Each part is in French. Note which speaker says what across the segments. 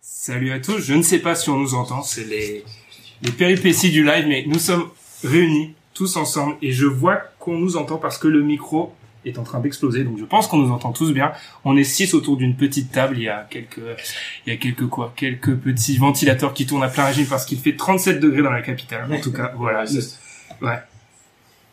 Speaker 1: Salut à tous, je ne sais pas si on nous entend, c'est les, les péripéties du live, mais nous sommes réunis tous ensemble et je vois qu'on nous entend parce que le micro est en train d'exploser, donc je pense qu'on nous entend tous bien. On est six autour d'une petite table, il y a quelques, il y a quelques quoi, quelques petits ventilateurs qui tournent à plein régime parce qu'il fait 37 degrés dans la capitale. En tout cas, voilà. Ouais.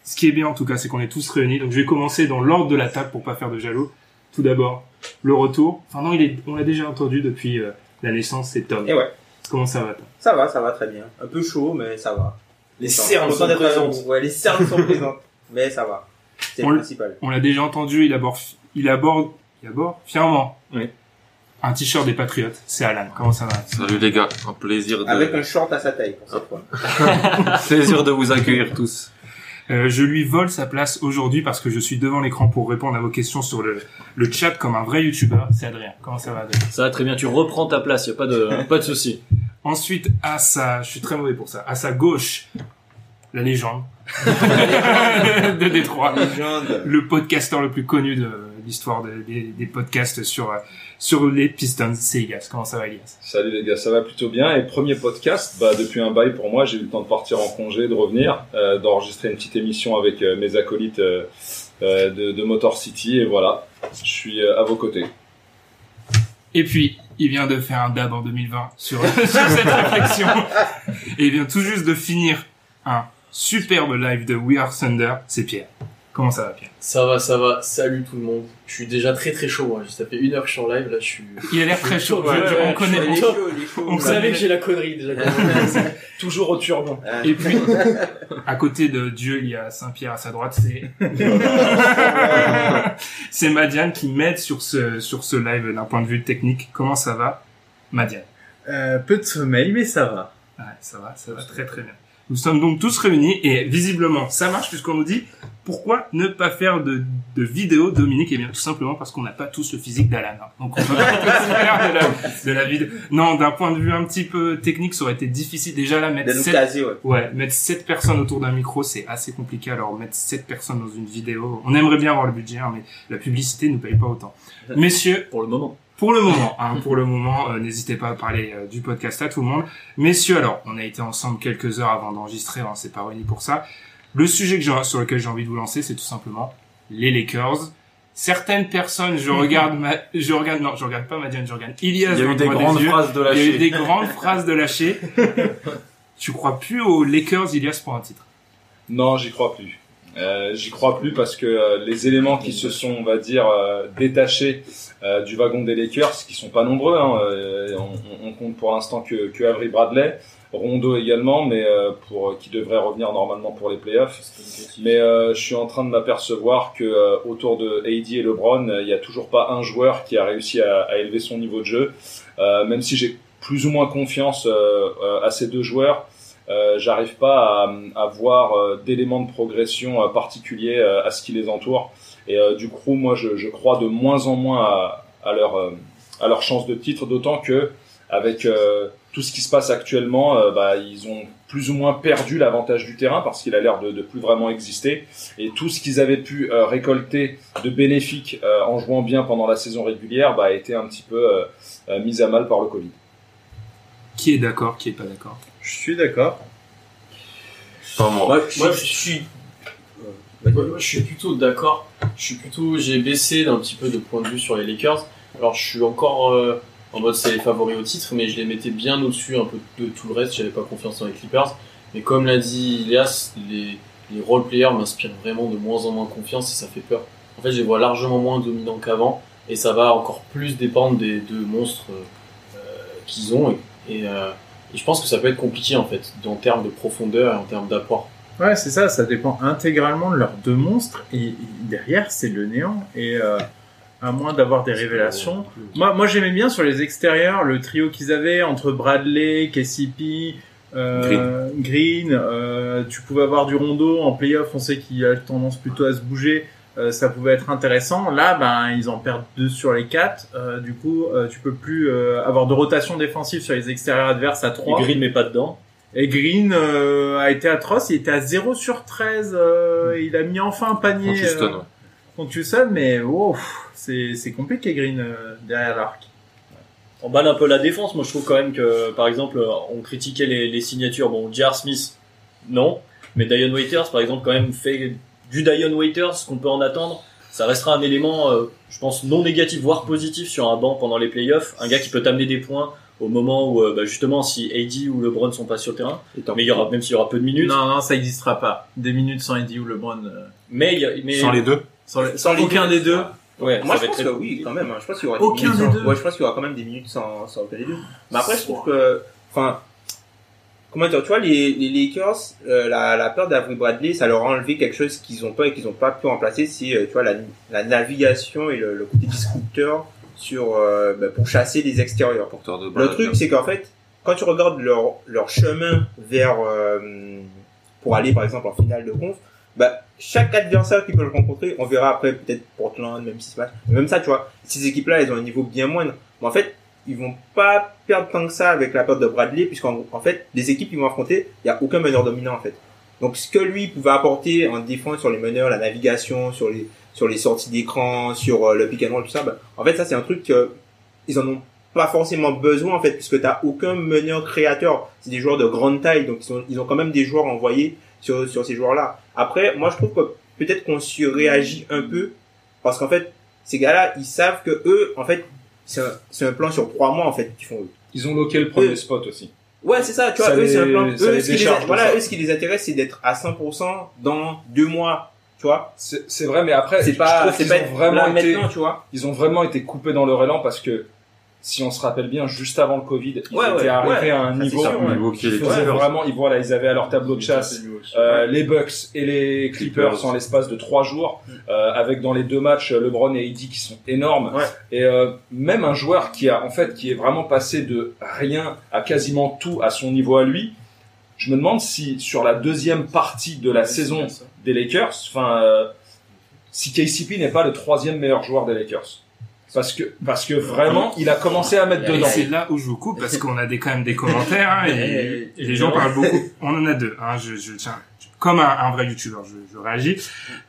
Speaker 1: Ce qui est bien en tout cas, c'est qu'on est tous réunis. Donc je vais commencer dans l'ordre de la table pour pas faire de jaloux. Tout d'abord, le retour. Enfin non, il est, on l'a déjà entendu depuis euh, la naissance, c'est Tom.
Speaker 2: Et ouais,
Speaker 1: Comment ça va Tom
Speaker 2: ça va, ça va très bien. Un peu chaud, mais ça va.
Speaker 3: Les
Speaker 2: Content-
Speaker 3: cernes
Speaker 2: content
Speaker 3: sont
Speaker 2: d'être
Speaker 3: présentes.
Speaker 2: avec vous. Ouais, les cernes sont présentes. Mais ça va. C'est
Speaker 1: On
Speaker 2: le
Speaker 1: le-
Speaker 2: principal.
Speaker 1: On l'a déjà entendu, il aborde, il aborde, il aborde fièrement.
Speaker 3: Oui.
Speaker 1: Un t-shirt des Patriotes, c'est Alan. Comment ça va
Speaker 4: Salut les gars, un plaisir de,
Speaker 2: Avec un short à sa taille, pour cette fois.
Speaker 4: plaisir de vous accueillir tous.
Speaker 1: Euh, Je lui vole sa place aujourd'hui parce que je suis devant l'écran pour répondre à vos questions sur le, le chat comme un vrai youtubeur. C'est Adrien. Comment ça va Adrien
Speaker 3: Ça va très bien, tu reprends ta place, y a pas de, pas de souci.
Speaker 1: Ensuite, à sa, je suis très mauvais pour ça, à sa gauche, la légende de Détroit.
Speaker 2: Légende.
Speaker 1: le podcasteur le plus connu de l'histoire de- des, des podcasts sur, euh, sur les Pistons, c'est Elias. Comment ça va, Elias
Speaker 5: Salut les gars, ça va plutôt bien. Et premier podcast, bah, depuis un bail pour moi, j'ai eu le temps de partir en congé, de revenir, euh, d'enregistrer une petite émission avec euh, mes acolytes euh, euh, de, de Motor City. Et voilà, je suis euh, à vos côtés.
Speaker 1: Et puis, il vient de faire un dab en 2020 sur, sur cette réflexion. Et il vient tout juste de finir un superbe live de We Are Thunder. C'est Pierre. Comment ça va, Pierre
Speaker 3: Ça va, ça va, salut tout le monde. Je suis déjà très très chaud, moi. ça fait une heure que je suis en live, là je suis...
Speaker 1: Il a l'air très chaud.
Speaker 3: Ouais,
Speaker 1: je- je-
Speaker 3: ouais,
Speaker 1: on connaît.
Speaker 2: Il est
Speaker 3: je-
Speaker 2: chaud, il est chaud.
Speaker 1: On
Speaker 3: Vous
Speaker 1: savait
Speaker 3: savez
Speaker 1: que
Speaker 3: que j'ai la connerie déjà. Toujours au turban.
Speaker 2: Ah,
Speaker 1: Et puis, à côté de Dieu, il y a Saint-Pierre à sa droite, c'est... c'est Madiane qui m'aide sur ce, sur ce live d'un point de vue technique. Comment ça va, Madiane
Speaker 6: Euh, peu de sommeil, mais ça va.
Speaker 1: Ouais, ça va, ça va très très bien. Nous sommes donc tous réunis et visiblement ça marche puisqu'on nous dit pourquoi ne pas faire de, de vidéo Dominique Eh bien tout simplement parce qu'on n'a pas tous le physique d'Alan. hein. Donc on peut pas tous faire de la, de la vidéo. Non, d'un point de vue un petit peu technique, ça aurait été difficile déjà là mettre
Speaker 2: de nous
Speaker 1: sept-
Speaker 2: caser, ouais.
Speaker 1: Ouais, mettre 7 personnes autour d'un micro, c'est assez compliqué. Alors, mettre 7 personnes dans une vidéo, on aimerait bien avoir le budget, hein, mais la publicité ne paye pas autant. Messieurs,
Speaker 3: Pour le moment.
Speaker 1: pour le moment, hein, pour le moment, euh, n'hésitez pas à parler euh, du podcast à tout le monde. Messieurs, alors, on a été ensemble quelques heures avant d'enregistrer, hein, c'est pas réuni pour ça. Le sujet que j'ai- sur lequel j'ai envie de vous lancer, c'est tout simplement les Lakers. Certaines personnes, je regarde ma, je regarde, non, je regarde pas Madiane, je regarde Ilias.
Speaker 4: Il y
Speaker 1: dans
Speaker 4: a eu
Speaker 1: le
Speaker 4: des
Speaker 1: droit
Speaker 4: grandes
Speaker 1: yeux.
Speaker 4: phrases de
Speaker 1: Il y a eu
Speaker 4: lâcher.
Speaker 1: des grandes phrases de lâcher. tu crois plus aux Lakers, Ilias, pour un titre
Speaker 5: Non, j'y crois plus. Euh, j'y crois plus parce que euh, les éléments qui se sont, on va dire, euh, détachés euh, du wagon des Lakers, qui sont pas nombreux, hein, euh, on, on- on compte pour l'instant que, que Avery Bradley, Rondo également, mais euh, pour qui devrait revenir normalement pour les playoffs. Mais euh, je suis en train de m'apercevoir que euh, autour de AD et LeBron, euh, il n'y a toujours pas un joueur qui a réussi à, à élever son niveau de jeu. Euh, même si j'ai plus ou moins confiance euh, euh, à ces deux joueurs, euh, j'arrive pas à, à voir euh, d'éléments de progression euh, particuliers euh, à ce qui les entoure. Et euh, du coup, moi, je, je crois de moins en moins à, à leur euh, à leur chance de titre, d'autant que avec euh, tout ce qui se passe actuellement, euh, bah, ils ont plus ou moins perdu l'avantage du terrain parce qu'il a l'air de, de plus vraiment exister. Et tout ce qu'ils avaient pu euh, récolter de bénéfique euh, en jouant bien pendant la saison régulière bah, a été un petit peu euh, euh, mis à mal par le Covid.
Speaker 1: Qui est d'accord, qui est pas d'accord
Speaker 2: Ah,
Speaker 6: Je suis d'accord.
Speaker 4: Pas moi.
Speaker 3: Moi, je suis... Moi, je suis plutôt d'accord. Je suis plutôt... J'ai baissé d'un petit peu de point de vue sur les Lakers. Alors je suis encore euh, en mode c'est les favoris au titre, mais je les mettais bien au-dessus un peu de tout le reste. J'avais pas confiance dans les Clippers. Mais comme l'a dit Ilias, les, les role players m'inspirent vraiment de moins en moins confiance et ça fait peur. En fait, je les vois largement moins dominants qu'avant et ça va encore plus dépendre des deux monstres euh, qu'ils ont. Et, et, euh, et je pense que ça peut être compliqué en fait, en termes de profondeur et en termes d'apport.
Speaker 6: Ouais, c'est ça, ça dépend intégralement de leurs deux monstres. Et, et derrière, c'est le néant. Et euh, à moins d'avoir des révélations. Moi, moi j'aimais bien sur les extérieurs le trio qu'ils avaient entre Bradley, KCP, euh, Green. euh, tu pouvais avoir du rondo en playoff, on sait qu'il a tendance plutôt à se bouger. euh, ça pouvait être intéressant. Là, ben, ils en perdent deux sur les quatre. euh, du coup, euh, tu peux plus euh, avoir de rotation défensive sur les extérieurs adverses à
Speaker 7: Et
Speaker 6: trois.
Speaker 7: Green met pas dedans.
Speaker 6: Et Green euh, a été atroce, il était à 0 sur 13, euh, il a mis enfin un panier
Speaker 4: Contre Houston,
Speaker 6: euh,
Speaker 4: Hmm. ouais.
Speaker 6: contre Houston, mais wow, c'est c'est compliqué Green euh, derrière l'arc.
Speaker 7: On balle un peu la défense. Moi, je trouve quand même que, par exemple, on critiquait les, les signatures. Bon, J.R. Smith, non. Mais Dion Waiters, par exemple, quand même fait du Dion Waiters, ce qu'on peut en attendre. Ça restera un élément, euh, je pense, non négatif, voire positif sur un banc pendant les playoffs. Un gars qui peut t'amener des points au moment où, euh, bah, justement, si AD ou LeBron sont pas sur le terrain. Mais il y aura, même s'il y aura peu de minutes.
Speaker 6: Non, non, ça n'existera pas. Des minutes sans Eddie ou LeBron. euh,
Speaker 7: Mais, il y a- mais
Speaker 4: Sans les deux.
Speaker 6: sans le-
Speaker 2: Sans les
Speaker 6: aucun
Speaker 2: deux.
Speaker 6: des deux.
Speaker 7: ouais,
Speaker 2: Moi, je
Speaker 7: ça va
Speaker 2: pense
Speaker 7: être
Speaker 2: que
Speaker 7: très-
Speaker 2: oui, quand même. hein. Je pense qu'il y aura
Speaker 6: Aucun
Speaker 2: minutes
Speaker 6: des
Speaker 2: sans-
Speaker 6: deux.
Speaker 2: Ouais, je pense qu'il y aura quand même des minutes sans, sans aucun des deux. Mais après, je trouve que, enfin, comment dire, tu vois, les, les Lakers, euh, la, la peur d'Avril Bradley, ça leur a enlevé quelque chose qu'ils ont pas et qu'ils ont pas pu remplacer, c'est, euh, tu vois, la, la navigation et le, le côté disrupteur sur, euh, bah, pour chasser les extérieurs.
Speaker 4: Porteur de balle.
Speaker 2: Le truc, c'est qu'en fait, quand tu regardes leur, leur chemin vers euh, pour aller par exemple en finale de conf, bah, chaque adversaire qu'ils peuvent rencontrer, on verra après peut-être Portland, même si matchs, même ça, tu vois, ces équipes-là, elles ont un niveau bien moindre. Mais en fait, ils vont pas perdre tant que ça avec la perte de Bradley, puisqu'en en fait, les équipes qu'ils vont affronter, il y a aucun meneur dominant en fait. Donc ce que lui pouvait apporter en défense sur les meneurs, la navigation, sur les sur les sorties d'écran, sur euh, le pick and roll, tout ça, bah, en fait ça c'est un truc que ils en ont pas forcément besoin en fait puisque t'as aucun meneur créateur c'est des joueurs de grande taille donc ils, sont, ils ont quand même des joueurs envoyés sur, sur ces joueurs là après moi je trouve que peut-être qu'on surréagit un peu parce qu'en fait ces gars là ils savent que eux en fait c'est un, c'est un plan sur trois mois en fait qu'ils font eux
Speaker 5: Ils ont loqué le premier
Speaker 2: Euh,
Speaker 5: spot aussi.
Speaker 2: ouais c'est ça tu vois
Speaker 5: Ça
Speaker 2: eux c'est un
Speaker 5: les-
Speaker 2: plan
Speaker 5: ça
Speaker 2: eux
Speaker 5: les
Speaker 2: ce, qui les,
Speaker 5: décharge de
Speaker 2: voilà,
Speaker 5: ça.
Speaker 2: eux ce qui les intéresse c'est d'être à 100% dans deux mois tu vois
Speaker 5: C'est c'est vrai, mais après,
Speaker 2: c'est
Speaker 5: je
Speaker 2: pas
Speaker 5: trouve
Speaker 2: c'est
Speaker 5: qu'ils
Speaker 2: pas
Speaker 5: ont
Speaker 2: être
Speaker 5: vraiment
Speaker 2: là
Speaker 5: été,
Speaker 2: maintenant tu vois
Speaker 5: ils ont vraiment été coupés dans leur élan parce que, si on se rappelle bien, juste avant le Covid, ils
Speaker 2: Ouais,
Speaker 5: étaient
Speaker 2: ouais,
Speaker 5: arrivés
Speaker 2: ouais.
Speaker 5: à un
Speaker 2: Ça, c'est
Speaker 5: niveau
Speaker 2: sûr, ouais.
Speaker 5: où ils faisaient vraiment, ils, voilà, ils avaient à leur tableau de chasse Euh, les Bucks et les Clippers,
Speaker 4: Clippers.
Speaker 5: en l'espace de trois jours, euh, avec dans les deux matchs euh, LeBron et AD qui sont énormes,
Speaker 2: Ouais.
Speaker 5: et euh, même un joueur qui a en fait qui est vraiment passé de rien à quasiment tout à son niveau à lui. Je me demande si sur la deuxième partie de la saison des Lakers, enfin, euh, si KCP n'est pas le troisième meilleur joueur des Lakers, parce que parce que vraiment il a commencé à mettre
Speaker 1: Et
Speaker 5: dedans.
Speaker 1: c'est là où je vous coupe parce qu'on a des, quand même des commentaires hein, et, et les gens parlent beaucoup. On en a deux. Hein, je, je tiens comme un, un vrai youtubeur, je, je réagis.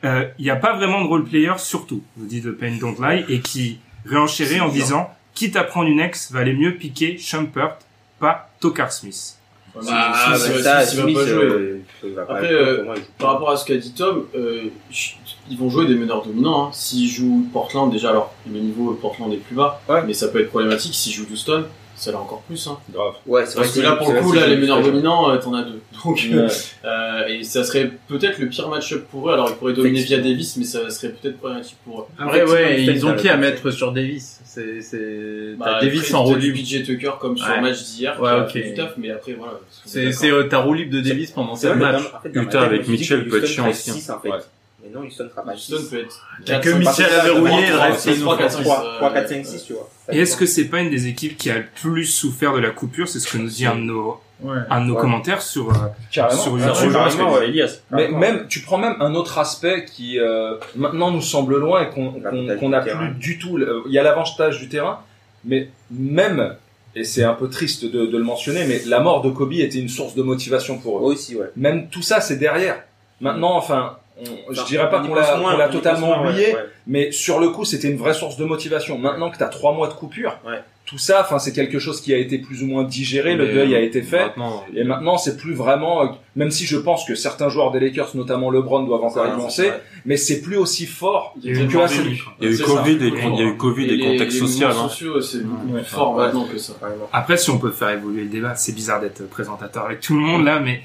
Speaker 1: Euh, Il n'y a pas vraiment de role player, surtout, nous dit The Pain Don't Lie, et qui réenchérit en disant quitte à prendre une ex, valait mieux piquer Shumpert, pas Tokar Smith.
Speaker 3: Ouais,
Speaker 2: Ah,
Speaker 3: mais
Speaker 2: bah,
Speaker 3: Smith,
Speaker 2: ça,
Speaker 3: Smith, il va pas
Speaker 2: Smith,
Speaker 3: jouer.
Speaker 2: euh, il va pas
Speaker 3: Après,
Speaker 2: jouer,
Speaker 3: euh,
Speaker 2: pour moi, il joue pas.
Speaker 3: Par rapport à ce qu'a dit Tom, euh, ch- ils vont jouer des meneurs dominants. hein. S'ils jouent Portland, déjà, alors le niveau de Portland est plus bas,
Speaker 2: Ouais.
Speaker 3: mais ça peut être problématique. S'ils jouent Houston, ça l'est encore plus. Hein.
Speaker 5: Grave.
Speaker 2: ouais c'est vrai
Speaker 3: Parce que là, pour
Speaker 2: c'est
Speaker 3: le coup,
Speaker 2: vrai,
Speaker 3: là,
Speaker 2: c'est-
Speaker 3: les meneurs dominants, euh, t'en as deux. Donc,
Speaker 5: Ouais.
Speaker 3: euh, et ça serait peut-être le pire match-up pour eux. Alors, ils pourraient dominer via
Speaker 2: Effectivement.
Speaker 3: Davis, mais ça serait peut-être problématique pour eux.
Speaker 6: Après,
Speaker 2: Effectivement,
Speaker 6: ouais,
Speaker 2: Houston,
Speaker 6: ils
Speaker 2: ça
Speaker 6: ont
Speaker 2: le
Speaker 6: qui à
Speaker 2: fait.
Speaker 6: mettre sur Davis C'est c'est
Speaker 3: Bah,
Speaker 6: t'as Davis
Speaker 3: après,
Speaker 6: en
Speaker 3: t'as
Speaker 6: roue
Speaker 3: du
Speaker 6: libre.
Speaker 3: budget Tucker comme sur
Speaker 6: Ouais.
Speaker 3: le match d'hier,
Speaker 6: Ouais,
Speaker 3: qui a
Speaker 6: ok.
Speaker 3: fait du taf, mais après, voilà.
Speaker 6: C'est c'est euh, ta roue libre de Davis pendant
Speaker 2: C'est
Speaker 6: sept
Speaker 2: vrai,
Speaker 6: matchs.
Speaker 2: mais dans- en fait, dans ma
Speaker 4: Utah
Speaker 2: tête,
Speaker 4: avec
Speaker 2: je me suis dit
Speaker 4: Mitchell
Speaker 2: que
Speaker 4: peut être
Speaker 2: Houston
Speaker 4: chiant
Speaker 2: ferait
Speaker 4: aussi, hein.
Speaker 2: six, en fait.
Speaker 5: Ouais.
Speaker 2: Mais non, Houston ne fera pas
Speaker 3: Bah, Houston
Speaker 2: 6.
Speaker 3: peut être.
Speaker 6: T'as
Speaker 3: quatre,
Speaker 6: que
Speaker 3: cinq,
Speaker 6: Mitchell
Speaker 3: six,
Speaker 6: avait
Speaker 3: euh,
Speaker 6: rouillé, le
Speaker 3: trois,
Speaker 6: reste,
Speaker 3: trois,
Speaker 6: ils ont
Speaker 3: trois,
Speaker 6: fait
Speaker 3: quatre, cinq,
Speaker 2: 3,
Speaker 3: six,
Speaker 2: 3,
Speaker 3: euh,
Speaker 2: 4, 5, 6, tu vois.
Speaker 1: Et est-ce que c'est pas une des équipes qui a le plus souffert de la coupure C'est ce que nous dit un de nos,
Speaker 6: Ouais.
Speaker 1: un de nos
Speaker 2: Ouais.
Speaker 1: commentaires sur. euh,
Speaker 5: Carrément.
Speaker 1: Sur
Speaker 5: Ah,
Speaker 7: Ça rejoint ce que
Speaker 5: carrément,
Speaker 7: disait
Speaker 5: ouais.
Speaker 7: Elias.
Speaker 5: Mais
Speaker 2: Clairement.
Speaker 5: même, tu prends même un autre aspect qui euh, maintenant nous semble loin et qu'on qu'on
Speaker 2: L'avantage
Speaker 5: qu'on
Speaker 2: du
Speaker 5: n'a
Speaker 2: terrain.
Speaker 5: plus du tout. le- Il y a l'avantage du terrain, mais même, et c'est un peu triste de, de le mentionner, mais la mort de Kobe était une source de motivation pour eux.
Speaker 2: Aussi, ouais.
Speaker 5: Même tout ça, c'est derrière. Maintenant, enfin, on- je
Speaker 2: Enfin,
Speaker 5: dirais pas
Speaker 2: on y
Speaker 5: qu'on
Speaker 2: pense
Speaker 5: l'a
Speaker 2: moins,
Speaker 5: qu'on l'a
Speaker 2: on y
Speaker 5: totalement
Speaker 2: pense moins, ouais,
Speaker 5: oublié,
Speaker 2: ouais.
Speaker 5: mais sur le coup, c'était une vraie source de motivation. Maintenant que tu as trois mois de coupure,
Speaker 2: Ouais.
Speaker 5: tout ça, enfin, c'est quelque chose qui a été plus ou moins digéré, le
Speaker 4: Mais,
Speaker 5: deuil a
Speaker 4: euh,
Speaker 5: été
Speaker 2: bah,
Speaker 5: fait.
Speaker 4: Maintenant,
Speaker 5: Et maintenant, c'est plus vraiment, euh, même si je pense que certains joueurs des Lakers, notamment LeBron, doivent encore y
Speaker 2: Ouais,
Speaker 5: penser,
Speaker 2: ouais.
Speaker 5: mais c'est plus aussi fort
Speaker 3: Il y a eu
Speaker 5: que la série.
Speaker 1: quoi.
Speaker 4: il y a eu
Speaker 3: C'est
Speaker 4: Covid
Speaker 3: ça.
Speaker 4: et con- il y a eu Covid et
Speaker 3: les-
Speaker 4: contexte
Speaker 3: les
Speaker 4: social.
Speaker 3: mouvements
Speaker 4: hein.
Speaker 3: sociaux, euh, c'est beaucoup plus
Speaker 5: Ouais.
Speaker 3: fort
Speaker 2: Ouais.
Speaker 3: maintenant que ça.
Speaker 2: Carrément.
Speaker 1: Après, si on peut faire évoluer le débat, c'est bizarre d'être présentateur avec tout le monde là, mais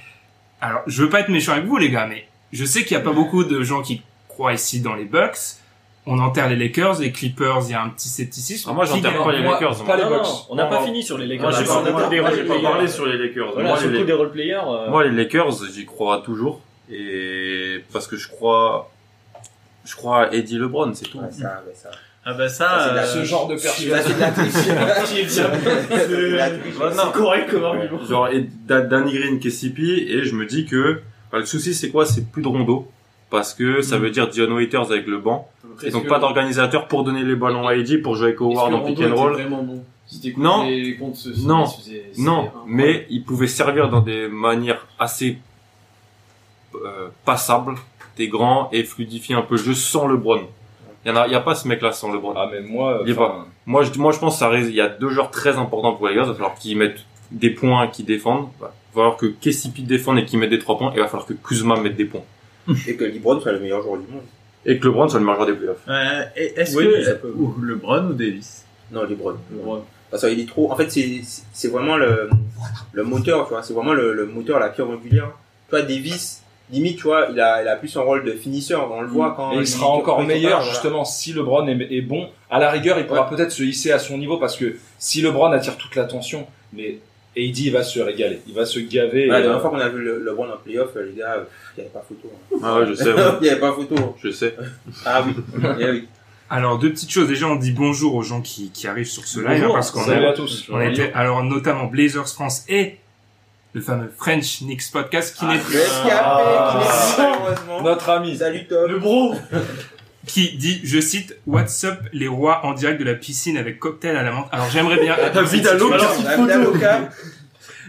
Speaker 1: alors je veux pas être méchant avec vous les gars, mais je sais qu'il y a pas beaucoup de gens qui croient ici dans les Bucks. On enterre les Lakers, les Clippers, il y a un petit scepticisme.
Speaker 4: Ah, moi,
Speaker 1: Qui
Speaker 4: j'enterre
Speaker 1: gagne
Speaker 4: pas les
Speaker 5: Moi,
Speaker 4: Lakers.
Speaker 5: pas
Speaker 4: moi.
Speaker 5: les
Speaker 7: Non, non,
Speaker 5: Bucks.
Speaker 7: on n'a
Speaker 5: Non,
Speaker 7: pas
Speaker 5: non.
Speaker 7: fini sur les
Speaker 4: Moi,
Speaker 7: Lakers.
Speaker 4: j'ai
Speaker 7: Sur
Speaker 4: pas
Speaker 7: le coup des
Speaker 4: moi, j'ai pas
Speaker 7: role
Speaker 4: parlé
Speaker 7: players.
Speaker 4: sur les Lakers.
Speaker 7: Voilà,
Speaker 4: Moi,
Speaker 7: sur le
Speaker 4: les-
Speaker 7: coup des role players. euh,
Speaker 4: Moi, les Lakers, j'y crois toujours. Et parce que je crois, je crois à Eddie LeBron, c'est tout.
Speaker 2: Ouais, ça, ouais, ça.
Speaker 6: Ah bah
Speaker 2: Ça, c'est
Speaker 6: ça,
Speaker 2: de la-
Speaker 6: euh,
Speaker 2: ce
Speaker 3: genre de
Speaker 2: Là, c'est de la triche. C'est de la triche.
Speaker 7: C'est correct comme argument.
Speaker 4: Genre, et d'a- Danny Green, Kessipi, et je me dis que, enfin, le souci, c'est quoi? C'est plus de rondo. Parce que ça veut dire Dion Waiters avec le banc. Ils n'ont pas d'organisateur pour donner les ballons à Eddy, pour jouer avec Howard en pick and roll.
Speaker 3: vraiment bon. Si t'écoutes
Speaker 4: Non.
Speaker 3: les comptes, c'est-
Speaker 4: Non.
Speaker 3: c'est- c'est- c'est
Speaker 4: Non,
Speaker 7: hein.
Speaker 3: un-
Speaker 4: mais il pouvait servir dans des manières assez euh, passables. T'es grand et fluidifier un peu le jeu sans LeBron. Il y en a, il y a pas ce mec-là sans LeBron.
Speaker 5: Ah, mais moi,
Speaker 4: Il est
Speaker 5: enfin,
Speaker 4: Moi, je, moi, je pense que ça reste- il y a deux joueurs très importants pour les Lakers. Il va falloir qu'ils mettent des points, qu'ils défendent. Il va falloir que Kessipi défende et qu'il mette des trois points. Et il va falloir que Kuzma mette des points.
Speaker 2: Et que LeBron soit le meilleur joueur du monde.
Speaker 4: Et que LeBron soit le meilleur joueur des playoffs.
Speaker 6: ouais, et- est-ce
Speaker 7: Oui, mais ça
Speaker 6: que
Speaker 7: peut-
Speaker 6: ou LeBron ou Davis
Speaker 2: Non, LeBron.
Speaker 7: Ouais.
Speaker 2: Parce qu'il est trop. En fait, c'est c'est vraiment le, le moteur, tu vois. C'est vraiment le, le moteur, la pierre angulaire. Tu vois, Davis, limite, tu vois, il a, il a plus son rôle de finisseur. On le voit quand.
Speaker 5: Et il sera encore
Speaker 2: Ah,
Speaker 5: meilleur justement si LeBron est, est bon. À la rigueur, il pourra peut-être se hisser à son niveau parce que si LeBron attire toute l'attention, mais AD il va se régaler, il va se gaver.
Speaker 2: la
Speaker 5: et,
Speaker 2: dernière
Speaker 5: euh,
Speaker 2: fois qu'on a vu le, LeBron en playoff, euh, les gars, euh, il n'y avait pas photo. hein.
Speaker 4: Ah ouais, je sais, ouais.
Speaker 2: il n'y avait pas photo. hein.
Speaker 4: je sais.
Speaker 2: Ah oui. Eh oui.
Speaker 1: Alors, deux petites choses. Déjà, on dit bonjour aux gens qui, qui arrivent sur ce live, hein,
Speaker 5: bonjour,
Speaker 1: parce qu'on
Speaker 5: salut
Speaker 1: a-
Speaker 5: à tous.
Speaker 1: on était, alors, notamment Blazers France et le fameux French Knicks podcast qui, n'est-
Speaker 2: Le SKP,
Speaker 5: Ah.
Speaker 2: qui n'est pas, malheureusement.
Speaker 5: Notre ami.
Speaker 2: Salut Tom.
Speaker 3: Le bro
Speaker 1: qui dit, je cite, What's up les rois en direct de la piscine avec cocktail à la menthe. Alors, j'aimerais bien...
Speaker 4: Vite à l'eau,
Speaker 2: Alors,
Speaker 4: qu'est-ce qu'il
Speaker 2: Madame l'avocat.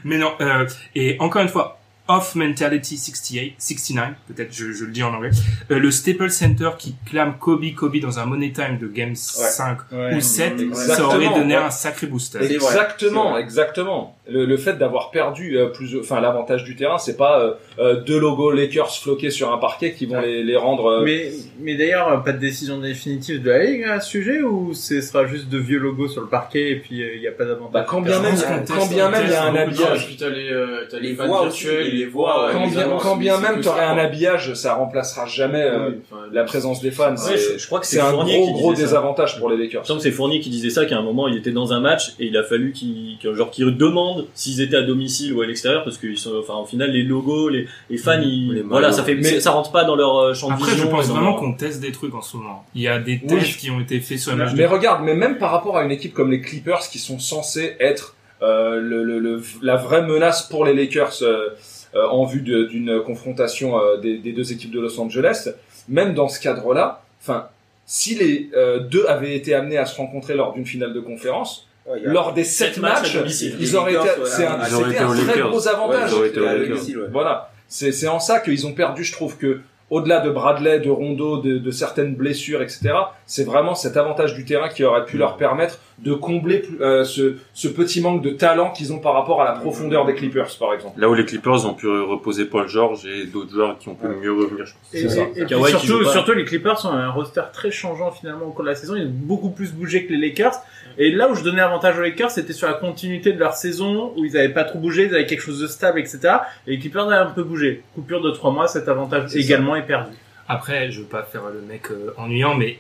Speaker 1: Mais non, euh, et encore une fois, Off Mentality 68, 69, peut-être je, je le dis en anglais, Euh, le Staples Center qui clame Kobe Kobe dans un Money Time de Game 5 ou 7, ça
Speaker 5: exactement,
Speaker 1: aurait donné
Speaker 5: ouais.
Speaker 1: un sacré booster.
Speaker 2: C'est vrai, c'est
Speaker 5: Exactement,
Speaker 2: vrai.
Speaker 5: exactement. Le, le fait d'avoir perdu euh, plus, enfin l'avantage du terrain, c'est pas euh, euh, deux logos Lakers floqués sur un parquet qui vont les, les rendre. euh,
Speaker 6: Mais, mais d'ailleurs, pas de décision définitive de la Ligue à ce sujet ou ce sera juste de vieux logos sur le parquet et puis euh, il n'y a pas d'avantage
Speaker 5: bah, quand bien
Speaker 6: On
Speaker 5: même,
Speaker 6: se
Speaker 5: quand bien même il y a un
Speaker 3: Beaucoup de gens,
Speaker 5: habillage.
Speaker 3: puis T'as les, euh, t'as les,
Speaker 2: Les
Speaker 3: fans
Speaker 2: voix
Speaker 3: virtuels,
Speaker 2: aussi,
Speaker 3: les
Speaker 2: les
Speaker 3: voix.
Speaker 2: voix,
Speaker 3: ouais,
Speaker 5: Quand
Speaker 3: les
Speaker 5: bien,
Speaker 3: annonces,
Speaker 5: quand
Speaker 3: mais
Speaker 5: bien
Speaker 3: c'est
Speaker 5: même
Speaker 3: que
Speaker 5: t'aurais
Speaker 3: ça,
Speaker 5: un
Speaker 3: quoi.
Speaker 5: habillage, ça remplacera jamais euh,
Speaker 3: Oui, enfin,
Speaker 5: la présence des fans.
Speaker 7: Ouais, je,
Speaker 5: c'est
Speaker 7: je crois que
Speaker 5: c'est
Speaker 7: c'est
Speaker 5: un
Speaker 7: Fournier
Speaker 5: gros
Speaker 7: qui
Speaker 5: gros
Speaker 7: disait ça.
Speaker 5: désavantage pour les
Speaker 7: Il
Speaker 5: Lakers.
Speaker 7: me semble que c'est Fournier qui disait ça qu'à un moment il était dans un match et il a fallu qu'il qu'il- genre qu'il demande s'ils étaient à domicile ou à l'extérieur parce qu'ils sont enfin au final les logos les, les fans ils,
Speaker 4: Les
Speaker 7: voilà
Speaker 4: maillots.
Speaker 7: ça fait
Speaker 5: Mais-
Speaker 7: ça rentre pas dans leur euh, champ de
Speaker 1: Après, je
Speaker 7: vision
Speaker 1: pense
Speaker 7: et dans
Speaker 1: vraiment
Speaker 7: leur-
Speaker 1: qu'on teste des trucs en ce moment. Il y a des
Speaker 5: Oui.
Speaker 1: tests qui ont été faits sur la match
Speaker 5: Mais regarde, mais même par rapport à une équipe comme les Clippers qui sont censés être euh, le, le- le- la vraie menace pour les Lakers euh, euh, en vue de- d'une confrontation euh, des, des deux équipes de Los Angeles, même dans ce cadre-là, enfin, si les euh, deux avaient été amenés à se rencontrer lors d'une finale de conférence,
Speaker 2: Ouais, il y a-
Speaker 5: lors des
Speaker 7: Sept
Speaker 5: sept
Speaker 7: matchs à
Speaker 5: matchs,
Speaker 7: domicile.
Speaker 5: ils auraient été,
Speaker 2: Les Lakers,
Speaker 5: c'est un,
Speaker 2: ouais.
Speaker 4: Ils auraient
Speaker 5: c'était
Speaker 4: été
Speaker 5: un
Speaker 4: aux
Speaker 5: très
Speaker 4: Lakers.
Speaker 5: gros
Speaker 2: Ouais,
Speaker 5: avantage. Euh,
Speaker 4: ils auraient été
Speaker 2: il y a
Speaker 4: aux
Speaker 2: le
Speaker 4: Lakers.
Speaker 2: missile, ouais.
Speaker 5: Voilà, c'est c'est en ça qu'ils ont perdu, je trouve que au-delà de Bradley, de Rondo, de, de certaines blessures, etc., c'est vraiment cet avantage du terrain qui aurait pu leur permettre de combler plus- euh, ce, ce petit manque de talent qu'ils ont par rapport à la profondeur des Clippers, par exemple.
Speaker 4: Là où les Clippers ont pu reposer Paul George et d'autres joueurs qui ont pu mieux revenir, je pense.
Speaker 6: Et,
Speaker 5: C'est ça.
Speaker 6: et- et puis
Speaker 7: Kawhi qui joue
Speaker 6: surtout,
Speaker 7: pas.
Speaker 6: surtout, les Clippers ont un roster très changeant finalement au cours de la saison. Ils ont beaucoup plus bougé que les Lakers. Et là où je donnais avantage aux Lakers, c'était sur la continuité de leur saison où ils n'avaient pas trop bougé, ils avaient quelque chose de stable, etc. Et les Clippers avaient un peu bougé. Coupure de trois mois, cet avantage
Speaker 2: C'est ça.
Speaker 6: également est perdu.
Speaker 1: Après, je veux pas faire le mec euh, ennuyant, mais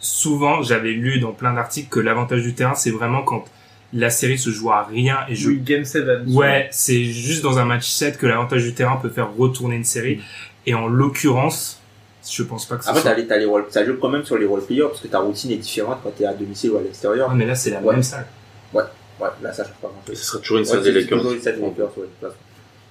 Speaker 1: souvent, j'avais lu dans plein d'articles que l'avantage du terrain, c'est vraiment quand la série se joue à rien et je
Speaker 6: Oui, Game 7.
Speaker 1: Ouais, c'est juste dans un match 7 que l'avantage du terrain peut faire retourner une série. Et en l'occurrence, je pense pas que ce
Speaker 2: Après,
Speaker 1: soit.
Speaker 2: t'as les, t'as les role- ça joue quand même sur les role players parce que ta routine est différente quand t'es à domicile ou à l'extérieur.
Speaker 1: Ah, mais là, c'est la
Speaker 2: Ouais.
Speaker 1: même salle.
Speaker 2: Ouais, là, ça change pas grand
Speaker 4: Et
Speaker 2: chose.
Speaker 4: ce sera toujours une
Speaker 2: Ouais,
Speaker 4: salle
Speaker 2: c'est
Speaker 4: des
Speaker 2: c'est
Speaker 4: Lakers.
Speaker 2: toujours une salle des Lakers, ouais, de toute façon.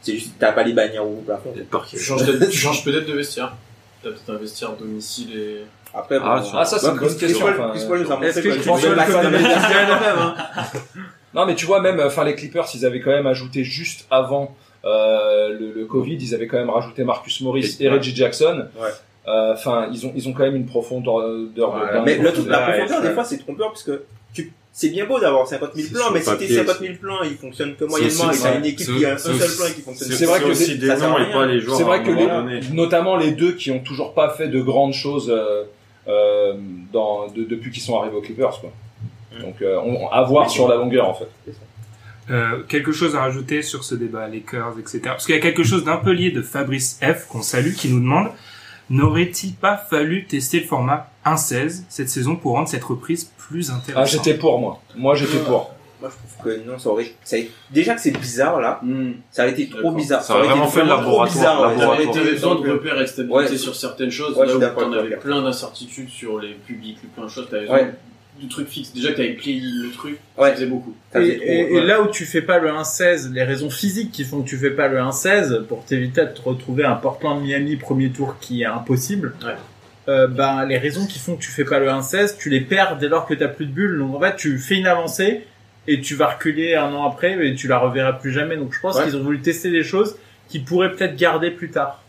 Speaker 2: C'est juste, t'as pas les bannières au plafond.
Speaker 4: Et le parquet.
Speaker 3: Tu changes peut-être- tu changes peut-être de vestiaire. T'as peut-être un vestiaire domicile et.
Speaker 2: Après,
Speaker 4: Ah,
Speaker 2: bon,
Speaker 4: ça-
Speaker 5: ah, ça, c'est
Speaker 2: bah,
Speaker 5: une bonne
Speaker 2: Chris
Speaker 5: question,
Speaker 2: Paul-
Speaker 5: enfin,
Speaker 2: Chris Paul nous a montré
Speaker 6: Est-ce que
Speaker 2: quand
Speaker 6: je
Speaker 2: il jouait
Speaker 6: considère
Speaker 2: la
Speaker 6: que
Speaker 2: salle
Speaker 6: Dominique
Speaker 2: des Lakers.
Speaker 6: Diane-
Speaker 5: Non, mais tu vois, même, enfin, les Clippers, ils avaient quand même ajouté juste avant euh, le, le Covid, ils avaient quand même rajouté Marcus Morris et,
Speaker 2: Et- ouais.
Speaker 5: Reggie Jackson.
Speaker 2: Ouais.
Speaker 5: Euh, Enfin, ils ont, ils ont quand même une profondeur. de- de-
Speaker 4: Bah,
Speaker 2: Voilà.
Speaker 5: de-
Speaker 2: Mais
Speaker 5: de-
Speaker 2: le truc, la
Speaker 5: Ouais,
Speaker 2: profondeur,
Speaker 5: ouais.
Speaker 2: des fois, c'est trompeur parce que tu, c'est bien beau d'avoir 50 000
Speaker 4: C'est
Speaker 2: plans,
Speaker 4: sur
Speaker 2: mais si
Speaker 4: papier,
Speaker 2: tes 50 000
Speaker 4: c'est-
Speaker 2: plans, ils fonctionnent que
Speaker 4: C'est
Speaker 2: moyennement et
Speaker 4: aussi-
Speaker 2: t'as une équipe qui a un
Speaker 4: c'est
Speaker 2: seul
Speaker 4: aussi-
Speaker 2: plan et qui fonctionne
Speaker 5: c'est vrai
Speaker 2: pas.
Speaker 5: que
Speaker 4: aussi des
Speaker 2: ça sert à
Speaker 4: noms et
Speaker 2: rien.
Speaker 4: pas les joueurs.
Speaker 5: C'est
Speaker 4: à un
Speaker 5: vrai que
Speaker 4: moment
Speaker 5: les,
Speaker 4: donné.
Speaker 5: notamment les deux qui ont toujours pas fait de grandes choses euh, euh, dans, de- depuis qu'ils sont arrivés aux Clippers. Quoi. Donc euh, on, à voir sur la longueur en fait.
Speaker 1: Euh, quelque chose à rajouter sur ce débat, les Lakers, etc. Parce qu'il y a quelque chose d'un peu lié de Fabrice F, qu'on salue, qui nous demande N'aurait-il pas fallu tester le format 1-16 cette saison pour rendre cette reprise plus
Speaker 5: Ah
Speaker 1: intéressante
Speaker 5: j'étais pour moi. Moi j'étais pour.
Speaker 2: Moi, je trouve que non, ça aurait. ça aurait- Déjà que c'est bizarre là,
Speaker 5: Hmm.
Speaker 2: ça aurait été trop
Speaker 3: D'accord.
Speaker 2: bizarre.
Speaker 4: Ça aurait
Speaker 2: été
Speaker 4: vraiment fait
Speaker 2: trop
Speaker 4: laboratoire,
Speaker 2: bizarre, ouais. Ça aurait
Speaker 3: T'avais
Speaker 4: laboratoire.
Speaker 2: été-
Speaker 3: t'avais besoin de repères et de stabilité
Speaker 2: Ouais.
Speaker 3: sur certaines choses,
Speaker 2: Ouais, je
Speaker 3: là
Speaker 2: suis
Speaker 3: où
Speaker 2: d'accord
Speaker 3: t'en
Speaker 2: avec
Speaker 3: avais
Speaker 2: toi.
Speaker 3: plein d'incertitudes sur les publics, plein de choses, t'avais
Speaker 2: Ouais.
Speaker 3: besoin de trucs fixes. Déjà que t'avais plié le truc,
Speaker 2: Ouais.
Speaker 3: ça faisait beaucoup.
Speaker 2: Ça
Speaker 6: Et,
Speaker 2: faisait trop,
Speaker 6: et- et
Speaker 2: ouais.
Speaker 6: là où tu fais pas le 1-16, les raisons physiques qui font que tu fais pas le 1-16 pour t'éviter de te retrouver un Portland Miami premier tour qui est impossible.
Speaker 3: Ouais.
Speaker 6: euh, ben, les raisons qui font que tu fais pas le 1-16, tu les perds dès lors que t'as plus de bulles. Donc en fait, tu fais une avancée et tu vas reculer un an après mais tu la reverras plus jamais. Donc je pense
Speaker 3: Ouais.
Speaker 6: qu'ils ont voulu tester des choses qu'ils pourraient peut-être garder plus tard.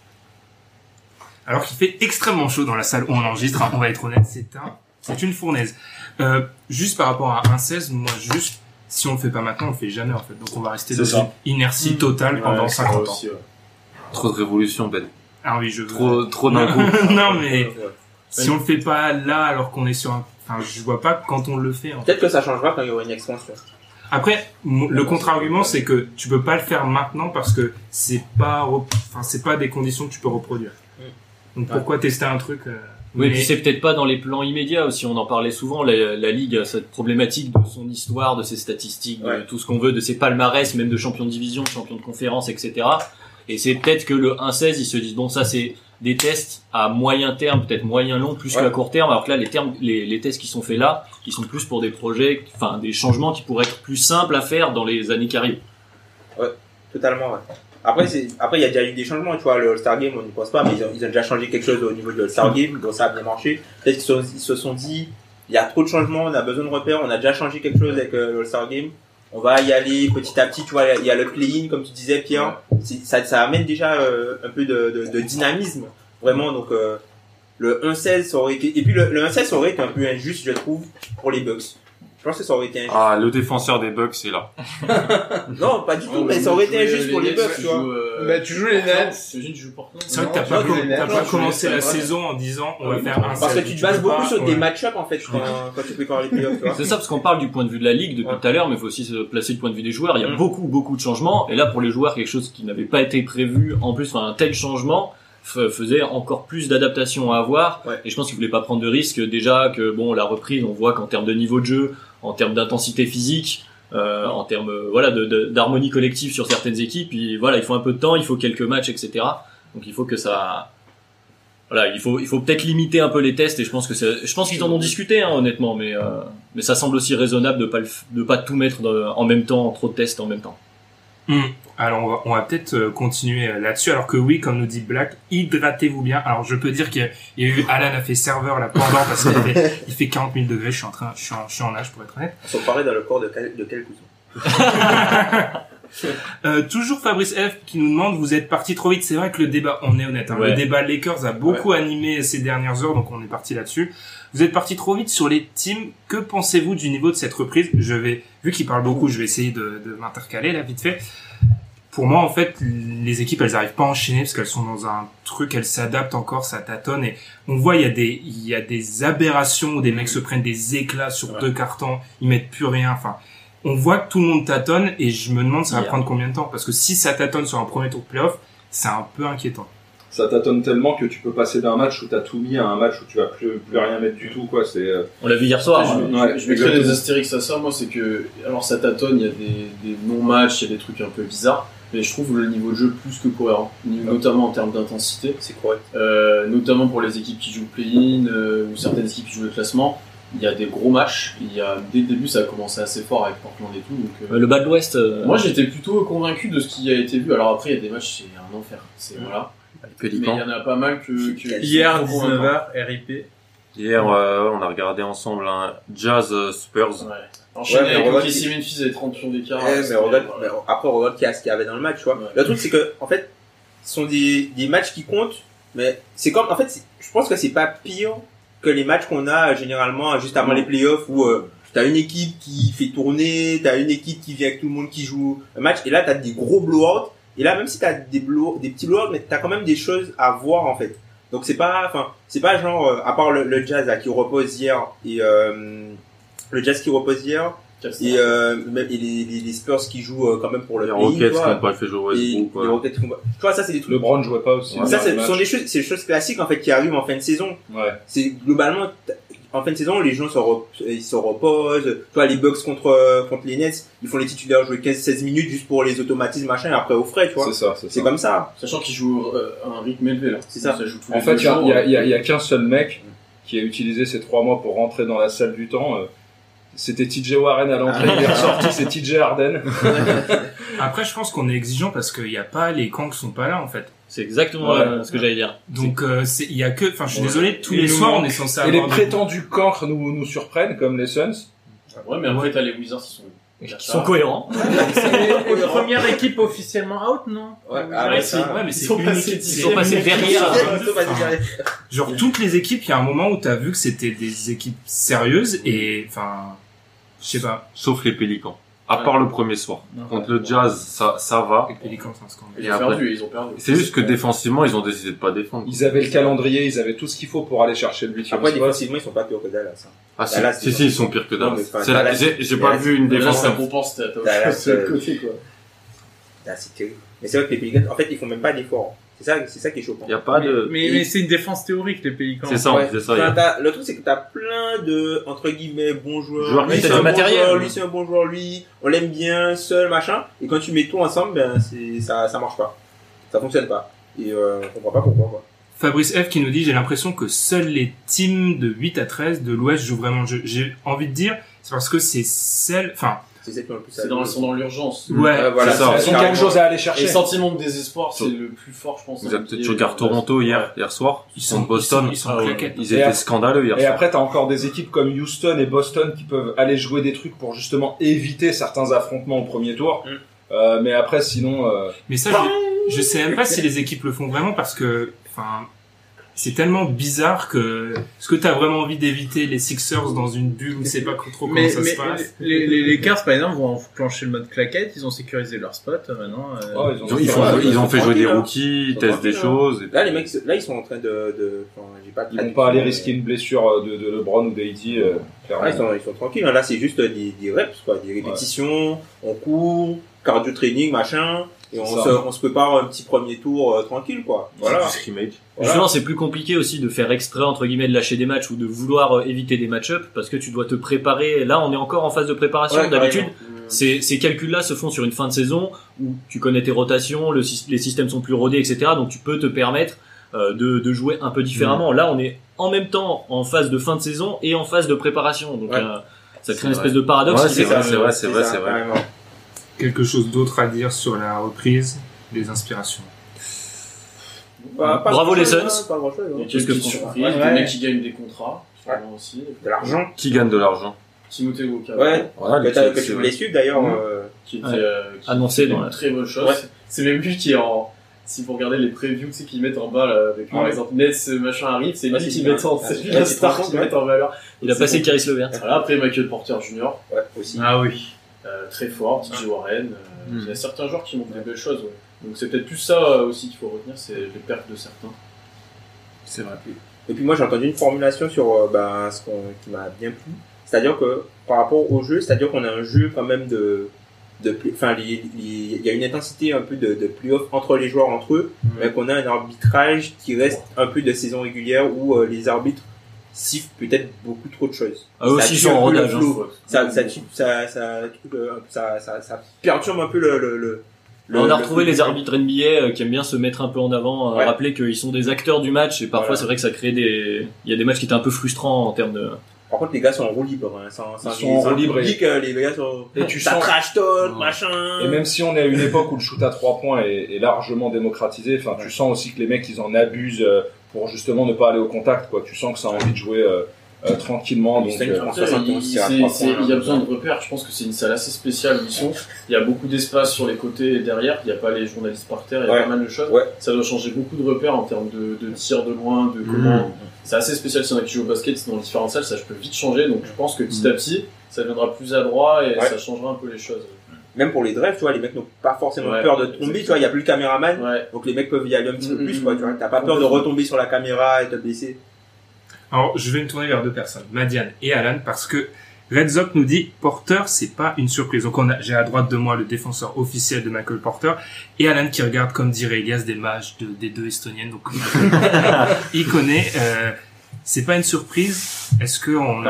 Speaker 1: Alors qu'il fait extrêmement chaud dans la salle où on enregistre, hein, on va être honnête, c'est un, c'est une fournaise. Euh, juste par rapport à 1.16, moi juste, si on le fait pas maintenant, on le fait jamais en fait. Donc on va rester
Speaker 3: C'est
Speaker 1: dans
Speaker 3: ça.
Speaker 1: une inertie totale pendant 50 ans.
Speaker 4: Trop de révolution, Ben.
Speaker 1: Ah oui, je veux.
Speaker 4: Trop, trop d'un coup.
Speaker 1: non mais si on le fait pas là alors qu'on est sur un, enfin je vois pas quand on le fait. En fait.
Speaker 2: Peut-être que ça changera quand il y aura une expansion.
Speaker 1: Après, mon- le contre-argument c'est que tu peux pas le faire maintenant parce que c'est pas, rep- enfin c'est pas des conditions que tu peux reproduire. Donc pourquoi tester un truc euh,
Speaker 7: Oui,
Speaker 1: mais-
Speaker 7: puis c'est peut-être pas dans les plans immédiats aussi. On en parlait souvent. La, la ligue a cette problématique de son histoire, de ses statistiques, de
Speaker 2: Ouais.
Speaker 7: tout ce qu'on veut, de ses palmarès, même de champion de division, de champion de conférence, etc. Et c'est peut-être que le 1-16, ils se disent bon, ça c'est des tests à moyen terme, peut-être moyen long, plus
Speaker 2: Ouais.
Speaker 7: qu'à court terme. Alors que là, les termes, les, les tests qui sont faits là, ils sont plus pour des projets, enfin des changements qui pourraient être plus simples à faire dans les années qui arrivent.
Speaker 2: Totalement, ouais. Après, c'est, après, il y a déjà eu des changements, tu vois, le All-Star Game, on n'y pense pas, mais ils ont, ils ont déjà changé quelque chose au niveau du All-Star Game, donc ça a bien marché. Peut-être qu'ils se sont- ils se sont dit, il y a trop de changements, on a besoin de repères, on a déjà changé quelque chose avec euh, le All-Star Game. On va y aller petit à petit, tu vois, il y a le play-in, comme tu disais, Pierre. C'est- Ça, ça amène déjà euh, un peu de, de- de dynamisme, vraiment, donc, euh, le 1-16, ça aurait été, et puis le, le 1-16, ça aurait été un peu injuste, je trouve, pour les Bucks. Je pense que ça aurait été injuste.
Speaker 4: Ah, le défenseur des Bucks, c'est là.
Speaker 2: Non, pas du tout, mais ça aurait été injuste pour les Bucks, tu vois.
Speaker 6: Bah, tu joues les Nets.
Speaker 3: J'imagine que tu joues Portland.
Speaker 1: C'est vrai que
Speaker 6: Non,
Speaker 1: t'as pas,
Speaker 6: tu
Speaker 1: com-
Speaker 6: vois, les
Speaker 1: t'as
Speaker 6: Nets,
Speaker 1: pas
Speaker 3: je
Speaker 1: commencé
Speaker 3: les
Speaker 1: la
Speaker 3: laisse, ouais.
Speaker 1: saison en disant on va
Speaker 3: Ouais,
Speaker 1: faire un
Speaker 2: Parce que
Speaker 1: seul.
Speaker 2: tu te bases
Speaker 1: peux
Speaker 2: beaucoup
Speaker 1: pas-
Speaker 2: sur des
Speaker 1: Ah, ouais.
Speaker 2: match-ups en fait quand, quand tu prépares les playoffs, tu vois.
Speaker 7: C'est ça, parce qu'on parle du point de vue de la ligue depuis
Speaker 2: Ouais.
Speaker 7: tout à l'heure, mais il faut aussi se placer du point de vue des joueurs. Il y a
Speaker 2: Mm.
Speaker 7: beaucoup, beaucoup de changements. Et là, pour les joueurs, quelque chose qui n'avait pas été prévu, en plus, enfin, un tel changement f- faisait encore plus d'adaptation à avoir.
Speaker 2: Ouais.
Speaker 7: Et je pense qu'ils voulaient pas prendre de risques. Déjà que, bon, la reprise, on voit qu'en termes de niveau de jeu, en termes d'intensité physique, euh, en termes euh, voilà de- de- d'harmonie collective sur certaines équipes, et voilà, il faut un peu de temps, il faut quelques matchs, etc. Donc il faut que ça, voilà, il faut il faut peut-être limiter un peu les tests et je pense que c'est- je pense qu'ils en ont discuté hein, honnêtement, mais euh, mais ça semble aussi raisonnable de pas le f- de pas tout mettre dans- en même temps, trop de tests en même temps.
Speaker 1: Hmm. Alors on va, on va peut-être euh, continuer euh, là-dessus. Alors que oui, comme nous dit Black, hydratez-vous bien. Alors je peux dire qu'il y a- il y a eu Alan a fait serveur là pendant parce qu'il fait, il fait 40 000 degrés. Je suis en train, je suis en, je suis en nage pour être honnête.
Speaker 2: On se parlait dans le corps de quel, de quel cousin
Speaker 1: Euh, toujours Fabrice F qui nous demande vous êtes parti trop vite. C'est vrai que le débat, on est honnête, hein,
Speaker 7: Ouais.
Speaker 1: le débat Lakers a beaucoup animé ces dernières heures, donc on est parti là-dessus. Vous êtes parti trop vite sur les teams. Que pensez-vous du niveau de cette reprise Je vais, vu qu'il parle beaucoup, je vais essayer de, de m'intercaler là vite fait. Pour moi, en fait, les équipes, elles arrivent pas à enchaîner parce qu'elles sont dans un truc, elles s'adaptent encore, ça tâtonne et on voit il y a des il y a des aberrations où des mecs se prennent des éclats sur deux cartons, ils mettent plus rien. Enfin, on voit que tout le monde tâtonne et je me demande ça va
Speaker 7: Yeah.
Speaker 1: prendre combien de temps parce que si ça tâtonne sur un premier tour de playoff, c'est un peu inquiétant.
Speaker 5: Ça tâtonne tellement que tu peux passer d'un match où t'as tout mis à un match où tu vas plus, plus rien mettre du tout, quoi. C'est euh,
Speaker 7: On l'a vu hier soir. hein.
Speaker 3: Je-
Speaker 5: Ouais,
Speaker 3: je, je mettrais
Speaker 5: exactement.
Speaker 3: des astérix à ça, moi, c'est que, alors ça tâtonne, il y a des, des non-matchs, il y a des trucs un peu bizarres, mais je trouve le niveau de jeu plus que cohérent, notamment en termes d'intensité,
Speaker 2: C'est correct.
Speaker 3: euh, notamment pour les équipes qui jouent play-in euh, ou certaines équipes qui jouent le classement. Il y a des gros matchs, il y a, dès le début ça a commencé assez fort avec Portland et tout, donc euh,
Speaker 7: Euh, Le bas de l'Ouest. euh,
Speaker 3: Moi j'étais plutôt convaincu de ce qui a été vu. Alors après il y a des matchs c'est un enfer. C'est voilà. Mais il y
Speaker 4: Pélican.
Speaker 3: en a pas mal que, que
Speaker 6: Hier,
Speaker 3: qui sont convaincants.
Speaker 6: 19h, RIP.
Speaker 4: Hier, euh, on a regardé ensemble un Jazz euh, Spurs.
Speaker 3: Ouais. Enchaîné
Speaker 2: mais
Speaker 3: avec
Speaker 2: regarde
Speaker 3: OKC
Speaker 2: qui-
Speaker 3: Memphis et 30 pions d'écart.
Speaker 2: Eh, mais
Speaker 3: c'était-
Speaker 2: regarde, mais
Speaker 3: voilà.
Speaker 2: après, on regarde qu'il y a ce qu'il y avait dans le match, tu vois.
Speaker 3: Ouais.
Speaker 2: Le truc, c'est que, en fait, ce sont des, des matchs qui comptent, mais c'est comme, en fait, c'est- je pense que c'est pas pire que les matchs qu'on a euh, généralement juste avant les playoffs où euh, t'as une équipe qui fait tourner, t'as une équipe qui vient avec tout le monde qui joue un match, et là, t'as des gros blowouts, et là, même si t'as des blow, des petits blowouts, mais t'as quand même des choses à voir, en fait. Donc c'est pas, enfin, c'est pas genre, euh, à part le, le jazz là, qui repose hier et euh, le jazz qui repose hier, et, euh, même- et les, les, les Spurs qui jouent euh, quand même pour le
Speaker 4: Les
Speaker 2: pays,
Speaker 4: Rockets qui
Speaker 2: quoi.
Speaker 4: n'ont pas fait jouer
Speaker 2: Et
Speaker 4: Westbrook.
Speaker 2: les
Speaker 4: quoi.
Speaker 2: Rockets qui font pas- Tu vois, ça, c'est des trucs.
Speaker 5: LeBron jouait pas aussi.
Speaker 2: ça,
Speaker 5: dans
Speaker 2: c'est-
Speaker 5: le
Speaker 2: ce sont
Speaker 5: match.
Speaker 2: des choses, c'est des choses classiques, en fait, qui arrivent en fin de saison.
Speaker 5: Ouais.
Speaker 2: C'est globalement, t'as- en fin de saison, les gens se re- ils se reposent. Tu vois, les Bucks contre, euh, contre les Nets, ils font les titulaires jouer 15-16 minutes juste pour les automatismes, machin, après au frais, tu vois.
Speaker 5: C'est ça, c'est
Speaker 2: C'est
Speaker 5: ça.
Speaker 2: comme ça.
Speaker 3: Sachant qu'ils jouent euh, à un rythme élevé là.
Speaker 2: C'est ça.
Speaker 3: joue tous
Speaker 5: En
Speaker 3: les
Speaker 5: fait,
Speaker 3: deux
Speaker 5: il y a,
Speaker 3: jours.
Speaker 5: il y a- il y a- il y a qu'un seul mec qui a utilisé ces trois mois pour rentrer dans la salle du temps. euh, C'était TJ Warren à l'entrée, il est ressorti, c'est TJ Harden.
Speaker 1: Après, je pense qu'on est exigeant parce qu'il n'y a pas, les camps qui sont pas là, en fait.
Speaker 7: C'est exactement
Speaker 5: Ouais.
Speaker 7: euh, ce que j'allais dire.
Speaker 1: Donc, euh, c'est- il y a que, enfin, je suis
Speaker 5: Ouais.
Speaker 1: désolé, tous
Speaker 5: Et
Speaker 1: les
Speaker 5: nous
Speaker 1: soirs, on
Speaker 5: manque.
Speaker 1: est censé
Speaker 5: Et
Speaker 1: avoir.
Speaker 5: les
Speaker 1: des-
Speaker 5: prétendus cancres nous, nous surprennent, comme les Suns.
Speaker 3: Ouais, mais en fait, t'as les Wizards qui sont.
Speaker 7: Ils sont cohérents.
Speaker 6: Première équipe officiellement out, non
Speaker 2: Ouais,
Speaker 3: ah,
Speaker 1: Ouais,
Speaker 3: mais
Speaker 1: c'est-
Speaker 3: ça,
Speaker 1: ouais, mais c'est
Speaker 7: sont
Speaker 1: une
Speaker 7: passés-
Speaker 1: équipe,
Speaker 7: ils
Speaker 1: c'est
Speaker 7: sont
Speaker 1: une
Speaker 7: passés
Speaker 1: équipe.
Speaker 7: derrière.
Speaker 1: Genre, toutes les équipes, il y a un moment où t'as vu que c'était des équipes sérieuses et, enfin, je sais pas.
Speaker 4: euh, Sauf les Pélicans. À part le premier soir. Contre le Jazz, ça, ça va.
Speaker 1: Les Pélicans, c'est un scandale.
Speaker 3: Ils
Speaker 4: Et
Speaker 3: ont
Speaker 4: après-
Speaker 3: perdu, ils ont perdu.
Speaker 4: C'est juste que défensivement, ils ont décidé de pas défendre.
Speaker 5: Ils avaient le calendrier, ils avaient tout ce qu'il faut pour aller chercher le 8
Speaker 2: Après, défensivement, ils sont pas pires que Dallas. hein.
Speaker 4: Ah, c'est-
Speaker 2: Dallas,
Speaker 4: si,
Speaker 2: ils
Speaker 4: si,
Speaker 2: ont-
Speaker 4: ils sont pires que
Speaker 2: Non,
Speaker 4: Dallas.
Speaker 2: mais enfin,
Speaker 4: C'est la-
Speaker 2: Dallas,
Speaker 4: J'ai j'ai
Speaker 2: Dallas,
Speaker 4: pas vu une
Speaker 3: Là,
Speaker 4: défense.
Speaker 3: ça compense, t'as t'as
Speaker 2: Dallas,
Speaker 3: autre chose de
Speaker 2: euh,
Speaker 3: l'autre côté quoi.
Speaker 2: Ah, c'est terrible. Mais c'est vrai que les Pelicans, en fait, ils font même pas d'efforts. C'est ça, c'est ça qui est choquant.
Speaker 4: Il y a pas
Speaker 6: mais,
Speaker 4: de.
Speaker 6: mais, mais c'est une défense théorique les Pélicans.
Speaker 4: C'est ça, on
Speaker 2: Ouais.
Speaker 4: disait ça.
Speaker 2: Enfin,
Speaker 4: hier.
Speaker 2: t'as- le truc, c'est que t'as plein de, entre guillemets, bons joueurs.
Speaker 4: Joueurs
Speaker 2: lui,
Speaker 4: qui
Speaker 2: c'est
Speaker 4: sont
Speaker 2: un
Speaker 4: du
Speaker 2: bon
Speaker 7: matériel.
Speaker 2: joueur, lui, c'est un bon joueur, lui, on l'aime bien, seul, machin. Et quand tu mets tout ensemble, ben, c'est, ça, ça marche pas. Ça fonctionne pas. Et, euh, on comprend pas pourquoi, quoi.
Speaker 1: Fabrice F qui nous dit j'ai l'impression que seuls les teams de 8 à 13 de l'Ouest jouent vraiment le jeu. J'ai envie de dire c'est parce que c'est celles enfin
Speaker 2: C'est ça qui m'a le plus
Speaker 3: C'est dans, ils sont dans l'urgence.
Speaker 1: ouais
Speaker 2: Euh, voilà.
Speaker 4: c'est ça.
Speaker 5: Ils ont
Speaker 2: Carrément.
Speaker 5: quelque chose à aller
Speaker 3: Et
Speaker 5: chercher.
Speaker 3: le sentiment de désespoir, c'est le plus fort, je pense.
Speaker 4: Vous
Speaker 3: en
Speaker 4: avez peut-être
Speaker 3: NBA.
Speaker 4: tu regardes Toronto hier, hier soir.
Speaker 1: Ils
Speaker 4: Ils
Speaker 1: sont-
Speaker 4: sont
Speaker 1: ils
Speaker 4: Boston.
Speaker 1: sont- ils sont
Speaker 4: Ah ouais.
Speaker 1: claquettes.
Speaker 4: Ils
Speaker 5: Et
Speaker 4: étaient
Speaker 5: après-
Speaker 4: scandaleux hier
Speaker 5: Et
Speaker 4: soir.
Speaker 5: après, t'as encore des équipes comme Houston et Boston qui peuvent aller jouer des trucs pour justement éviter certains affrontements au premier tour.
Speaker 2: Mm.
Speaker 5: Euh, mais après, sinon, euh,
Speaker 1: mais ça je, je sais même pas si les équipes le font vraiment parce que enfin c'est tellement bizarre que est-ce que t'as vraiment envie d'éviter les Sixers dans une bulle où c'est pas trop comment
Speaker 6: Mais,
Speaker 1: ça
Speaker 6: mais
Speaker 1: se passe
Speaker 6: les, les, les Lakers par exemple vont enclencher le mode claquette, ils ont sécurisé leur spot euh, maintenant. euh.
Speaker 5: oh,
Speaker 4: Ils ont, ils font-
Speaker 5: ouais,
Speaker 4: ils ont fait jouer des
Speaker 2: tranquilles, hein.
Speaker 4: rookies, hein. ils
Speaker 2: sont
Speaker 4: testent des
Speaker 2: tranquilles,
Speaker 4: choses. et
Speaker 2: Là,
Speaker 4: puis-
Speaker 2: les mecs, là, ils sont en train de, de, enfin, j'ai pas de
Speaker 5: Ils vont
Speaker 2: traduction,
Speaker 5: pas aller
Speaker 2: mais-
Speaker 5: risquer une blessure euh, de, de LeBron ou d'Aidy, euh,
Speaker 2: Ah, ils
Speaker 5: clairement.
Speaker 2: sont, ils sont tranquilles. hein. Là, c'est juste des, des reps, quoi, des répétitions, on court, cardio training, machin, et on
Speaker 5: ça.
Speaker 2: se, on se prépare un petit premier tour euh, tranquille, quoi. Voilà.
Speaker 4: C'est du scrimmage.
Speaker 2: Voilà.
Speaker 7: Justement, c'est plus compliqué aussi de faire exprès entre guillemets de lâcher des matchs ou de vouloir euh, éviter des match-up parce que tu dois te préparer. Là, on est encore en phase de préparation.
Speaker 2: Ouais,
Speaker 7: D'habitude,
Speaker 2: carrément.
Speaker 7: ces, ces calculs-là se font sur une fin de saison où tu connais tes rotations, le sy- les systèmes sont plus rodés, etc. Donc tu peux te permettre euh, de, de jouer un peu différemment.
Speaker 4: Mm.
Speaker 7: Là, on est en même temps en phase de fin de saison et en phase de préparation. Donc
Speaker 2: Ouais.
Speaker 7: euh, ça
Speaker 4: C'est
Speaker 7: crée une
Speaker 4: vrai.
Speaker 7: espèce de paradoxe.
Speaker 4: Ouais,
Speaker 7: qui
Speaker 4: c'est
Speaker 7: fait
Speaker 4: vrai,
Speaker 7: que-
Speaker 4: c'est vrai, c'est vrai,
Speaker 2: ça,
Speaker 4: c'est vrai.
Speaker 2: carrément.
Speaker 1: quelque chose d'autre à dire sur la reprise des inspirations
Speaker 2: Bah, pas
Speaker 7: Bravo les
Speaker 2: grand-chose,
Speaker 7: Suns.
Speaker 2: hein, Pas grand chose.
Speaker 3: Il y a
Speaker 7: Qu'est-ce
Speaker 3: quelques
Speaker 7: que
Speaker 3: petites
Speaker 7: tu-
Speaker 3: surprises,
Speaker 2: Ouais,
Speaker 3: des
Speaker 2: ouais.
Speaker 3: mecs qui gagnent des contrats,
Speaker 2: Ouais.
Speaker 3: sûrement aussi.
Speaker 2: De l'argent.
Speaker 4: Qui gagne de l'argent
Speaker 3: Timothée Walker.
Speaker 2: Ouais.
Speaker 4: Voilà,
Speaker 2: Que,
Speaker 4: les
Speaker 2: t'as-
Speaker 4: Celtics,
Speaker 2: que
Speaker 4: c'est
Speaker 2: tu
Speaker 4: vrai. Mm.
Speaker 2: voulais suivre d'ailleurs.
Speaker 3: Mhm.
Speaker 2: euh,
Speaker 3: Qui était,
Speaker 7: Ouais.
Speaker 3: euh, qui
Speaker 7: Annoncé
Speaker 3: fait
Speaker 7: dans
Speaker 3: une
Speaker 7: la-
Speaker 3: très bonne chose.
Speaker 2: Ouais.
Speaker 3: C'est même lui qui est en. Si vous regardez les previews tu sais, qu'ils mettent en bas, là, avec par
Speaker 2: Ouais.
Speaker 3: exemple Nets, euh, machin arrive, c'est
Speaker 2: Ouais,
Speaker 3: lui
Speaker 2: c'est
Speaker 3: qui
Speaker 2: bien.
Speaker 3: met en,
Speaker 2: Ouais,
Speaker 3: c'est lui
Speaker 2: ouais,
Speaker 3: la
Speaker 2: c'est
Speaker 3: star
Speaker 2: tranquille,
Speaker 3: qui
Speaker 2: ouais.
Speaker 3: met en valeur.
Speaker 7: Il a
Speaker 3: C'est
Speaker 7: passé
Speaker 3: bon.
Speaker 7: Caris Levert.
Speaker 3: Voilà, après Michael Porter Jr.
Speaker 2: ouais, aussi.
Speaker 6: Ah oui.
Speaker 3: Euh, très fort, TJ Warren. euh,
Speaker 7: Hmm.
Speaker 4: Mm.
Speaker 3: Il y a certains joueurs qui montrent des belles choses. ouais. Donc c'est peut-être plus ça euh, aussi qu'il faut retenir, c'est les pertes de certains.
Speaker 4: C'est vrai.
Speaker 2: Et puis moi, j'ai entendu une formulation sur euh, ben, ce qu'on- qui m'a bien plu. C'est-à-dire que par rapport au jeu, c'est-à-dire qu'on a un jeu quand même de. de play- Enfin, les- les- il y a une intensité un peu de, de playoff entre les joueurs entre eux,
Speaker 5: Mhm.
Speaker 2: mais qu'on a un arbitrage qui reste un peu de saison régulière où euh, les arbitres sifflent peut-être beaucoup trop de choses.
Speaker 7: Ah, eux
Speaker 2: Ça
Speaker 7: aussi, ils
Speaker 2: tue
Speaker 7: sont
Speaker 2: un
Speaker 7: en
Speaker 2: peu le
Speaker 7: rodage, hein.
Speaker 2: flow. Ça,
Speaker 5: Mhm.
Speaker 2: ça, tue- ça, ça, ça, ça- ça perturbe un peu le. le, le- le-
Speaker 7: on
Speaker 2: le-
Speaker 7: a retrouvé
Speaker 2: le-
Speaker 7: les arbitres NBA euh, qui aiment bien se mettre un peu en avant, euh,
Speaker 2: Ouais.
Speaker 7: rappeler qu'ils sont des acteurs du match et parfois
Speaker 2: Voilà.
Speaker 7: c'est vrai que ça crée des. Il y a des matchs qui étaient un peu frustrants en termes de.
Speaker 2: Par contre, les gars sont en roue libre. Hein. Sans, sans,
Speaker 5: Ils sont en
Speaker 2: sans
Speaker 5: roue libre et-
Speaker 2: public, euh, les gars sont.
Speaker 5: Et tu
Speaker 2: ça
Speaker 5: sens-
Speaker 2: trash talk, machin.
Speaker 5: Et même si on est à une époque où le shoot à trois points est, est largement démocratisé, enfin, tu sens aussi que les mecs, ils en abusent euh, pour justement ne pas aller au contact, quoi. Tu sens que ça a envie de joujouer euh, euh, tranquillement, donc.
Speaker 2: Houston,
Speaker 5: euh,
Speaker 2: je pense,
Speaker 3: Après, il
Speaker 2: 71
Speaker 3: c'est-
Speaker 2: tirs à trois
Speaker 3: c'est-
Speaker 2: points,
Speaker 3: il y a
Speaker 2: hein.
Speaker 3: besoin de repères, je pense que c'est une salle assez spéciale où ils sont. Il y a beaucoup d'espace sur les côtés et derrière, il n'y a pas les journalistes par terre, il y a
Speaker 2: Ouais.
Speaker 3: pas mal de choses.
Speaker 2: Ouais.
Speaker 3: Ça doit changer beaucoup de repères en termes de, de tir de loin,
Speaker 2: Mmh.
Speaker 3: de comment. C'est assez spécial si on a qui joue au basket dans différentes salles, ça je peux vite changer. Donc je pense que petit à petit, ça deviendra plus adroit et
Speaker 2: Ouais.
Speaker 3: ça changera un peu les choses.
Speaker 2: Même pour les drives, tu vois, les mecs n'ont pas forcément
Speaker 3: Ouais.
Speaker 2: peur de tomber, tu vois, il y a plus le caméraman,
Speaker 3: Ouais.
Speaker 2: donc les mecs peuvent y aller un petit peu
Speaker 3: Mm,
Speaker 2: plus,
Speaker 3: mm,
Speaker 2: quoi, tu vois. T'as pas peur de retomber sur la caméra et te blesser.
Speaker 1: Alors, je vais me tourner vers deux personnes, Madiane et Alan, parce que Red Zoc nous dit Porter, c'est pas une surprise. Donc, on a- j'ai à droite de moi le défenseur officiel de Michael Porter et Alan qui regarde, comme dirait Elias, des matchs de, des deux estoniennes. Donc, Michael Porter, il connaît. euh, C'est pas une surprise. Est-ce que on a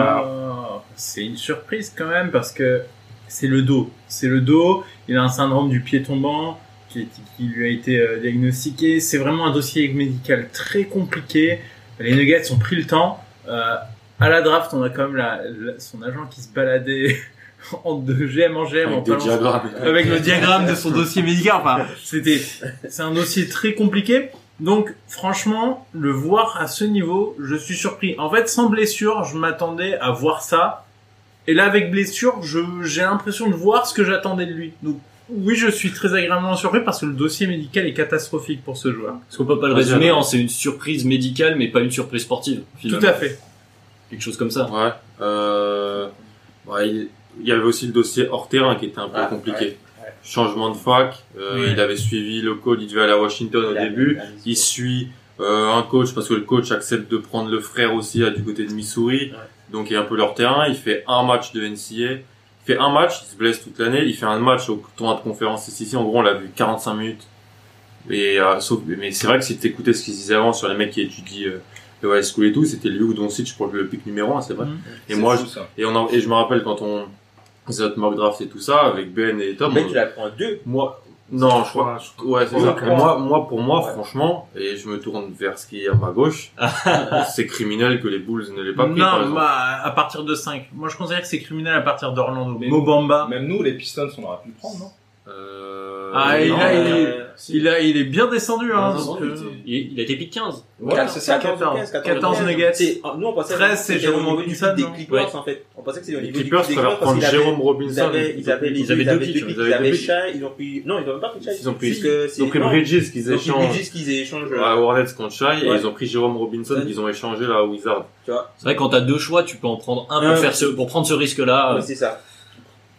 Speaker 6: Ah, c'est une surprise quand même parce que c'est le dos. C'est le dos. Il a un syndrome du pied tombant qui, est- qui lui a été euh, diagnostiqué. C'est vraiment un dossier médical très compliqué. Les Nuggets ont pris le temps. Euh, à la draft, on a quand même la- la- son agent qui se baladait en de GM en GM en
Speaker 4: Avec des
Speaker 6: parlant-
Speaker 4: diagrammes.
Speaker 6: avec le diagramme de son dossier médical. Enfin, c'était, c'est un dossier très compliqué. Donc, franchement, le voir à ce niveau, je suis surpris. En fait, sans blessure, je m'attendais à voir ça. Et là, avec blessure, je, j'ai l'impression de voir ce que j'attendais de lui. Donc, oui, je suis très agréablement surpris parce que le dossier médical est catastrophique pour ce joueur.
Speaker 7: Parce qu'on peut pas le
Speaker 4: Vas-y,
Speaker 7: résumer,
Speaker 4: alors.
Speaker 7: hein, c'est une surprise médicale, mais pas une surprise sportive.
Speaker 6: Tout
Speaker 7: Finalement.
Speaker 6: à fait.
Speaker 7: Quelque chose comme ça.
Speaker 4: Ouais. Euh, ouais, il, il y avait aussi le dossier hors terrain qui était un peu
Speaker 2: Ah,
Speaker 4: compliqué.
Speaker 2: ouais,
Speaker 4: Changement de fac. euh,
Speaker 6: Ouais.
Speaker 4: Il avait suivi le coach. Il devait aller à Washington au
Speaker 2: La-
Speaker 4: début.
Speaker 2: la-
Speaker 4: Il suit euh, un coach parce que le coach accepte de prendre le frère aussi à, du côté de Missouri. Donc il est un peu leur terrain. Il fait un match de NCA. Il fait un match. Il se blesse toute l'année. Il fait un match au tournoi de conférence ici. En gros, on l'a vu 45 minutes. Et, euh, sauf, mais c'est vrai que si tu écoutais ce qu'ils disaient avant sur les mecs qui étudient euh, le high school et tout, c'était lui ou Doncic pour le pic numéro 1, c'est vrai.
Speaker 6: Mhm.
Speaker 4: Et moi, je-
Speaker 5: je...
Speaker 4: et, on en- et je me rappelle quand on faisait notre mock draft et tout ça, avec Ben et Tom.
Speaker 2: Mais
Speaker 4: on-
Speaker 2: tu la prends deux.
Speaker 4: Moi, non, je crois.
Speaker 1: je-
Speaker 4: Ouais, c'est
Speaker 1: Ouais,
Speaker 4: ça.
Speaker 1: ouais.
Speaker 4: Moi, moi, pour moi,
Speaker 2: Ouais.
Speaker 4: franchement, et je me tourne vers ce qui est à ma gauche, c'est criminel que les Bulls ne l'aient pas pris. par
Speaker 6: non,
Speaker 4: exemple.
Speaker 6: bah, à partir de 5. Moi, je considère que c'est criminel à partir d'Orlando. Mobamba.
Speaker 5: Même nous, les Pistons, on aurait pu le prendre, non
Speaker 4: Euh,
Speaker 6: Ah, et
Speaker 4: non,
Speaker 6: là, il
Speaker 4: euh,
Speaker 6: est, il a, il est bien descendu, hein.
Speaker 7: Non, non,
Speaker 6: donc,
Speaker 7: il
Speaker 6: euh,
Speaker 7: était- Il, il a été pick 15.
Speaker 2: Voilà,
Speaker 6: c'est
Speaker 2: c'est
Speaker 6: ça,
Speaker 2: 14,
Speaker 6: 14,
Speaker 2: 15,
Speaker 6: 14 nuggets.
Speaker 2: C'est- ah, Nous, on pensait
Speaker 6: 13,
Speaker 2: que
Speaker 6: c'est
Speaker 2: c'était au
Speaker 6: Jérôme
Speaker 2: niveau du
Speaker 6: Robinson,
Speaker 2: pic des
Speaker 6: non
Speaker 2: Clippers, en fait. On pensait que c'était au
Speaker 4: les
Speaker 2: niveau du
Speaker 4: Clippers
Speaker 2: pic des
Speaker 4: préfèrent
Speaker 2: Clippers parce
Speaker 4: prendre
Speaker 2: qu'ils avaient-
Speaker 4: Jérôme
Speaker 2: Ils
Speaker 4: Robinson.
Speaker 2: avaient, ils avaient les
Speaker 4: ils avaient deux pitchs,
Speaker 2: pics,
Speaker 4: ils
Speaker 2: ils avaient
Speaker 4: avaient deux pitchs.
Speaker 2: Shai, ils ont pris, non, ils ont même pas pris Shai.
Speaker 4: Ils ont pris-
Speaker 2: puisque
Speaker 4: Ils ont
Speaker 2: c'est-
Speaker 4: pris
Speaker 2: non,
Speaker 4: Bridges qu'ils
Speaker 2: Ils ont pris
Speaker 4: échangent
Speaker 2: Bridges qu'ils échangent. euh,
Speaker 4: à Hornets contre Shai et
Speaker 2: Ouais.
Speaker 4: ils ont pris Jérôme Robinson qu'ils ont échangé là à Wizard.
Speaker 7: C'est vrai, quand t'as deux choix, tu peux en prendre un pour,
Speaker 2: Ouais.
Speaker 7: faire ce, pour prendre ce risque-là.
Speaker 2: ouais, c'est ça.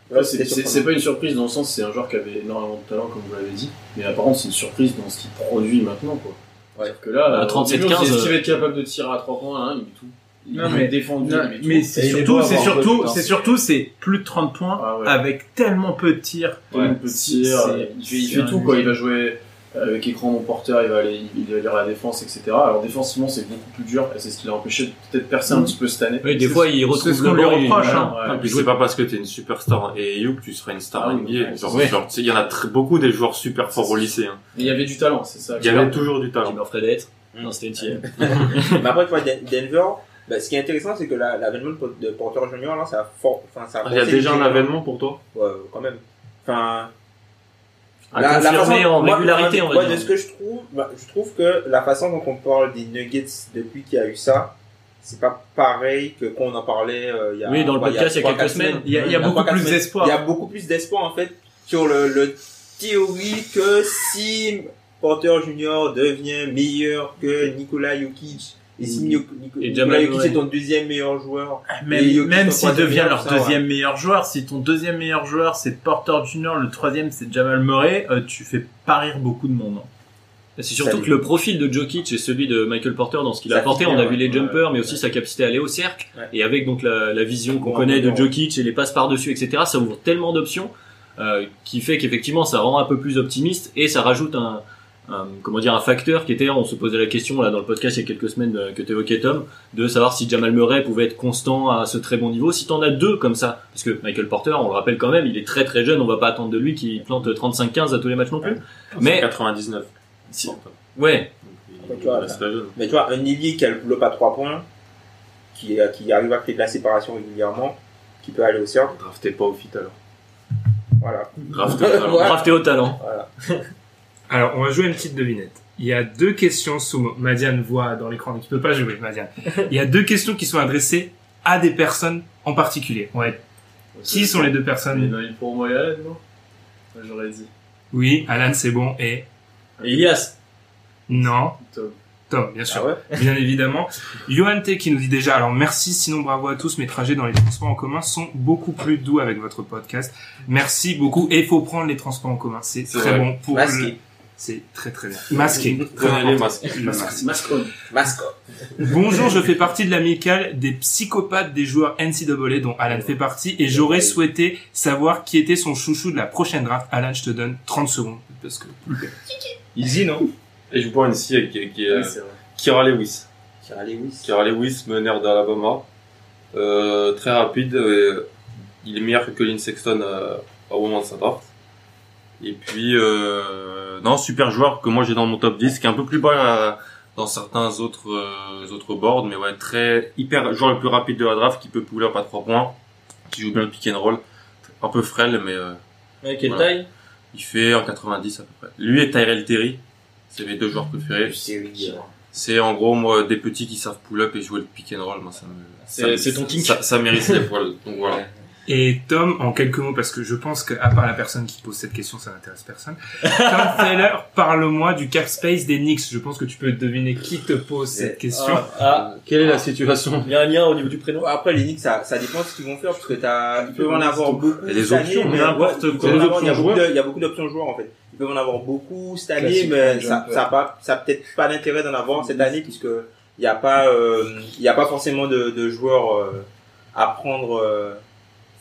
Speaker 3: Ouais, c'est- C'est c'est pas une surprise dans le sens, c'est un joueur qui avait énormément de talent, comme vous l'avez dit. Mais apparemment, c'est une surprise dans ce qu'il produit maintenant, quoi.
Speaker 2: Ouais.
Speaker 3: Sauf que là,
Speaker 7: À
Speaker 3: euh, au
Speaker 7: 37,
Speaker 3: début, on s'est
Speaker 7: 15,
Speaker 3: dit,
Speaker 7: euh,
Speaker 3: est-ce qu'il va être capable de tirer à 3 points, hein, il met tout. Il
Speaker 6: Non,
Speaker 3: est
Speaker 6: mais-
Speaker 3: défendu,
Speaker 6: Non,
Speaker 3: il met tout.
Speaker 6: mais c'est
Speaker 3: Et il est
Speaker 6: surtout,
Speaker 3: beau à
Speaker 6: c'est
Speaker 3: voir,
Speaker 6: surtout,
Speaker 3: putain.
Speaker 6: c'est surtout, c'est plus de 30 points
Speaker 3: Ah ouais.
Speaker 6: avec tellement peu de tirs.
Speaker 3: Ouais,
Speaker 6: Donc,
Speaker 3: petit,
Speaker 6: c'est-
Speaker 3: euh, il fait, il
Speaker 6: c'est
Speaker 3: fait tout quoi,
Speaker 6: un-
Speaker 3: il va jouer avec écran mon porteur, il va aller, il va lire la défense, etc. Alors défensivement c'est beaucoup plus dur, et c'est ce qui l'a empêché de peut-être percer un
Speaker 6: Mhm.
Speaker 3: petit peu cette année.
Speaker 7: Oui, des
Speaker 6: C'est
Speaker 7: fois,
Speaker 6: ce-
Speaker 7: il retrouve
Speaker 6: c'est ce qu'on
Speaker 7: le
Speaker 6: lui
Speaker 7: banc et-
Speaker 6: reproche, hein.
Speaker 3: Ouais,
Speaker 4: Et puis c'est pas parce que t'es une superstar et You que tu seras une star
Speaker 3: Ah oui,
Speaker 4: NBA.
Speaker 3: ouais,
Speaker 4: Genre,
Speaker 7: ouais.
Speaker 4: genre, tu sais, il y en a très, beaucoup des joueurs super forts au lycée. hein.
Speaker 3: Mais il y avait du talent, c'est ça.
Speaker 4: Il y avait toujours du
Speaker 7: Qui
Speaker 4: talent.
Speaker 7: m'offrait d'être.
Speaker 2: Mm.
Speaker 7: Non, c'était une tienne.
Speaker 2: Mais après, tu vois, Den- Denver, bah, ce qui est intéressant, c'est que la- l'avènement de Pot- de Porter Junior, là, ça a fort, enfin, ça a
Speaker 4: Il y a
Speaker 2: forcé les
Speaker 4: déjà un
Speaker 2: gens. hein.
Speaker 4: avènement pour toi
Speaker 2: Ouais, quand même. Enfin,
Speaker 7: À confirmer en
Speaker 2: moi,
Speaker 7: régularité,
Speaker 2: moi,
Speaker 7: on va
Speaker 2: de
Speaker 7: dire.
Speaker 2: ce que je trouve, bah, je trouve que la façon dont on parle des Nuggets depuis qu'il y a eu ça, c'est pas pareil que quand on en parlait euh, il y a
Speaker 7: Oui, dans le
Speaker 2: bah,
Speaker 7: podcast, il y a
Speaker 2: trois,
Speaker 7: quelques
Speaker 2: quatre
Speaker 7: semaines.
Speaker 6: Il y a, il y a
Speaker 2: Il y a
Speaker 6: beaucoup
Speaker 2: trois, quatre
Speaker 6: plus
Speaker 2: semaines.
Speaker 6: d'espoir.
Speaker 2: Il y a beaucoup plus d'espoir en fait sur le, le théorie que si Porter Junior devient meilleur que Nikola Jokic et si Niko- Niko-
Speaker 7: Mm. Et
Speaker 2: Nikola
Speaker 7: Jamal
Speaker 2: Jokic
Speaker 7: Murray.
Speaker 2: est ton deuxième meilleur joueur, Et
Speaker 6: Même,
Speaker 2: Jokic
Speaker 6: même
Speaker 2: en
Speaker 6: s'il
Speaker 2: troisième
Speaker 6: devient
Speaker 2: meilleur,
Speaker 6: leur
Speaker 2: ça,
Speaker 6: deuxième meilleur joueur, si ton deuxième meilleur joueur c'est Porter Junior, le troisième c'est Jamal Murray, euh, tu fais pas rire beaucoup de monde. hein.
Speaker 7: Bah, C'est surtout
Speaker 2: Salut.
Speaker 7: que le profil de Jokic et celui de Michael Porter dans ce qu'il a
Speaker 2: Ça
Speaker 7: apporté,
Speaker 2: fait
Speaker 7: on
Speaker 2: bien,
Speaker 7: a vu les
Speaker 2: ouais.
Speaker 7: jumpers, mais aussi sa capacité à aller au cercle,
Speaker 2: Ouais.
Speaker 7: et avec donc la, la vision qu'on
Speaker 2: Ouais,
Speaker 7: connaît de
Speaker 2: ouais.
Speaker 7: Jokic et les passes par-dessus, etc., ça ouvre tellement d'options, euh, qui fait qu'effectivement ça rend un peu plus optimiste, et ça rajoute un, un- Euh, comment dire, un facteur qui était, on se posait la question là dans le podcast il y a quelques semaines euh, que tu évoquais Tom, de savoir si Jamal Murray pouvait être constant à ce très bon niveau, si t'en as deux comme ça, parce que Michael Porter, on le rappelle quand même, il est très très jeune, on va pas attendre de lui qu'il plante 35-15 à tous les matchs non plus, mais...
Speaker 4: 99.
Speaker 7: si- Ouais,
Speaker 4: Donc, il
Speaker 2: Voilà.
Speaker 4: reste la jeune.
Speaker 2: mais tu vois un ailier qui a le bloc à trois points, qui, euh, qui arrive à créer de la séparation régulièrement, qui peut aller au cercle,
Speaker 4: Draftez pas au fit alors.
Speaker 2: voilà.
Speaker 4: Draftez pas alors.
Speaker 2: Voilà.
Speaker 7: Drafté au talent.
Speaker 1: Alors, on va jouer à une petite devinette. Il y a deux questions sous Madiane voit dans l'écran, donc tu peux pas jouer, Madiane. Il y a deux questions qui sont adressées à des personnes en particulier. Ouais. Qui sont les deux personnes
Speaker 3: Il pour moi et Allen, non Moi, J'aurais dit.
Speaker 1: Oui, Alan, c'est bon. Et
Speaker 7: Elias.
Speaker 1: non,
Speaker 3: Tom.
Speaker 1: Tom, bien sûr.
Speaker 2: Ah ouais
Speaker 1: bien évidemment. Johan T qui nous dit déjà, alors merci, sinon bravo à tous, mes trajets dans les transports en commun sont beaucoup plus doux avec votre podcast. Merci beaucoup. Et il faut prendre les transports en commun, c'est
Speaker 4: C'est
Speaker 1: très
Speaker 4: vrai.
Speaker 1: bon pour le...
Speaker 2: Masqué,
Speaker 1: C'est très très bien. Masqué.
Speaker 4: Prenez les masques.
Speaker 1: Le masque.
Speaker 3: Mascron.
Speaker 2: masque.
Speaker 1: Bonjour, je fais partie de l'amicale des psychopathes des joueurs NCAA dont Alan fait partie et j'aurais souhaité savoir qui était son chouchou de la prochaine draft. Alan, je te donne 30 secondes parce que
Speaker 2: Easy, non
Speaker 4: Et je vous prends une scie qui, qui,
Speaker 3: Ouais,
Speaker 4: euh,
Speaker 3: c'est vrai.
Speaker 4: Kira Lewis.
Speaker 2: Kira Lewis.
Speaker 4: Kira Lewis, meneur d'Alabama. Euh, très rapide. euh, il est meilleur que Colin Sexton euh, au moment de sa porte. Et puis, euh, non, super joueur que moi j'ai dans mon top 10, qui est un peu plus bas euh, dans certains autres euh, autres boards, mais ouais, très hyper joueur le plus rapide de la draft, qui peut pull up à trois points, qui joue bien le pick and roll, un peu frêle, mais euh,
Speaker 7: Avec quelle
Speaker 4: Voilà.
Speaker 7: taille
Speaker 4: il fait en 90 à peu près. Lui et Tyrell Terry, c'est mes deux joueurs préférés.
Speaker 2: Série, euh,
Speaker 4: C'est en gros moi des petits qui savent pull up et jouer le pick and roll, moi ça me ça me-
Speaker 7: c'est ton kink.
Speaker 4: Ça, ça mérite les poils. Donc voilà.
Speaker 1: Et Tom, en quelques mots, parce que je pense que, à part la personne qui pose cette question, ça n'intéresse personne. Tom Taylor, parle-moi du cap space des Knicks. Je pense que tu peux deviner qui te pose cette question.
Speaker 7: Ah, ah,
Speaker 4: Quelle est la situation
Speaker 7: il y a un lien au niveau du prénom.
Speaker 2: Après, les Knicks, ça, ça dépend ce qu'ils vont faire, parce que t'as, ils peuvent en avoir beaucoup.
Speaker 4: Il y a des
Speaker 2: cette année,
Speaker 4: options,
Speaker 2: mais
Speaker 4: n'importe
Speaker 2: ouais, ils
Speaker 4: quoi.
Speaker 2: peuvent en avoir- Il y
Speaker 4: Des
Speaker 2: a
Speaker 4: options
Speaker 2: beaucoup
Speaker 4: joueurs.
Speaker 2: de- il y a beaucoup d'options joueurs, en fait. Ils peuvent en avoir beaucoup cette année,
Speaker 6: Classique,
Speaker 2: mais
Speaker 4: hein,
Speaker 6: un
Speaker 2: ça,
Speaker 6: jumper.
Speaker 2: ça a pas, ça a peut-être pas l'intérêt d'en avoir
Speaker 4: Mmh.
Speaker 2: cette année, puisque il n'y a pas, euh, il y a pas forcément de, de joueurs, euh, à prendre, euh,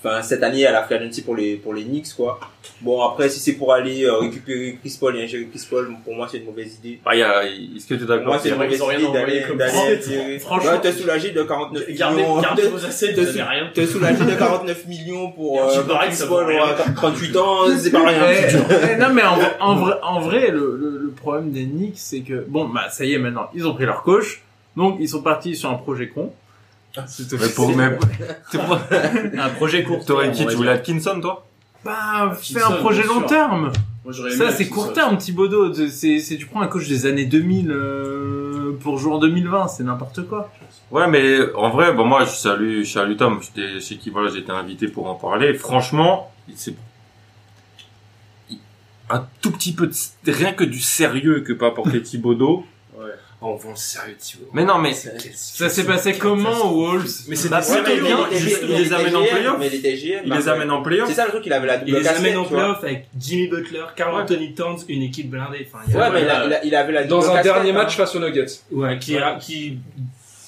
Speaker 2: enfin, cette année à la free agency pour les, pour les Knicks, quoi. Bon, après, si c'est pour aller euh, récupérer Chris Paul et ingérer Chris Paul, pour moi, c'est une mauvaise idée.
Speaker 4: Bah, il y a- est-ce que tu
Speaker 2: Pour
Speaker 4: es
Speaker 2: Moi,
Speaker 4: d'accord
Speaker 2: c'est une
Speaker 7: Ils ont
Speaker 2: mauvaise
Speaker 7: rien
Speaker 2: idée
Speaker 7: envoyé
Speaker 2: d'aller,
Speaker 7: comme
Speaker 2: d'aller,
Speaker 7: ça.
Speaker 2: attirer-
Speaker 7: Franchement-
Speaker 2: Ouais, t'es soulagé de 49
Speaker 7: Gardez,
Speaker 2: millions.
Speaker 7: gardez vos assiettes,
Speaker 2: de-
Speaker 7: vous avez rien.
Speaker 2: T'es soulagé de 49 millions pour,
Speaker 7: Et
Speaker 2: euh,
Speaker 7: tu
Speaker 2: pour
Speaker 7: parais que
Speaker 2: Chris
Speaker 7: ça vaut
Speaker 2: Paul,
Speaker 7: rien.
Speaker 2: ouais, 38 ans, c'est pas
Speaker 6: Eh,
Speaker 2: rien.
Speaker 6: eh, non mais en, vrai- en vrai, en vrai, le, le- le problème des Knicks, c'est que bon, bah ça y est, maintenant ils ont pris leur coach, donc ils sont partis sur un projet con. C'est
Speaker 4: Mais pour
Speaker 6: officiel.
Speaker 4: même-
Speaker 7: Un projet court.
Speaker 4: T'aurais qui
Speaker 7: on va
Speaker 4: Tu voulais Atkinson, toi Ah,
Speaker 6: Bah, fais
Speaker 3: Hutchinson,
Speaker 6: un projet
Speaker 3: bien
Speaker 6: long
Speaker 3: sûr.
Speaker 6: terme.
Speaker 3: Moi, j'aurais aimé
Speaker 6: Ça
Speaker 3: un
Speaker 6: c'est
Speaker 3: petit
Speaker 6: court
Speaker 3: ça.
Speaker 6: terme, Thibaudot. C'est- C'est tu prends un coach des années 2000 euh, pour jouer en 2020, c'est n'importe quoi.
Speaker 4: Ouais, mais en vrai, bon, moi, je salue, je salue Tom. J'étais- Je sais qui, voilà, j'ai été invité pour en parler. Franchement, c'est il- un tout petit peu de, rien que du sérieux que peut apporter Thibodeau.
Speaker 1: Oh, on va en sérieux, Thibaut.
Speaker 4: Mais non, mais,
Speaker 6: Ça s'est passé comment aux Wolves
Speaker 4: mais c'est
Speaker 2: Bah,
Speaker 4: des
Speaker 2: surtout,
Speaker 4: sérieux, hein.
Speaker 2: était-
Speaker 4: Juste, il
Speaker 2: était
Speaker 4: les amène en
Speaker 2: GM,
Speaker 4: playoff.
Speaker 2: mais Il était GM,
Speaker 4: Il
Speaker 2: bah,
Speaker 4: les amène en playoff.
Speaker 2: C'est ça le truc, il avait la double
Speaker 1: Il les
Speaker 2: casquette.
Speaker 1: amène en
Speaker 2: tu vois.
Speaker 1: playoff avec Jimmy Butler, Carl Anthony Towns, une équipe blindée. Enfin, il y a-
Speaker 2: Ouais, mais il a- il a- il avait la double
Speaker 5: Dans un
Speaker 2: casquette,
Speaker 5: dernier
Speaker 2: hein.
Speaker 5: match face aux Nuggets.
Speaker 1: Ouais, qui, a- qui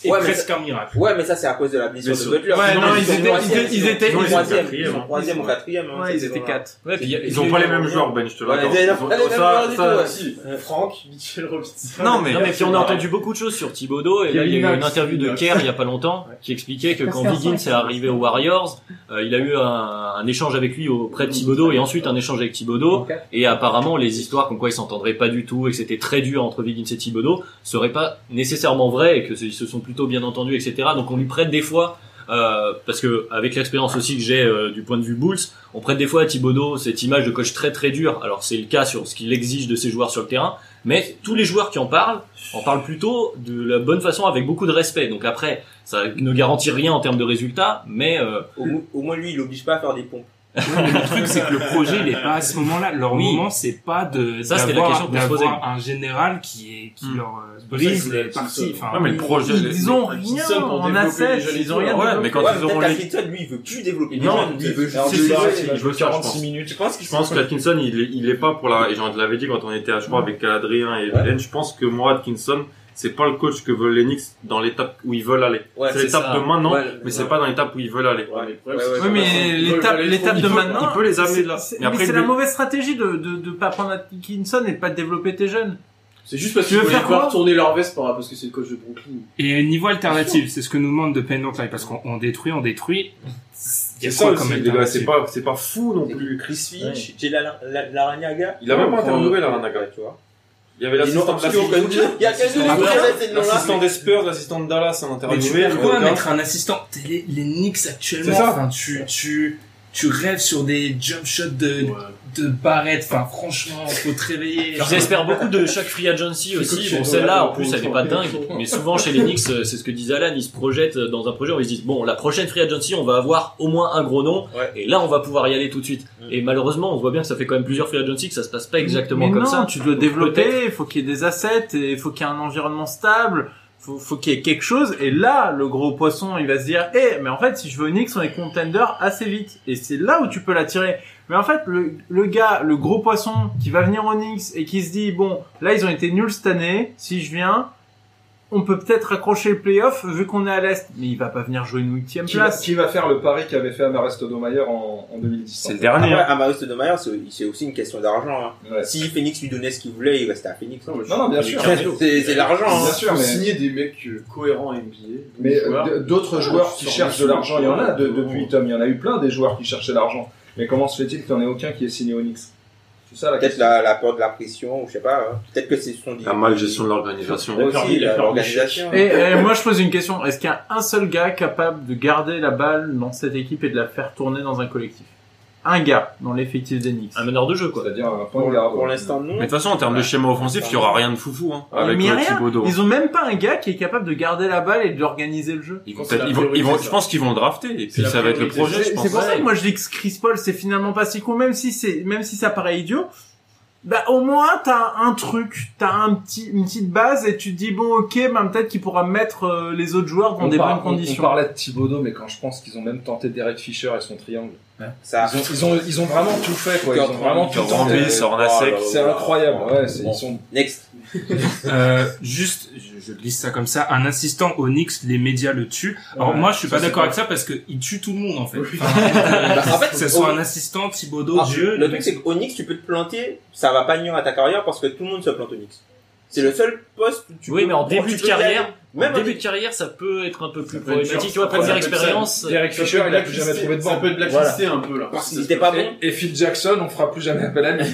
Speaker 1: est
Speaker 2: Ouais, mais
Speaker 1: presque un miracle.
Speaker 2: Ouais, mais ça, c'est à cause de la blessure
Speaker 4: Mais
Speaker 2: de
Speaker 4: sur-
Speaker 2: Butler.
Speaker 6: Ouais,
Speaker 2: Sinon,
Speaker 6: non,
Speaker 2: sont
Speaker 6: ils étaient-
Speaker 2: troisième,
Speaker 6: ils étaient-
Speaker 2: Ils sont
Speaker 4: ils étaient
Speaker 2: troisième,
Speaker 4: quatrième,
Speaker 2: ils sont
Speaker 4: hein.
Speaker 2: troisième ou quatrième. hein,
Speaker 6: Ouais,
Speaker 2: cette
Speaker 6: ils étaient
Speaker 2: saison-là.
Speaker 6: quatre.
Speaker 4: Ouais, puis, ils
Speaker 2: ont
Speaker 4: ont
Speaker 2: eu
Speaker 4: pas
Speaker 2: des
Speaker 4: les mêmes
Speaker 2: joueurs.
Speaker 4: joueurs, Ben, je te
Speaker 2: Ouais,
Speaker 4: l'accorde.
Speaker 2: ils
Speaker 4: Ils
Speaker 2: avaient-
Speaker 4: ont-
Speaker 2: allez,
Speaker 4: ça-
Speaker 2: allez, allez,
Speaker 4: ça-
Speaker 2: allez, allez.
Speaker 3: Si,
Speaker 4: Euh,
Speaker 3: Franck, Mitchell Robinson.
Speaker 4: Non, mais,
Speaker 7: Non mais puis on a entendu beaucoup de choses sur Thibodeau et
Speaker 6: Il y a
Speaker 7: là, il y a eu
Speaker 6: Linax.
Speaker 7: une interview de Kerr il y a pas longtemps qui expliquait que quand Wiggins est arrivé aux Warriors, euh, il a eu un, un échange avec lui auprès de Thibodeau et ensuite un échange avec Thibodeau et apparemment les histoires comme quoi ils s'entendraient pas du tout et que c'était très dur entre Wiggins et Thibodeau seraient pas nécessairement vraies et que ils se sont plutôt bien entendus etc. Donc on lui prête des fois euh, parce que avec l'expérience aussi que j'ai euh, du point de vue Bulls, on prête des fois à Thibodeau cette image de coach très très dur. Alors c'est le cas sur ce qu'il exige de ses joueurs sur le terrain, mais tous les joueurs qui en parlent en parlent plutôt de la bonne façon avec beaucoup de respect. Donc après, ça ne garantit rien en termes de résultats, mais euh,
Speaker 2: Au moins- Au moins, lui, il oblige pas à faire des pompes.
Speaker 1: le truc, c'est que le projet, il est pas à ce moment-là. Leur
Speaker 7: Oui.
Speaker 1: moment, c'est pas de
Speaker 7: Ça, c'était la
Speaker 1: d'avoir-
Speaker 7: question qu'on se posait.
Speaker 1: d'avoir un général qui est qui
Speaker 4: Hmm.
Speaker 1: leur euh,
Speaker 3: pour ça que je
Speaker 1: brise
Speaker 3: voulais
Speaker 1: les
Speaker 3: Hutchinson.
Speaker 1: parties. Enfin,
Speaker 4: Non, mais le projet,
Speaker 6: Ils,
Speaker 4: les-
Speaker 6: ils ont
Speaker 3: les-
Speaker 6: rien
Speaker 3: ils sont pour
Speaker 6: en
Speaker 3: développer les
Speaker 6: assets,
Speaker 3: jeunes
Speaker 6: ils ont rien.
Speaker 4: Ouais,
Speaker 6: développé.
Speaker 4: mais quand
Speaker 2: Ouais,
Speaker 4: ils
Speaker 2: mais
Speaker 4: auront
Speaker 2: peut-être
Speaker 4: les-
Speaker 2: qu'Athleton, lui, il veut plus développer les
Speaker 4: Non,
Speaker 2: jeunes, lui, il veut
Speaker 4: c'est-
Speaker 2: juste
Speaker 4: c'est-
Speaker 2: développer.
Speaker 4: c'est- je veux
Speaker 3: 46 minutes.
Speaker 2: Je pense qu'ils
Speaker 4: Je pense qu'Atkinson, il, est- il est pas pour la. Et j'en l'avais dit quand on était à Choix avec Adrien et
Speaker 2: Ouais.
Speaker 4: Hélène, je pense que moi, Atkinson, c'est pas le coach que veulent les Knicks dans l'étape où ils veulent aller.
Speaker 2: Ouais,
Speaker 4: c'est
Speaker 2: c'est
Speaker 4: l'étape
Speaker 7: ça.
Speaker 4: de maintenant,
Speaker 2: Ouais,
Speaker 4: mais c'est
Speaker 2: ouais.
Speaker 4: pas dans l'étape où ils veulent aller.
Speaker 3: Ouais, mais le problème,
Speaker 2: Ouais,
Speaker 3: c'est
Speaker 2: ouais,
Speaker 3: que
Speaker 6: Oui,
Speaker 3: ça passe.
Speaker 6: mais
Speaker 3: Ils veulent
Speaker 6: l'étape,
Speaker 3: aller trop
Speaker 6: l'étape
Speaker 3: vite.
Speaker 6: de
Speaker 4: peut-
Speaker 6: maintenant,
Speaker 4: il peut les amener
Speaker 6: c'est-
Speaker 4: là.
Speaker 6: c'est-
Speaker 4: Mais
Speaker 6: Mais
Speaker 4: après,
Speaker 6: c'est
Speaker 4: il
Speaker 6: la
Speaker 4: le-
Speaker 6: mauvaise stratégie de, de, de pas prendre Atkinson et de pas développer tes jeunes.
Speaker 3: C'est juste parce
Speaker 6: Tu
Speaker 3: qu'ils
Speaker 6: veux
Speaker 3: voulaient
Speaker 6: faire
Speaker 3: pas
Speaker 6: quoi
Speaker 3: retourner leur veste par- parce que c'est le coach de Brooklyn.
Speaker 1: Et niveau alternative, c'est ce que nous demande de Pendant Time, parce qu'on on détruit, on détruit. Il y a
Speaker 4: C'est ça
Speaker 1: quoi comme
Speaker 4: aussi, les gars, c'est
Speaker 1: alternative
Speaker 4: pas, c'est pas fou non plus.
Speaker 2: Chris Finch, Jay La- La- Laragnaga.
Speaker 4: Il a même pas interviewé, Laragnaga.
Speaker 2: Ouais, tu vois.
Speaker 4: Il y avait
Speaker 2: Ils n'ont-
Speaker 4: l'assistant
Speaker 2: parce qu'ils ont connu- Il y a quelques
Speaker 1: Après,
Speaker 4: L'assistant des Spurs, l'assistant de Dallas, en
Speaker 1: Mais tu
Speaker 4: interviewé.
Speaker 1: veux quoi
Speaker 4: le gars.
Speaker 1: mettre un assistant T'es les, les Knicks actuellement.
Speaker 4: C'est ça.
Speaker 1: Enfin, tu, tu, tu rêves sur des jump shots de, de Barrett. Enfin, franchement, faut te réveiller.
Speaker 7: ils espèrent beaucoup de chaque free agency aussi. Bon, celle-là, en plus, elle n'est pas dingue. Mais souvent, chez les Knicks, euh, c'est ce que disait Alan, ils se projettent dans un projet où ils se disent, bon, la prochaine free agency, on va avoir au moins un gros nom.
Speaker 2: Ouais.
Speaker 7: Et là, on va pouvoir y aller tout de suite. Et malheureusement, on voit bien que ça fait quand même plusieurs free agency que ça se passe pas exactement
Speaker 6: Mais
Speaker 7: comme
Speaker 6: non,
Speaker 7: ça.
Speaker 6: Tu dois
Speaker 7: Donc,
Speaker 6: développer, il faut qu'il y ait des assets, et il faut qu'il y ait un environnement stable, faut, faut qu'il y ait quelque chose. Et là, le gros poisson, il va se dire, eh, mais en fait, si je veux Nix, on est contender assez vite. Et c'est là où tu peux l'attirer. Mais en fait, le, le gars, le gros poisson qui va venir au Knicks et qui se dit, bon, là, ils ont été nuls cette année, si je viens, on peut peut-être accrocher le playoff vu qu'on est à l'Est. Mais il va pas venir jouer une huitième
Speaker 5: Qui va,
Speaker 6: place.
Speaker 5: qui va faire le pari qu'avait fait Amarest Odomayer en, en 2010
Speaker 4: C'est le
Speaker 2: Après,
Speaker 4: dernier. hein.
Speaker 2: Amarius Stoudemire, c'est c'est aussi une question d'argent. hein.
Speaker 5: Ouais.
Speaker 2: Si Phoenix lui donnait ce qu'il voulait, il restait à Phoenix. hein.
Speaker 5: Non, non, bien sûr.
Speaker 2: C'est- C'est c'est l'argent.
Speaker 5: Bien
Speaker 2: hein.
Speaker 5: sûr, mais-
Speaker 8: signer des mecs euh, cohérents à NBA.
Speaker 5: Mais
Speaker 8: des
Speaker 5: euh,
Speaker 8: joueurs. Ah,
Speaker 5: d- d'autres joueurs qui
Speaker 8: Sur
Speaker 5: cherchent
Speaker 8: le
Speaker 5: de l'argent, il y en a
Speaker 8: sous-
Speaker 5: de- depuis Tom, il y en a eu plein des joueurs qui cherchaient l'argent. Mais comment se fait-il qu'il n'y en ait aucun qui ait signé Onyx C'est ça la
Speaker 2: Peut-être
Speaker 5: question.
Speaker 2: la, la peur de la pression, ou je sais pas. hein. Peut-être que c'est son
Speaker 4: La malgestion de l'organisation.
Speaker 2: Aussi, la- l'organisation.
Speaker 6: Et, et moi, je pose une question. Est-ce qu'il y a un seul gars capable de garder la balle dans cette équipe et de la faire tourner dans un collectif Un gars dans l'effectif d'Enix.
Speaker 7: Un meneur de jeu, quoi.
Speaker 5: C'est-à-dire un point
Speaker 2: Pour
Speaker 5: de garde.
Speaker 2: pour l'instant, non.
Speaker 4: Mais de toute façon, en termes de schéma offensif, il y aura rien de foufou, hein, avec
Speaker 6: Mais
Speaker 4: euh,
Speaker 6: rien.
Speaker 4: Thibodeau.
Speaker 6: Ils ont même pas un gars qui est capable de garder la balle et d'organiser le jeu.
Speaker 4: Ils vont
Speaker 8: C'est
Speaker 4: peut-être-
Speaker 8: la
Speaker 4: ils vont-
Speaker 8: priorité,
Speaker 4: ils vont-
Speaker 8: ça.
Speaker 4: je pense qu'ils vont le drafter, et
Speaker 8: C'est
Speaker 4: puis
Speaker 8: la
Speaker 4: ça va être le
Speaker 8: priorité,
Speaker 4: projet, je
Speaker 6: C'est
Speaker 4: pense.
Speaker 6: pour ça que moi je dis que Chris Paul c'est finalement pas si con, même si c'est, même si ça paraît idiot. Bah au moins t'as un truc, t'as un petit, une petite base et tu te dis bon ok, bah, peut-être qu'il pourra mettre euh, les autres joueurs dans
Speaker 5: On,
Speaker 6: des
Speaker 5: par-
Speaker 6: bonnes
Speaker 5: on- on
Speaker 6: conditions.
Speaker 5: parlait de Thibodeau, mais quand je pense qu'ils ont même tenté Derek Fisher et son triangle.
Speaker 2: Ça,
Speaker 5: Ils ont, ils ont, ils ont vraiment tout fait, quoi. Ils ont vraiment tout
Speaker 4: Ils ont
Speaker 5: tenté.
Speaker 4: rempli, ça en a sec.
Speaker 5: C'est incroyable. Ouais, c'est-
Speaker 2: Oh Bon.
Speaker 5: ils sont
Speaker 2: next.
Speaker 1: Euh, juste, je, je glisse ça comme ça, un assistant au Knicks, les médias le tuent. Alors
Speaker 5: Ouais,
Speaker 1: moi, je suis
Speaker 5: ça,
Speaker 1: pas
Speaker 5: c'est
Speaker 1: d'accord
Speaker 5: pas-
Speaker 1: avec ça parce que il tue tout le monde en fait. euh,
Speaker 2: Bah, en fait,
Speaker 1: que ce soit
Speaker 2: au-
Speaker 1: un assistant, Thibodeau,
Speaker 2: Ah,
Speaker 1: Dieu.
Speaker 2: le truc, c'est qu'Onyx, tu peux te planter, ça va pas nuire à ta carrière parce que tout le monde se plante Onyx. C'est le seul poste où tu
Speaker 7: Oui,
Speaker 2: peux-
Speaker 7: mais en
Speaker 2: où
Speaker 7: début
Speaker 2: tu
Speaker 7: de
Speaker 2: peux y aller.
Speaker 7: carrière,
Speaker 2: Même
Speaker 7: en début
Speaker 2: en-
Speaker 7: de carrière, ça peut être un peu plus
Speaker 5: Ça peut être
Speaker 7: problématique.
Speaker 5: dur.
Speaker 7: Tu vois, première
Speaker 5: Ouais, ça peut être
Speaker 7: expérience. euh,
Speaker 5: Derek
Speaker 8: Ça peut
Speaker 5: Fisher,
Speaker 8: être
Speaker 5: il a plus
Speaker 8: blacklisté-
Speaker 5: jamais trouvé de
Speaker 8: Ça
Speaker 5: banc.
Speaker 8: peut être blacklisté un peu, là.
Speaker 2: Parce qu'il était pas bon.
Speaker 5: Et, et Phil Jackson, on fera plus jamais appel à lui.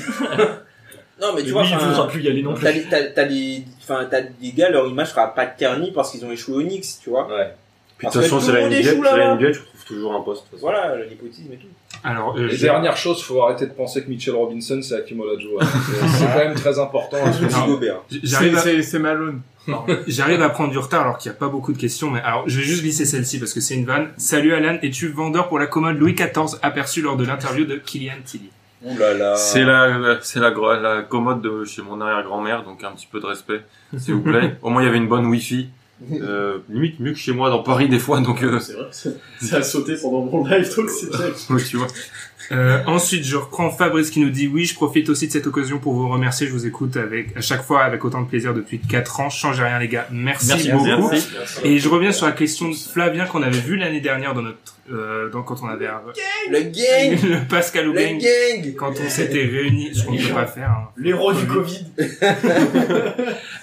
Speaker 2: Non, mais tu
Speaker 7: Lui,
Speaker 2: vois,
Speaker 7: il
Speaker 2: enfin,
Speaker 7: voudra plus y aller non plus.
Speaker 2: t'as des- t'as- t'as des, enfin, t'as des gars, leur image sera pas ternie parce qu'ils ont échoué Onyx, tu vois.
Speaker 5: Ouais.
Speaker 4: Puis de
Speaker 2: Parce
Speaker 4: toute
Speaker 2: que
Speaker 4: façon,
Speaker 2: tout
Speaker 4: c'est
Speaker 2: le
Speaker 4: la
Speaker 2: monde
Speaker 4: NBA,
Speaker 2: est chou,
Speaker 4: c'est
Speaker 2: là-bas.
Speaker 4: la NBA, tu trouves toujours un poste. de toute façon.
Speaker 2: Voilà, l'hypothèse et tout.
Speaker 1: Alors, euh,
Speaker 5: Et
Speaker 1: je-
Speaker 5: dernière chose, faut arrêter de penser que Mitchell Robinson, c'est Hakim Olajuwon. C'est- C'est quand même très important. hein, ce que-
Speaker 2: Petit Gobert.
Speaker 1: j'arrive à-
Speaker 6: C'est- C'est Malone.
Speaker 1: J'arrive à prendre du retard alors qu'il n'y a pas beaucoup de questions, mais alors je vais juste glisser celle-ci parce que c'est une vanne. Salut Alan, es-tu vendeur pour la commode Louis XIV aperçu lors de l'interview de Kylian Tilly
Speaker 2: Ouh Oh là là.
Speaker 4: C'est la, c'est la, gro- la commode de chez mon arrière-grand-mère, donc un petit peu de respect, s'il vous plaît. Au moins, il y avait une bonne wifi. Euh, limite mieux que chez moi dans Paris des fois, donc euh,
Speaker 8: C'est vrai, c'est- ça a sauté pendant mon live, donc c'est
Speaker 4: tu vois.
Speaker 1: Euh, ensuite, je reprends Fabrice qui nous dit oui, je profite aussi de cette occasion pour vous remercier. Je vous écoute avec à chaque fois avec autant de plaisir depuis 4 ans. Changez rien les gars. Merci, beaucoup. Et je reviens sur la question de Flavien qu'on avait vue l'année dernière dans notre euh, dans, quand on avait un-
Speaker 2: Le gang!
Speaker 1: le Pascal
Speaker 2: Le
Speaker 1: Ougang
Speaker 2: gang!
Speaker 1: quand on s'était réunis, ce qu'on ne peut pas faire. hein.
Speaker 8: L'héros du Covid.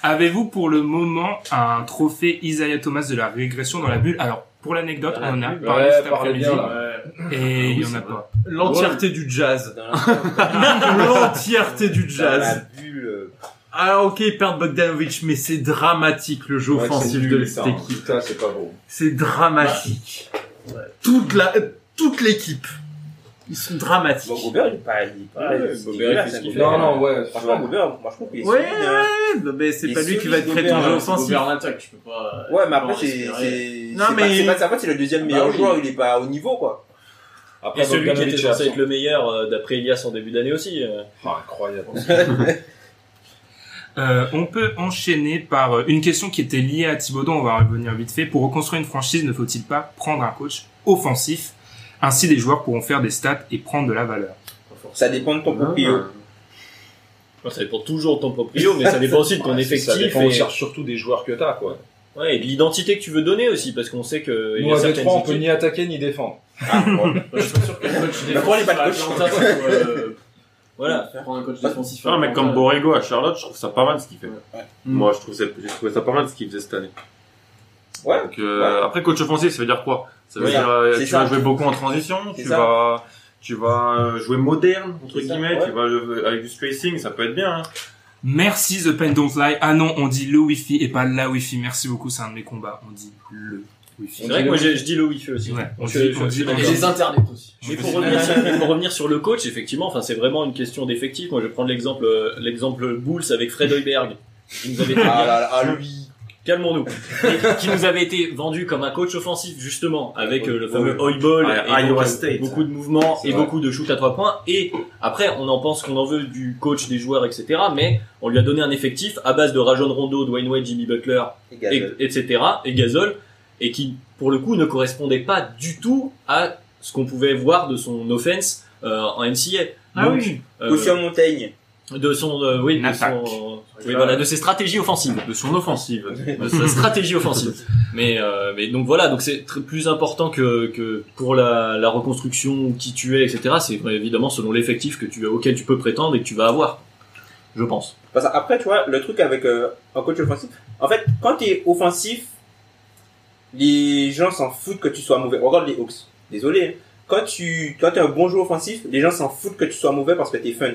Speaker 1: Avez-vous pour le moment un trophée Isaiah Thomas de la régression dans la bulle Alors, pour l'anecdote, on en a parlé
Speaker 5: Ouais,
Speaker 1: cet
Speaker 5: parlez
Speaker 1: après-midi
Speaker 5: bien, là.
Speaker 1: et il n'y en a pas.
Speaker 6: L'entièreté du jazz.
Speaker 2: Dans la-
Speaker 6: L'entièreté du
Speaker 2: dans la
Speaker 6: jazz.
Speaker 2: bulle. euh,
Speaker 6: Ah ok, ils perdent Bogdanovic, mais c'est dramatique le jeu
Speaker 5: Ouais, c'est
Speaker 6: offensif
Speaker 5: nul,
Speaker 6: de
Speaker 5: ça,
Speaker 6: cette
Speaker 5: hein.
Speaker 6: équipe.
Speaker 5: Putain, c'est pas beau.
Speaker 6: C'est dramatique. Toute la, euh, toute l'équipe. Ils sont dramatiques.
Speaker 2: Bon, Gobert, il est pas, il est pas,
Speaker 8: Ah ouais,
Speaker 2: c'est
Speaker 8: Gobert,
Speaker 2: dégueulasse,
Speaker 8: il fait ce
Speaker 2: hein,
Speaker 8: qu'il
Speaker 2: Gobert.
Speaker 5: Non, non, ouais.
Speaker 2: Franchement, Gobert, moi, je trouve qu'il est
Speaker 6: Ouais,
Speaker 2: solide, hein.
Speaker 6: ouais, ouais, mais c'est
Speaker 2: Et
Speaker 6: pas lui qui
Speaker 2: Solis
Speaker 6: va te créer ton
Speaker 2: Gobert,
Speaker 6: jeu
Speaker 7: euh,
Speaker 2: hein,
Speaker 6: offensif.
Speaker 8: Gobert l'attaque, je peux pas.
Speaker 2: Ouais, mais après,
Speaker 8: je peux
Speaker 2: c'est,
Speaker 8: pas respirer.
Speaker 2: c'est,
Speaker 6: Non,
Speaker 2: c'est
Speaker 6: mais-
Speaker 2: pas, c'est pas de sa faute, c'est le deuxième
Speaker 8: Bah
Speaker 2: meilleur
Speaker 8: oui.
Speaker 2: joueur, il est pas au niveau, quoi.
Speaker 5: Après,
Speaker 7: Et celui qui
Speaker 5: Bogdanovic
Speaker 7: était
Speaker 5: est
Speaker 7: censé
Speaker 5: absent.
Speaker 7: être le meilleur euh, d'après Elias en début d'année aussi. euh.
Speaker 5: Ah, incroyable.
Speaker 1: Euh, on peut enchaîner par euh, une question qui était liée à Thibaudon, on va revenir vite fait. Pour reconstruire une franchise, ne faut-il pas prendre un coach offensif Ainsi, les joueurs pourront faire des stats et prendre de la valeur.
Speaker 2: Ça dépend de ton proprio.
Speaker 4: Euh,
Speaker 7: Enfin, Ça dépend toujours de ton proprio, mais ça dépend aussi de ton
Speaker 5: Ouais,
Speaker 7: effectif
Speaker 5: Ça dépend, on
Speaker 7: et,
Speaker 5: cherche surtout des joueurs que t'as, quoi.
Speaker 7: ouais, et de l'identité que tu veux donner aussi, parce qu'on sait que il y
Speaker 5: Nous,
Speaker 7: a
Speaker 5: à
Speaker 7: certaines
Speaker 5: Détroit, on peut
Speaker 7: équipes-
Speaker 5: ni attaquer ni défendre.
Speaker 2: Ah, bon.
Speaker 8: Ouais, je suis pas sûr que le coach
Speaker 2: Bah, pour les pas de
Speaker 8: défensif
Speaker 2: coach.
Speaker 8: à Atlanta, faut, euh,
Speaker 7: Voilà.
Speaker 8: prendre un coach défensif.
Speaker 4: Un mec comme
Speaker 8: Boris
Speaker 4: Borrego à Charlotte, je trouve ça pas mal ce qu'il fait.
Speaker 6: Mm.
Speaker 4: Moi, je trouve ça, j'ai trouvé ça pas mal ce qu'il faisait cette année.
Speaker 2: Ouais.
Speaker 4: Donc, euh,
Speaker 2: Ouais.
Speaker 4: après, coach offensif, ça veut dire quoi Ça veut
Speaker 2: C'est
Speaker 4: dire euh,
Speaker 2: C'est
Speaker 4: tu
Speaker 2: ça.
Speaker 4: vas jouer beaucoup en transition,
Speaker 2: C'est
Speaker 4: tu
Speaker 2: ça.
Speaker 4: vas, tu vas euh, jouer moderne entre
Speaker 2: C'est ça,
Speaker 4: guillemets,
Speaker 2: ouais.
Speaker 4: tu vas euh, avec du spacing, ça peut être bien. hein.
Speaker 1: Merci The Pen Don't Lie. Ah non, on dit le Wi-Fi et pas la Wi-Fi. Merci beaucoup, c'est un de mes combats. On dit le
Speaker 7: C'est
Speaker 1: Wi-Fi.
Speaker 7: vrai que moi j'ai- je dis le oui aussi.
Speaker 1: Ouais, on
Speaker 7: Je-
Speaker 1: dit,
Speaker 7: je-
Speaker 1: on dit,
Speaker 7: je-
Speaker 1: on
Speaker 8: Et
Speaker 1: dit-
Speaker 8: les internets aussi.
Speaker 7: Mais pour revenir, sur, mais pour revenir sur le coach, effectivement, enfin, c'est vraiment une question d'effectif. Moi, je vais prendre l'exemple, euh, l'exemple Bulls avec Fred Hoiberg, qui nous avait été,
Speaker 2: Ah là là, ah, lui.
Speaker 7: calmons-nous, Mais qui nous avait été vendu comme un coach offensif, justement, avec euh, le fameux
Speaker 4: Ouais.
Speaker 7: Hoyball,
Speaker 4: Ouais,
Speaker 7: et
Speaker 4: Iowa
Speaker 7: donc, euh,
Speaker 4: State.
Speaker 7: beaucoup de mouvements
Speaker 5: C'est
Speaker 7: et
Speaker 5: vrai.
Speaker 7: beaucoup de shoots à trois points. Et après, on en pense qu'on en veut du coach, des joueurs, etc. Mais on lui a donné un effectif à base de Rajon Rondo, Dwayne Wade, Jimmy Butler,
Speaker 2: Et
Speaker 7: et- euh,
Speaker 2: Gasol.
Speaker 7: etc. et Gasol, et qui pour le coup ne correspondait pas du tout à ce qu'on pouvait voir de son offense euh, en NCA.
Speaker 6: Ah
Speaker 7: Donc,
Speaker 6: oui.
Speaker 7: euh,
Speaker 2: Caution Montaigne.
Speaker 7: de son euh, oui,
Speaker 1: Une
Speaker 7: de
Speaker 1: attaque.
Speaker 7: son Oui, voilà, de ses stratégies offensives.
Speaker 4: de son offensive.
Speaker 7: de sa stratégie offensive. Mais, euh, mais donc voilà, donc c'est très- plus important que, que pour la, la reconstruction qui tu es, etc. C'est évidemment selon l'effectif que tu auquel tu peux prétendre et que tu vas avoir, je pense.
Speaker 2: Parce que après, tu vois, le truc avec euh, un coach offensif, en fait, quand tu es offensif, les gens s'en foutent que tu sois mauvais. Regarde les Hawks. Désolé. hein. Quand tu quand es un bon joueur offensif, les gens s'en foutent que tu sois mauvais parce que t'es fun.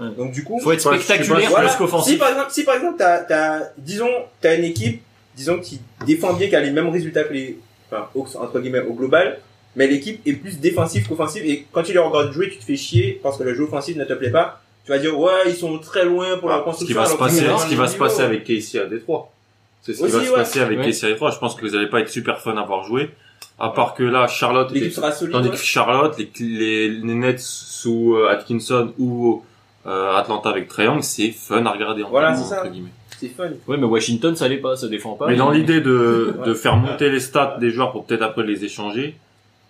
Speaker 7: Ouais.
Speaker 2: Donc du coup,
Speaker 7: Faut être spectaculaire
Speaker 2: voilà.
Speaker 7: plus qu'offensif.
Speaker 2: Si par exemple, si par exemple, t'as, t'as, disons, t'as une équipe, disons, qui défend bien, qui a les mêmes résultats que les, enfin, Hawks, entre guillemets, au global, mais l'équipe est plus défensive qu'offensive, et quand tu les regardes jouer, tu te fais chier parce que le jeu offensif ne te plaît pas. Tu vas dire, ouais, ils sont très loin pour
Speaker 3: Ah,
Speaker 2: la
Speaker 4: Ce
Speaker 2: construction.
Speaker 4: qui va se
Speaker 2: alors qu'ils
Speaker 4: passer,
Speaker 2: sont dans
Speaker 4: ce qui
Speaker 2: le
Speaker 4: va se
Speaker 2: niveau. euh,
Speaker 4: passer avec Casey à Détroit. C'est ce qui
Speaker 2: Aussi,
Speaker 4: va se
Speaker 2: ouais.
Speaker 4: passer avec
Speaker 3: Ouais.
Speaker 4: Casey à Détroit. Je pense que vous n'allez pas être super fun à voir jouer. À part que là, Charlotte,
Speaker 2: L'équipe
Speaker 4: était-
Speaker 2: sera solide.
Speaker 4: tandis
Speaker 2: ouais.
Speaker 4: que Charlotte, les, les, les Nets sous euh, Atkinson ou euh, Atlanta avec Triangle, c'est fun à regarder. en
Speaker 2: Voilà,
Speaker 4: fait,
Speaker 2: c'est ça.
Speaker 4: entre guillemets.
Speaker 2: C'est fun.
Speaker 7: Ouais, mais Washington, ça l'est pas, ça défend pas.
Speaker 4: Mais dans l'idée de, de
Speaker 2: Ouais.
Speaker 4: faire monter les stats des joueurs pour peut-être après les échanger,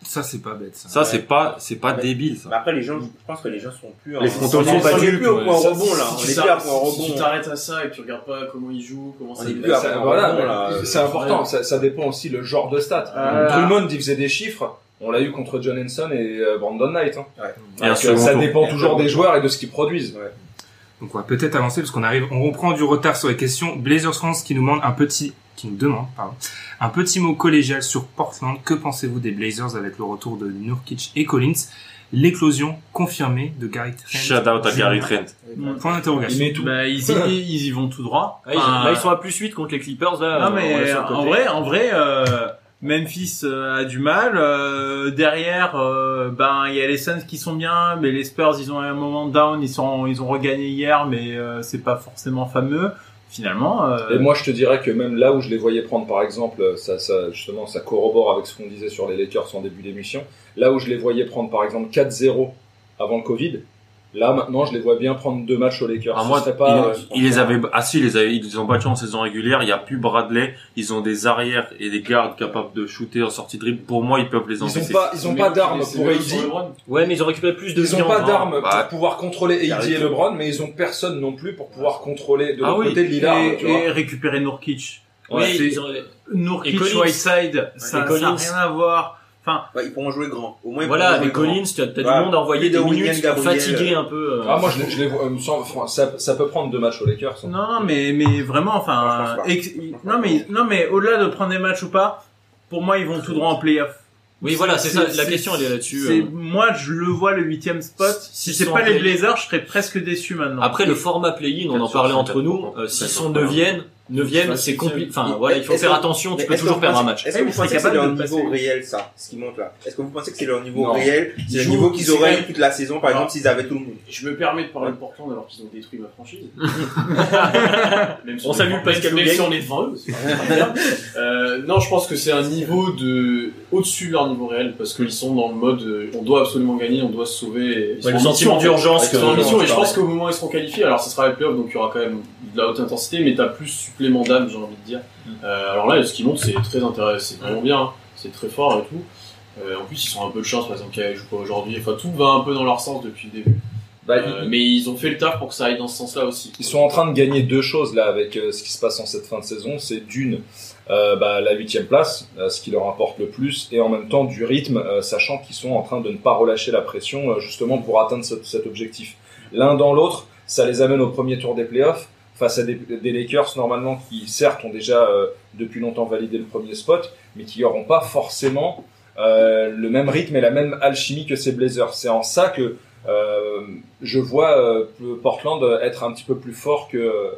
Speaker 1: Ça, c'est pas bête, ça.
Speaker 4: ça c'est pas c'est pas
Speaker 2: Ouais. Bah,
Speaker 4: débile ça.
Speaker 2: Mais après, les gens, je pense que les gens sont plus en-
Speaker 4: Les front office
Speaker 2: on est
Speaker 4: sont
Speaker 2: plus
Speaker 4: dupes,
Speaker 2: au point
Speaker 3: ouais.
Speaker 2: rebond, là. On
Speaker 3: Si
Speaker 2: est
Speaker 3: tu
Speaker 2: plus à point
Speaker 3: t'arrêtes- si
Speaker 2: rebond.
Speaker 3: tu t'arrêtes à ça et que tu regardes pas comment il joue, comment
Speaker 2: On
Speaker 3: ça
Speaker 2: est plus
Speaker 3: développe,
Speaker 2: à
Speaker 3: ça-
Speaker 2: point
Speaker 3: voilà,
Speaker 2: rebond,
Speaker 3: mais
Speaker 2: là.
Speaker 5: C'est important, ça, ça dépend aussi le genre de stats.
Speaker 6: Ah.
Speaker 5: Drummond, il faisait des chiffres. On l'a eu contre John Henson et euh, Brandon Knight. hein.
Speaker 4: Et un
Speaker 5: Donc, euh,
Speaker 4: second
Speaker 5: ça
Speaker 4: tour.
Speaker 5: dépend
Speaker 2: Et un
Speaker 5: toujours
Speaker 2: second
Speaker 5: des joueurs et de ce qu'ils produisent.
Speaker 1: Donc on va peut-être avancer parce qu'on arrive, on reprend du retard sur les questions. Blazers France qui nous demande un petit, qui nous demande, pardon, un petit mot collégial sur Portland. Que pensez-vous des Blazers avec le retour de Nurkic et Collins L'éclosion confirmée de Gary Trent.
Speaker 4: Shout out à Gary Trent.
Speaker 1: Point d'interrogation.
Speaker 6: tout. Bah, ils, y, ils y vont tout droit.
Speaker 7: Ah, ils-
Speaker 6: Enfin,
Speaker 7: là, ils sont à plus 8 contre les Clippers, là.
Speaker 6: Bah, non,
Speaker 7: on
Speaker 6: mais
Speaker 7: est sur le
Speaker 6: en
Speaker 7: côté.
Speaker 6: vrai, en vrai, euh, Memphis euh, a du mal. euh, derrière, euh, ben il y a les Suns qui sont bien, mais les Spurs ils ont un moment down, ils sont, ils ont regagné hier, mais euh, c'est pas forcément fameux. Finalement, euh,
Speaker 5: Et moi, je te dirais que même là où je les voyais prendre, par exemple, ça, ça, justement, ça corrobore avec ce qu'on disait sur les Lakers en début d'émission. Là où je les voyais prendre, par exemple, 4-0 avant le Covid, là, maintenant, je les vois bien prendre deux matchs aux Lakers.
Speaker 4: Ah,
Speaker 5: Ce
Speaker 4: moi,
Speaker 5: serait pas, euh,
Speaker 4: ils, ils les avaient, ah si, ils les avaient, ils les ont battus en saison régulière. Il n'y a plus Bradley. Ils ont des arrières et des gardes capables de shooter en sortie de dribble. Pour moi, ils peuvent les
Speaker 5: Ils ont
Speaker 4: encaisser.
Speaker 5: pas, ils ont
Speaker 3: Mais
Speaker 5: pas
Speaker 3: tu
Speaker 5: d'armes
Speaker 3: laisses
Speaker 5: pour
Speaker 3: les mecs
Speaker 5: Heidi.
Speaker 3: sur LeBron.
Speaker 7: Ouais, mais ils ont récupéré plus de
Speaker 5: Ils ont
Speaker 7: viande,
Speaker 5: pas
Speaker 7: hein.
Speaker 5: d'armes
Speaker 4: Bah,
Speaker 5: pour pouvoir contrôler Heidi
Speaker 4: Garrett.
Speaker 5: et LeBron, mais ils ont personne non plus pour pouvoir contrôler de
Speaker 4: Ah
Speaker 5: l'autre
Speaker 4: oui,
Speaker 5: côté de
Speaker 6: et,
Speaker 5: Lillard, tu vois.
Speaker 6: et récupérer Nurkic.
Speaker 7: Oui,
Speaker 6: Ouais,
Speaker 7: ils
Speaker 6: c'est-
Speaker 7: ont- Et
Speaker 6: Nurkic,
Speaker 7: Collins.
Speaker 6: Whiteside, ça
Speaker 7: et
Speaker 6: ça a
Speaker 7: Collins.
Speaker 6: rien à voir. Enfin,
Speaker 2: Ouais, ils pourront jouer grand. Au moins, ils
Speaker 7: Voilà,
Speaker 2: pourront jouer
Speaker 7: avec
Speaker 2: grand.
Speaker 7: Collins, tu as, t'as
Speaker 2: Ouais.
Speaker 7: du monde à envoyer
Speaker 2: Plus de
Speaker 7: des
Speaker 2: William
Speaker 7: minutes pour
Speaker 2: Gabriel.
Speaker 7: fatiguer un peu. euh,
Speaker 5: Ah, moi, je, les- je les vois, euh, sans- enfin, ça, ça peut prendre deux matchs aux Lakers. hein.
Speaker 6: Non, non, mais, mais vraiment,
Speaker 2: Moi, je
Speaker 6: enfin,
Speaker 2: pense pas.
Speaker 6: ex- non, mais, non, mais au-delà de prendre des matchs ou pas, pour moi, ils vont tout droit en playoff.
Speaker 7: Oui, voilà, c'est ça, la question, elle est là-dessus,
Speaker 6: c'est-
Speaker 7: euh.
Speaker 6: Moi, je le vois le huitième spot. Si
Speaker 7: S'ils
Speaker 6: c'est
Speaker 7: sont
Speaker 6: pas
Speaker 7: en
Speaker 6: les
Speaker 7: play-
Speaker 6: Blazers, je serais presque déçu maintenant.
Speaker 7: Après le format play-in, on en
Speaker 4: Quatre
Speaker 7: parlait
Speaker 4: sur
Speaker 7: entre
Speaker 4: quatre,
Speaker 7: nous.
Speaker 4: pourquoi
Speaker 7: Euh,
Speaker 4: pas.
Speaker 7: S'ils
Speaker 4: Quatre
Speaker 7: sont
Speaker 4: sur quatre.
Speaker 7: neuvième, neuvième,
Speaker 5: Ouais,
Speaker 7: c'est compliqué.
Speaker 2: Mais
Speaker 7: Enfin voilà, il faut
Speaker 2: est-ce
Speaker 7: faire
Speaker 2: que-
Speaker 7: attention.
Speaker 2: mais
Speaker 7: Tu peux
Speaker 2: est-ce que
Speaker 7: toujours
Speaker 2: vous
Speaker 7: perdre un
Speaker 2: pensez-
Speaker 7: match.
Speaker 2: Est-ce
Speaker 6: Eh
Speaker 2: que
Speaker 6: oui,
Speaker 2: vous
Speaker 6: c'est
Speaker 2: pensez que c'est
Speaker 6: capable
Speaker 2: leur
Speaker 6: de passer.
Speaker 2: niveau réel, ça, ce qui monte là Est-ce que vous pensez que c'est leur niveau
Speaker 5: Non.
Speaker 2: réel
Speaker 5: Ils
Speaker 2: C'est le
Speaker 5: jouent-
Speaker 2: niveau qu'ils
Speaker 5: ils
Speaker 2: auraient eu
Speaker 5: jouent-
Speaker 2: toute la saison, par
Speaker 3: Non.
Speaker 2: exemple, s'ils avaient tout le monde
Speaker 3: Je me permets de parler de Portland alors qu'ils ont détruit ma franchise. même si
Speaker 7: On
Speaker 3: est
Speaker 7: salue
Speaker 3: devant-
Speaker 7: Pascal
Speaker 3: même
Speaker 7: Hougain.
Speaker 3: si on est devant eux. c'est pas grave. Euh, non, je pense que c'est un niveau de au-dessus de leur niveau réel parce qu'ils sont dans le mode euh, on doit absolument gagner, on doit se sauver. Ils sont
Speaker 7: Ouais, le
Speaker 3: en
Speaker 7: sentiment
Speaker 3: mission, en fait.
Speaker 7: d'urgence
Speaker 3: Ils sont en
Speaker 7: que-
Speaker 3: mission et je
Speaker 7: pareil.
Speaker 3: pense qu'au moment où ils seront qualifiés, alors ce sera les playoffs donc il y aura quand même de la haute intensité, mais t'as plus supplément d'âme, j'ai envie de dire. Euh, alors là, ce qu'ils montent, c'est très intéressant, c'est vraiment bien, hein. c'est très fort et tout. Euh, en plus, ils ont un peu de chance, par exemple, qu'ils jouent pas aujourd'hui. Enfin, tout va un peu dans leur sens depuis le début.
Speaker 5: Bah,
Speaker 3: Euh, mais ils ont fait le taf pour que ça aille dans ce sens-là aussi.
Speaker 5: Ils sont en train de gagner deux choses là avec euh, ce qui se passe en cette fin de saison. C'est d'une euh, bah, la huitième place, euh, ce qui leur importe le plus, et en même temps du rythme, euh, sachant qu'ils sont en train de ne pas relâcher la pression euh, justement pour atteindre ce- cet objectif. L'un dans l'autre, ça les amène au premier tour des playoffs face à des, des Lakers normalement qui certes ont déjà euh, depuis longtemps validé le premier spot, mais qui n'auront pas forcément euh, le même rythme et la même alchimie que ces Blazers. C'est en ça que euh, je vois euh, Portland être un petit peu plus fort que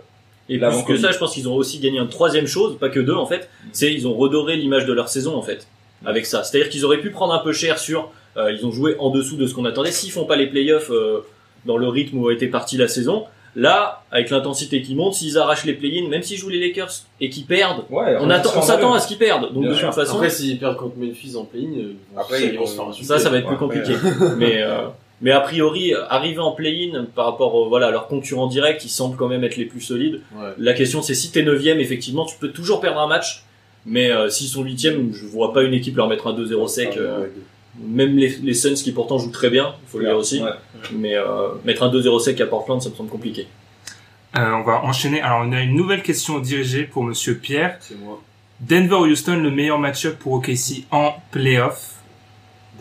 Speaker 7: Et
Speaker 5: Là,
Speaker 7: plus
Speaker 5: avant
Speaker 7: que
Speaker 5: Covid.
Speaker 7: ça, je pense qu'ils ont aussi gagné une troisième chose, pas que deux en fait, c'est ils ont redoré l'image de leur saison en fait avec ça. C'est-à-dire qu'ils auraient pu prendre un peu cher sur, euh, ils ont joué en dessous de ce qu'on attendait. S'ils font pas les playoffs euh, dans le rythme où a été partie la saison, là, avec l'intensité qui monte, s'ils arrachent les play-in, même s'ils jouent les Lakers et qu'ils perdent,
Speaker 5: ouais,
Speaker 7: on, attend, on
Speaker 5: s'en
Speaker 7: s'attend
Speaker 5: va.
Speaker 7: à ce qu'ils perdent. Donc
Speaker 5: Bien
Speaker 7: de
Speaker 5: sûr.
Speaker 7: toute façon,
Speaker 3: Après, s'ils perdent contre Memphis en play-in, euh, ils vont-
Speaker 2: Après,
Speaker 3: ils vont se faire insulter.
Speaker 7: ça, ça va être
Speaker 2: Ouais,
Speaker 7: plus compliqué.
Speaker 2: après,
Speaker 7: mais euh, mais a priori, euh, arriver en play-in par rapport euh, voilà à leurs concurrents directs, ils semblent quand même être les plus solides.
Speaker 3: Ouais.
Speaker 7: La question c'est si t'es neuvième, effectivement, tu peux toujours perdre un match. Mais euh, s'ils sont huitième, je vois pas une équipe leur mettre un 2-0 sec. euh, même les, les Suns qui pourtant jouent très bien, il faut le dire aussi.
Speaker 5: Ouais.
Speaker 7: Mais euh, mettre un 2-0 sec à Portland, ça me semble compliqué.
Speaker 1: Euh, on va enchaîner. Alors, on a une nouvelle question dirigée pour Monsieur Pierre.
Speaker 3: C'est moi.
Speaker 1: Denver-Houston, le meilleur match-up pour OKC en playoff.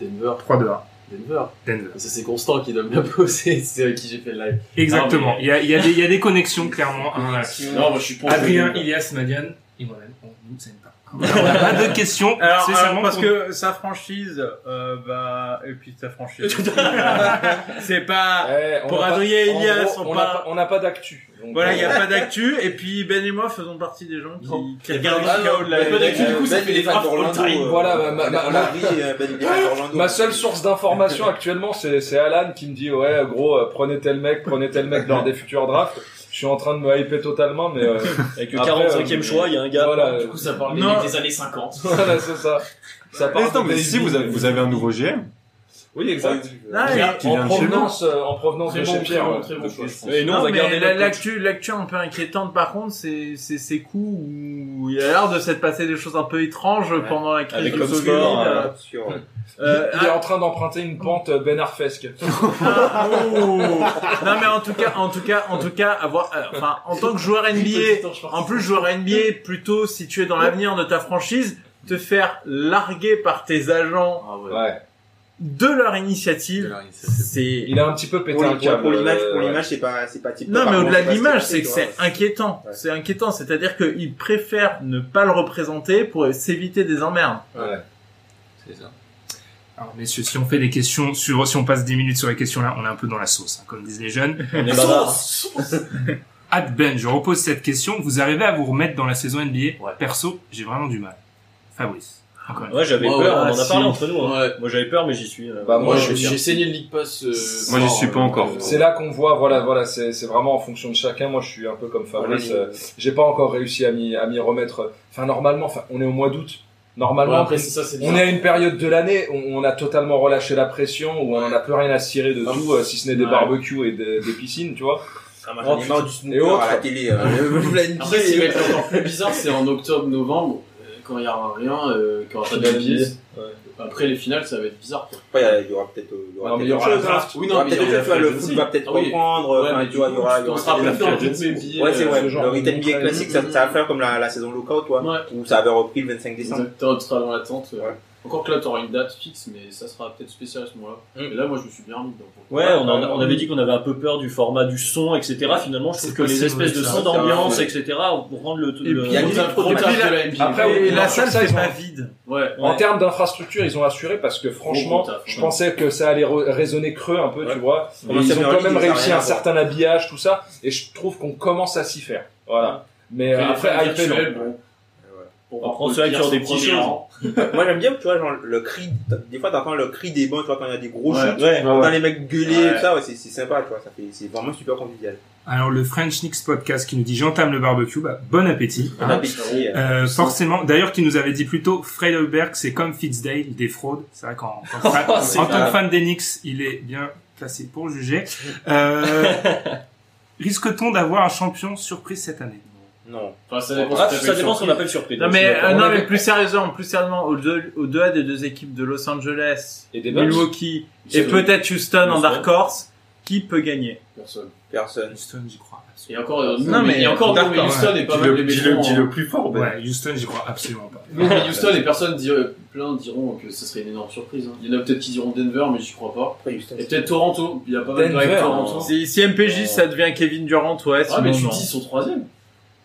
Speaker 3: Denver.
Speaker 1: 3-2-1.
Speaker 3: Denver.
Speaker 1: Denver.
Speaker 3: Et Ça, c'est Constant qui donne la pause, c'est c'est avec qui j'ai fait le live.
Speaker 1: Exactement.
Speaker 3: Non, mais-
Speaker 1: Il y a, il y, a des- il y a des connexions, clairement. hein.
Speaker 3: Non, moi, je suis pour.
Speaker 1: Adrien, Ilias, Madian et moi-même, on nous aime pas. On n'a pas de questions.
Speaker 6: Alors,
Speaker 1: spécialement
Speaker 6: alors, parce
Speaker 1: pour-
Speaker 6: que sa franchise, euh, bah, et puis sa franchise, c'est pas,
Speaker 5: Eh, on
Speaker 6: Pour
Speaker 5: a pas-
Speaker 6: Adrien et
Speaker 5: en
Speaker 6: Elias,
Speaker 5: gros,
Speaker 6: on
Speaker 5: on n'a
Speaker 6: parle-
Speaker 5: pas- on n'a pas d'actu. Donc,
Speaker 6: voilà,
Speaker 5: euh,
Speaker 6: il n'y a pas d'actu, et puis Ben et moi faisons partie des gens qui,
Speaker 8: Non.
Speaker 6: qui regardent le chaos de la
Speaker 8: Ben,
Speaker 6: NBA.
Speaker 8: d'actu, du coup, ça
Speaker 2: Ben,
Speaker 8: fait
Speaker 2: il est
Speaker 8: les
Speaker 2: fan
Speaker 8: draft
Speaker 2: d'Orlando,
Speaker 8: all-time.
Speaker 2: euh,
Speaker 5: Voilà, ma- ma- ma-
Speaker 2: Larry, euh, Ben, il est fan d'Orlando.
Speaker 5: Ma seule source d'information actuellement, c'est c'est Alan qui me dit ouais gros euh, prenez tel mec, prenez tel mec lors des futurs drafts. Je suis en train de me hyper totalement, mais euh,
Speaker 7: Et que
Speaker 5: Après,
Speaker 7: 45 e
Speaker 5: euh,
Speaker 7: choix, il y a un gars.
Speaker 5: voilà,
Speaker 3: Du coup, ça parle des
Speaker 6: Non.
Speaker 3: mecs des années 50.
Speaker 5: voilà c'est ça. Ça
Speaker 4: Mais
Speaker 5: part
Speaker 4: attends,
Speaker 5: de
Speaker 4: mais
Speaker 5: Davis.
Speaker 4: si vous avez, vous avez Ah, un nouveau GM,
Speaker 5: oui exact.
Speaker 6: Non, mais-
Speaker 5: Pierre,
Speaker 4: qui
Speaker 5: en
Speaker 4: vient de chez
Speaker 5: provenance, euh, en provenance
Speaker 3: Très
Speaker 5: de
Speaker 3: bon,
Speaker 5: chez
Speaker 3: très
Speaker 5: Pierre.
Speaker 3: bon,
Speaker 5: ouais.
Speaker 3: très bon choix, je pense.
Speaker 7: Et nous, on
Speaker 6: Non,
Speaker 7: va garder
Speaker 6: mais la-
Speaker 7: notre coach.
Speaker 6: l'actu, l'actu un peu inquiétante, par contre, c'est, c'est ces coups où il a l'air de s'être passé des choses un peu étranges pendant la crise
Speaker 7: Avec
Speaker 6: du
Speaker 7: le
Speaker 6: Covid.
Speaker 2: hein.
Speaker 7: score, euh,
Speaker 6: Euh,
Speaker 2: ah.
Speaker 5: Il est en train d'emprunter une pente euh, benarfesque.
Speaker 6: Ah, oh. non mais en tout cas, en tout cas, en tout cas, avoir, euh, enfin, en tant que joueur NBA, en plus joueur NBA plutôt situé dans l'avenir de ta franchise, te faire larguer par tes agents
Speaker 3: Ah ouais.
Speaker 5: Ouais.
Speaker 6: de leur initiative, c'est
Speaker 5: Il a un petit peu pété
Speaker 2: Pour
Speaker 5: un
Speaker 2: l'image,
Speaker 5: câble.
Speaker 2: pour l'image,
Speaker 5: euh,
Speaker 2: pour
Speaker 5: ouais.
Speaker 2: l'image, c'est pas, c'est pas type.
Speaker 6: non mais
Speaker 2: par
Speaker 6: au-delà de
Speaker 2: contre,
Speaker 6: l'image,
Speaker 2: c'est
Speaker 6: c'est
Speaker 2: pas
Speaker 6: que
Speaker 2: ce
Speaker 6: c'est
Speaker 2: qui
Speaker 6: inquiétant.
Speaker 2: Ouais.
Speaker 6: C'est inquiétant, c'est-à-dire qu'ils préfèrent ne pas le représenter pour s'éviter des emmerdes.
Speaker 5: C'est ça.
Speaker 1: Alors, messieurs, si on fait des questions sur, si on passe 10 minutes sur les questions là, on est un peu dans la sauce, hein, comme disent les jeunes.
Speaker 7: On est hein. bavard.
Speaker 1: At Ben, je repose cette question. Vous arrivez à vous remettre dans la saison NBA
Speaker 7: Ouais.
Speaker 1: Perso, j'ai vraiment du mal. Fabrice. Encore une fois.
Speaker 7: Ouais, j'avais
Speaker 3: Ouais,
Speaker 7: peur,
Speaker 3: ouais,
Speaker 7: on en a
Speaker 3: si.
Speaker 7: parlé entre nous. hein.
Speaker 3: Ouais.
Speaker 7: Moi, j'avais peur, mais j'y suis. euh,
Speaker 5: Bah,
Speaker 3: Moi,
Speaker 5: moi,
Speaker 3: je-
Speaker 5: je-
Speaker 3: j'ai saigné le League Pass. euh,
Speaker 4: Moi, j'y
Speaker 3: fort,
Speaker 4: suis pas
Speaker 3: euh,
Speaker 4: encore.
Speaker 3: euh,
Speaker 5: C'est là qu'on voit, voilà, voilà, c'est c'est vraiment en fonction de chacun. Moi, je suis un peu comme Fabrice.
Speaker 2: Voilà,
Speaker 5: euh, J'ai pas encore réussi à m'y à m'y remettre. Enfin, normalement, enfin, on est au mois d'août.
Speaker 3: Ouais,
Speaker 5: Normalement,
Speaker 3: après, c'est ça, c'est
Speaker 5: on
Speaker 3: bizarre.
Speaker 5: est à une période de l'année où on a totalement relâché la pression, où on en a plus rien à se tirer de
Speaker 3: Ah.
Speaker 5: tout, euh, si ce n'est des
Speaker 3: Ouais.
Speaker 5: barbecues et des, des piscines, tu vois.
Speaker 2: Ah, moi, j'en ai
Speaker 5: Oh,
Speaker 2: marre
Speaker 5: putain.
Speaker 2: du
Speaker 5: Et
Speaker 2: snooker
Speaker 5: autres.
Speaker 2: à la télé. euh, je vous l'ai dit.
Speaker 3: Après, ce qui va être encore plus bizarre, c'est en octobre-novembre, quand il y aura rien, euh, quand il y aura pas de
Speaker 5: Ouais.
Speaker 3: NBA. Après les finales, ça va être bizarre. quoi.
Speaker 2: Après, il y a- il y aura peut-être, euh, il y
Speaker 5: Non,
Speaker 2: aura
Speaker 5: mais
Speaker 2: peut-être
Speaker 5: il y
Speaker 2: autre
Speaker 5: aura
Speaker 2: chose,
Speaker 5: la
Speaker 2: hein.
Speaker 5: draft.
Speaker 3: Oui,
Speaker 2: Il y
Speaker 3: non,
Speaker 2: aura
Speaker 3: mais il y
Speaker 2: peut-être
Speaker 3: aura
Speaker 2: autre chose,
Speaker 3: la
Speaker 2: le
Speaker 3: free
Speaker 2: foot
Speaker 3: agency.
Speaker 2: va peut-être
Speaker 3: Ah oui.
Speaker 2: reprendre,
Speaker 3: Ouais,
Speaker 2: enfin,
Speaker 3: mais
Speaker 2: tu vois, il y aura, il y
Speaker 3: on
Speaker 2: aura
Speaker 3: sera
Speaker 2: peut-être
Speaker 3: plus
Speaker 2: des-
Speaker 3: dans
Speaker 5: la
Speaker 3: le
Speaker 5: free
Speaker 3: rythme
Speaker 5: agency.
Speaker 3: NBA,
Speaker 2: Ouais, c'est
Speaker 3: euh,
Speaker 2: ouais,
Speaker 3: ce genre
Speaker 2: le
Speaker 3: de
Speaker 2: Retail NBA
Speaker 3: montagne.
Speaker 2: classique, ça, ça va faire comme la, la saison lockout, toi,
Speaker 3: Ouais.
Speaker 2: où ça avait repris le 25 décembre.
Speaker 3: Exactement, tu seras dans l'attente. euh.
Speaker 2: Ouais.
Speaker 3: Encore que là, tu auras une date fixe, mais ça sera peut-être spécial à ce moment-là.
Speaker 2: Mm.
Speaker 3: Et là, moi, je me suis bien remis. donc, bon.
Speaker 7: Ouais, on, en- on avait dit qu'on avait un peu peur du format du son, etc. Finalement, je trouve
Speaker 1: C'est
Speaker 7: que les
Speaker 1: possible,
Speaker 7: espèces de
Speaker 1: ça.
Speaker 7: sons d'ambiance,
Speaker 2: Ouais.
Speaker 7: etc., pour rendre le.
Speaker 6: Et
Speaker 7: le-
Speaker 6: puis,
Speaker 3: Il y a
Speaker 6: des
Speaker 3: des trop
Speaker 6: après,
Speaker 3: tard de
Speaker 6: la-
Speaker 3: la NBA.
Speaker 5: après,
Speaker 6: Et
Speaker 5: on
Speaker 6: la
Speaker 5: marche
Speaker 6: salle
Speaker 5: sur ça,
Speaker 6: c'est
Speaker 5: ils
Speaker 6: pas
Speaker 5: ont-
Speaker 6: vide.
Speaker 3: Ouais.
Speaker 5: En termes d'infrastructure, ils ont assuré parce que franchement,
Speaker 3: Gros taf,
Speaker 5: je
Speaker 3: ouais.
Speaker 5: pensais que ça allait re- résonner creux un peu,
Speaker 2: Ouais.
Speaker 5: tu vois.
Speaker 2: On
Speaker 5: Et
Speaker 2: en sait
Speaker 5: ils ont
Speaker 2: rien,
Speaker 5: quand
Speaker 2: ils
Speaker 5: même
Speaker 2: ont
Speaker 5: réussi
Speaker 2: rien à
Speaker 5: un
Speaker 2: voir.
Speaker 5: certain habillage, tout ça, et je trouve qu'on commence à s'y faire. Voilà. Mais euh, après,
Speaker 3: après,
Speaker 5: hypé, non.
Speaker 3: virtuel, bon. On
Speaker 7: Après, on se hype sur des petits choses.
Speaker 2: Moi, j'aime bien, tu vois, genre, le cri, des fois, t'entends le cri des bancs, tu vois, quand il y a des gros
Speaker 7: Ouais.
Speaker 2: shoots,
Speaker 7: Ouais.
Speaker 2: t'entends les mecs gueuler,
Speaker 7: Ouais.
Speaker 2: et tout ça, ouais, c'est, c'est sympa, tu vois, ça fait, c'est vraiment super convivial.
Speaker 1: Alors, le French Knicks podcast qui nous dit j'entame le barbecue, bah, bon appétit.
Speaker 2: Un
Speaker 7: Ah,
Speaker 1: hein.
Speaker 2: appétit, euh,
Speaker 1: Euh, forcément. D'ailleurs, qui nous avait dit plus tôt, Freidelberg, c'est comme Fitzdale, des fraudes. C'est vrai qu'en en tant que fan- en tant que fan d'Enix, il est bien placé pour juger. Euh, risque-t-on d'avoir un champion surprise cette année
Speaker 2: non.
Speaker 3: Enfin, ça dépend.
Speaker 7: Ah, ça dépend ce qu'on appelle surprise.
Speaker 6: Non mais,
Speaker 5: d'accord.
Speaker 6: euh, non,
Speaker 5: On
Speaker 6: mais
Speaker 5: avait-
Speaker 6: plus sérieusement, plus sérieusement, au-delà au delà des deux équipes de Los Angeles,
Speaker 5: Et des Bucks.
Speaker 6: Milwaukee et peut-être Houston en Dark Horse, qui peut gagner
Speaker 3: Personne.
Speaker 2: Personne.
Speaker 1: Houston, j'y crois. absolument
Speaker 3: Et encore, euh,
Speaker 6: Non,
Speaker 3: non, mais,
Speaker 6: mais-
Speaker 3: et encore,
Speaker 6: d'accord,
Speaker 3: non, mais Houston est pas mal
Speaker 4: Dis-le
Speaker 3: les
Speaker 4: dis-le-
Speaker 3: méchants,
Speaker 4: dis-le plus fort,
Speaker 1: pas.
Speaker 4: Ben.
Speaker 1: Ouais, Houston, j'y crois absolument pas.
Speaker 3: Non, mais Houston, les personnes diront, euh, plein diront que ce serait une énorme surprise. hein. Il y en a peut-être qui diront Denver, mais j'y crois pas.
Speaker 2: Après, Houston.
Speaker 3: Et peut-être Toronto. Il y a pas mal de
Speaker 5: Denver,
Speaker 3: avec
Speaker 5: hein.
Speaker 3: Toronto.
Speaker 6: si, si MPJ ça devient Kevin Durant, ouais,
Speaker 3: Ah, mais
Speaker 6: sinon,
Speaker 3: tu
Speaker 6: non.
Speaker 3: dis, ils sont troisième.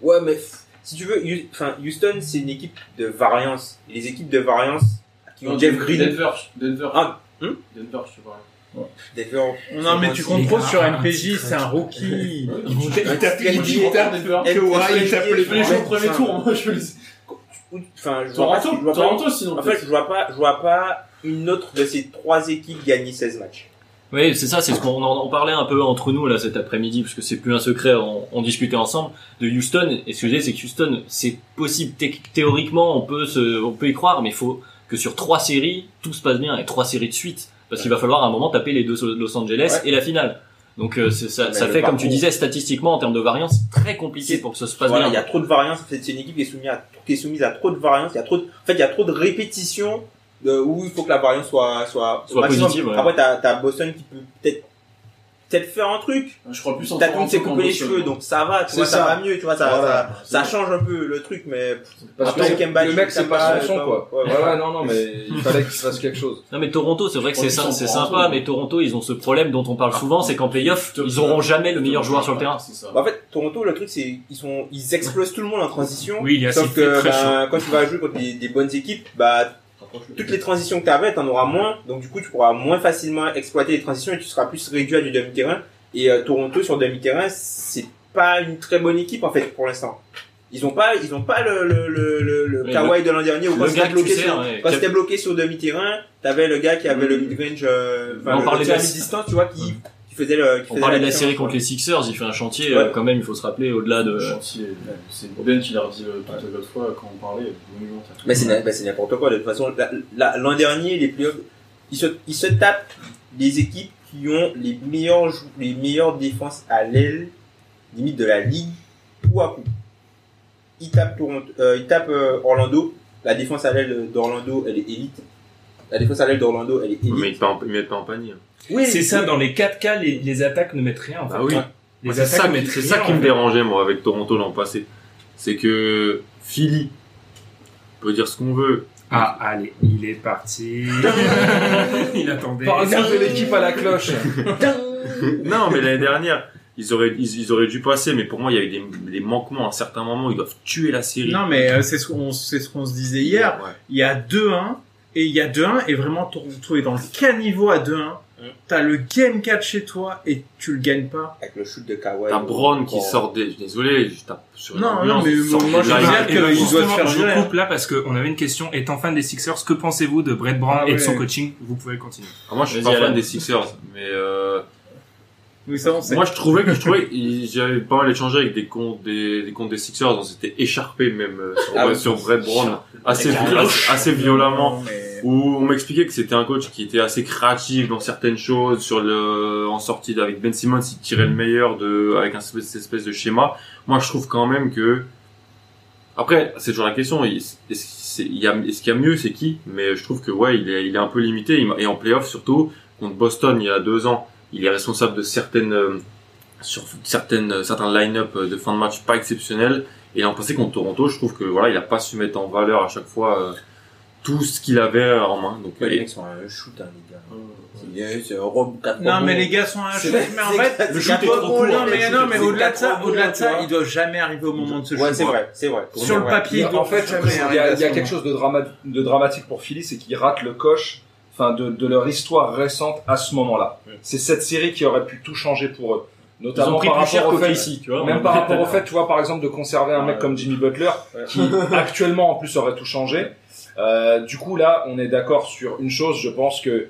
Speaker 2: Ouais, mais f- si tu veux, Hu- enfin, Houston, c'est une équipe de variance. Et les équipes de variance qui ont
Speaker 3: Non,
Speaker 2: Jeff Green.
Speaker 3: Denver. Denver.
Speaker 2: Ah,
Speaker 3: Denver, je sais pas.
Speaker 2: Denver.
Speaker 6: Non mais tu comptes
Speaker 1: Les
Speaker 6: trop
Speaker 1: gars,
Speaker 6: sur
Speaker 1: un
Speaker 6: MPJ,
Speaker 1: petit
Speaker 6: c'est un rookie.
Speaker 3: Il dit Denver, Denver.
Speaker 2: Kawhi, il tape euh, les
Speaker 3: Je les jouer au premier tour, moi, je le dis.
Speaker 2: Enfin, je vois pas,
Speaker 3: Toronto,
Speaker 2: je vois pas,
Speaker 3: Toronto, sinon.
Speaker 2: en fait, je vois pas, je vois pas une autre de ces trois équipes gagner 16 matchs.
Speaker 7: Oui, c'est ça, c'est ce qu'on en, on parlait un peu entre nous là cet après-midi, parce que c'est plus un secret, on, on discutait ensemble de Houston. Et ce que je disais, c'est que Houston, c'est possible thé- théoriquement, on peut se, on peut y croire, mais il faut que sur trois séries, tout se passe bien et trois séries de suite, parce qu'il va falloir à un moment taper les deux so- Los Angeles et la finale. Donc euh, c'est- ça,
Speaker 2: Mais
Speaker 7: ça
Speaker 2: le
Speaker 7: fait, comme
Speaker 2: parcours-
Speaker 7: tu disais, statistiquement en termes de variance, très compliqué
Speaker 2: C'est-
Speaker 7: pour que ça se passe
Speaker 2: Voilà, il y
Speaker 7: bien.
Speaker 2: a trop de variance. C'est c'est une équipe qui est soumise à, qui est soumise à trop de variance. Il y a trop de, en fait, il y a trop de répétitions de, où il faut que la variance soit, soit, au
Speaker 7: Soit
Speaker 2: maximum.
Speaker 7: positive, ouais.
Speaker 2: Après, t'as, t'as Boston qui peut peut-être peut-être faire un truc.
Speaker 8: Je crois plus en
Speaker 2: T'as tout
Speaker 8: en-
Speaker 2: s'est
Speaker 8: en-
Speaker 2: coupé les
Speaker 8: en-
Speaker 2: cheveux, donc ça va, tu
Speaker 5: C'est
Speaker 2: vois, ça.
Speaker 5: ça.
Speaker 2: va mieux, tu vois, ça,
Speaker 5: Voilà.
Speaker 2: ça, ça change un peu le truc, mais
Speaker 5: Parce
Speaker 2: Après,
Speaker 5: que
Speaker 2: Kemba,
Speaker 5: le
Speaker 2: tu-
Speaker 5: mec, c'est
Speaker 2: Kemba,
Speaker 5: pas son
Speaker 2: euh,
Speaker 5: son, quoi.
Speaker 2: ouais,
Speaker 5: Ouais,
Speaker 2: ouais.
Speaker 5: ouais, non, non, mais il fallait qu'il fasse quelque chose.
Speaker 7: Non mais Toronto, c'est vrai que c'est
Speaker 8: Toronto,
Speaker 7: sy- c'est
Speaker 8: Toronto,
Speaker 7: sympa,
Speaker 8: ouais.
Speaker 7: mais Toronto, ils ont ce problème dont on parle
Speaker 2: Ah.
Speaker 7: souvent, c'est qu'en playoff, ils auront jamais le meilleur joueur sur le terrain.
Speaker 8: C'est ça.
Speaker 2: Bah, en fait, Toronto, le truc, c'est ils sont, ils explosent tout le monde en transition.
Speaker 1: Oui, il y a
Speaker 2: sauf
Speaker 1: Sifflet
Speaker 2: que
Speaker 1: très
Speaker 2: ben, quand tu vas jouer contre des, des bonnes équipes, bah
Speaker 8: Rapproche-le.
Speaker 2: toutes les transitions que t'avais, t'en auras moins. Donc du coup, tu pourras moins facilement exploiter les transitions et tu seras plus réduit à du demi-terrain. Et euh, Toronto sur demi-terrain, c'est pas une très bonne équipe en fait pour l'instant. Ils ont pas, ils ont pas le le le le, le
Speaker 7: Mais
Speaker 2: Kawhi de l'an dernier où
Speaker 7: le
Speaker 2: quand
Speaker 7: gars
Speaker 2: c'était
Speaker 7: que
Speaker 2: bloqué,
Speaker 7: tu
Speaker 2: sur-
Speaker 7: sers, ouais,
Speaker 2: quand
Speaker 7: Cap- Mm.
Speaker 2: c'était bloqué sur demi-terrain, t'avais le gars qui avait le mid-range, euh,
Speaker 7: On
Speaker 2: enfin, le
Speaker 7: parlait de
Speaker 2: tir à
Speaker 7: la- Mm.
Speaker 2: mi-distance, tu vois, qui, qui faisait le. Qui
Speaker 7: On
Speaker 2: faisait
Speaker 7: parlait de la
Speaker 2: différence,
Speaker 7: série
Speaker 2: quoi.
Speaker 7: contre les Sixers, il fait un chantier
Speaker 2: Ouais.
Speaker 7: euh, quand même, il faut se rappeler au-delà de...
Speaker 8: Le chantier, ouais, C'est Ben qui l'a redit euh, tout à l'autre fois quand on parlait. monumental.
Speaker 2: Mais c'est, na- bah, c'est n'importe quoi. De toute façon, la- la- l'an dernier, les playoffs, ils se, ils se tapent des équipes qui ont les meilleurs, jou- les meilleures défenses à l'aile, limite de la ligue, coup à coup. Ils tapent Toronto, euh, ils tapent euh, Orlando. La défense à l'aile d'Orlando, elle est élite. La défense à l'aile d'Orlando, elle est élite.
Speaker 4: Mais ils pas en- ils mettent pas en panier. hein.
Speaker 2: Oui,
Speaker 1: C'est ça, dans les 4 cas, les, les attaques ne mettent rien. en fait.
Speaker 4: Ah oui.
Speaker 1: Les
Speaker 4: Moi, C'est
Speaker 1: attaques
Speaker 4: ça, qui-
Speaker 1: mettent
Speaker 4: c'est
Speaker 1: rien,
Speaker 4: ça qui
Speaker 1: en
Speaker 4: me
Speaker 1: fait.
Speaker 4: dérangeait, moi, avec Toronto l'an passé. C'est que Philly on peut dire ce qu'on veut.
Speaker 1: Ah, allez, il est parti. il attendait.
Speaker 5: Par exemple, de l'équipe à la cloche.
Speaker 4: non, mais l'année dernière, ils auraient, ils, ils auraient dû passer, mais pour moi, il y a eu des, des manquements à certains moments. Ils doivent tuer la série.
Speaker 6: Non, mais euh, c'est ce qu'on c'est ce qu'on se disait hier.
Speaker 4: Ouais.
Speaker 6: Il y a 2-1, et il y a 2-1, et vraiment, Toronto est dans le caniveau à 2-1. T'as le game 4 chez toi, et tu le gagnes pas.
Speaker 2: Avec le shoot de Kawhi.
Speaker 4: T'as Brown qui
Speaker 2: Oh.
Speaker 4: sort des. Désolé, je tape sur une
Speaker 6: Non,
Speaker 4: ambulance,
Speaker 6: non, mais
Speaker 4: il sort
Speaker 6: moi,
Speaker 4: des
Speaker 6: je
Speaker 1: Ah,
Speaker 6: veux
Speaker 4: lignes.
Speaker 6: dire
Speaker 1: et ben,
Speaker 6: qu'il doit se
Speaker 1: justement,
Speaker 6: faire gérer.
Speaker 1: Je coupe là parce qu'on avait une question. Étant fan des Sixers, que pensez-vous de Brett Brown
Speaker 6: Ah
Speaker 1: et de son
Speaker 6: ouais.
Speaker 1: coaching Vous pouvez continuer.
Speaker 4: Ah, moi, je suis
Speaker 7: Vas-y,
Speaker 4: pas fan
Speaker 7: Alan.
Speaker 4: des Sixers, mais euh,
Speaker 6: Oui, ça, on sait.
Speaker 4: moi, je trouvais que je trouvais, ils- j'avais pas mal échangé avec des comptes des, des comptes des Sixers, on s'était écharpé même euh, sur,
Speaker 2: Ah oui.
Speaker 4: sur Brett Brown assez,
Speaker 7: Avec la
Speaker 4: vi-
Speaker 7: cloche.
Speaker 4: assez, assez violemment.
Speaker 6: Mais-
Speaker 4: où on m'expliquait que c'était un coach qui était assez créatif dans certaines choses sur le en sortie avec Ben Simmons il tirait le meilleur de avec un espèce, cette espèce de schéma moi je trouve quand même que après c'est toujours la question il- est-ce qu'il c'est- il y a est-ce qu'il y a mieux c'est qui mais je trouve que ouais il est il est un peu limité Il m'a- et en playoff surtout contre Boston il y a deux ans il est responsable de certaines euh, sur certaines euh, certains line-up de fin de match pas exceptionnels et l'an passé contre Toronto je trouve que voilà il a pas su mettre en valeur à chaque fois euh, tout ce qu'il avait en main donc
Speaker 2: Ouais,
Speaker 4: et-
Speaker 2: les mecs sont un shoot, hein, les gars. C'est- C'est un robe quatre
Speaker 6: Oh, Non,
Speaker 2: rebonds.
Speaker 6: mais les gars sont un
Speaker 2: C'est-
Speaker 6: shoot, mais en
Speaker 2: c'est-
Speaker 6: fait,
Speaker 2: c'est
Speaker 6: le shoot
Speaker 2: quatre
Speaker 6: est trop
Speaker 2: rebonds,
Speaker 6: cool. Non,
Speaker 2: le
Speaker 6: mais
Speaker 2: shoot
Speaker 6: non,
Speaker 2: est
Speaker 6: mais
Speaker 2: quatre
Speaker 6: au-delà de ça,
Speaker 2: rebonds,
Speaker 6: au-delà de
Speaker 2: tu
Speaker 6: ça,
Speaker 2: vois.
Speaker 6: ils doivent jamais arriver au moment de ce
Speaker 2: Ouais,
Speaker 6: shoot.
Speaker 2: c'est vrai, c'est vrai.
Speaker 6: Sur le
Speaker 2: Ouais.
Speaker 6: papier, ils
Speaker 5: en
Speaker 6: doivent
Speaker 5: fait,
Speaker 6: jamais
Speaker 5: il
Speaker 6: arriver
Speaker 5: y a,
Speaker 6: à
Speaker 5: il y a
Speaker 6: ce
Speaker 5: quelque
Speaker 6: moment.
Speaker 5: chose de, drama- de dramatique pour Philly, c'est qu'ils ratent le coche, enfin, de, de leur histoire récente à ce moment-là. C'est cette série qui aurait pu tout changer pour eux.
Speaker 7: Ils ont
Speaker 5: Notamment
Speaker 7: pris
Speaker 5: par
Speaker 7: plus
Speaker 5: rapport
Speaker 7: cher
Speaker 5: au
Speaker 7: qu'au
Speaker 5: fait,
Speaker 7: ici, tu vois. on
Speaker 5: même
Speaker 7: en
Speaker 5: par
Speaker 7: parlait
Speaker 5: rapport au
Speaker 7: tout à
Speaker 5: fait, tu vois, par exemple, de conserver un mec comme Jimmy Butler, qui actuellement en plus aurait tout changé. Euh, du coup, là, on est d'accord sur une chose. Je pense que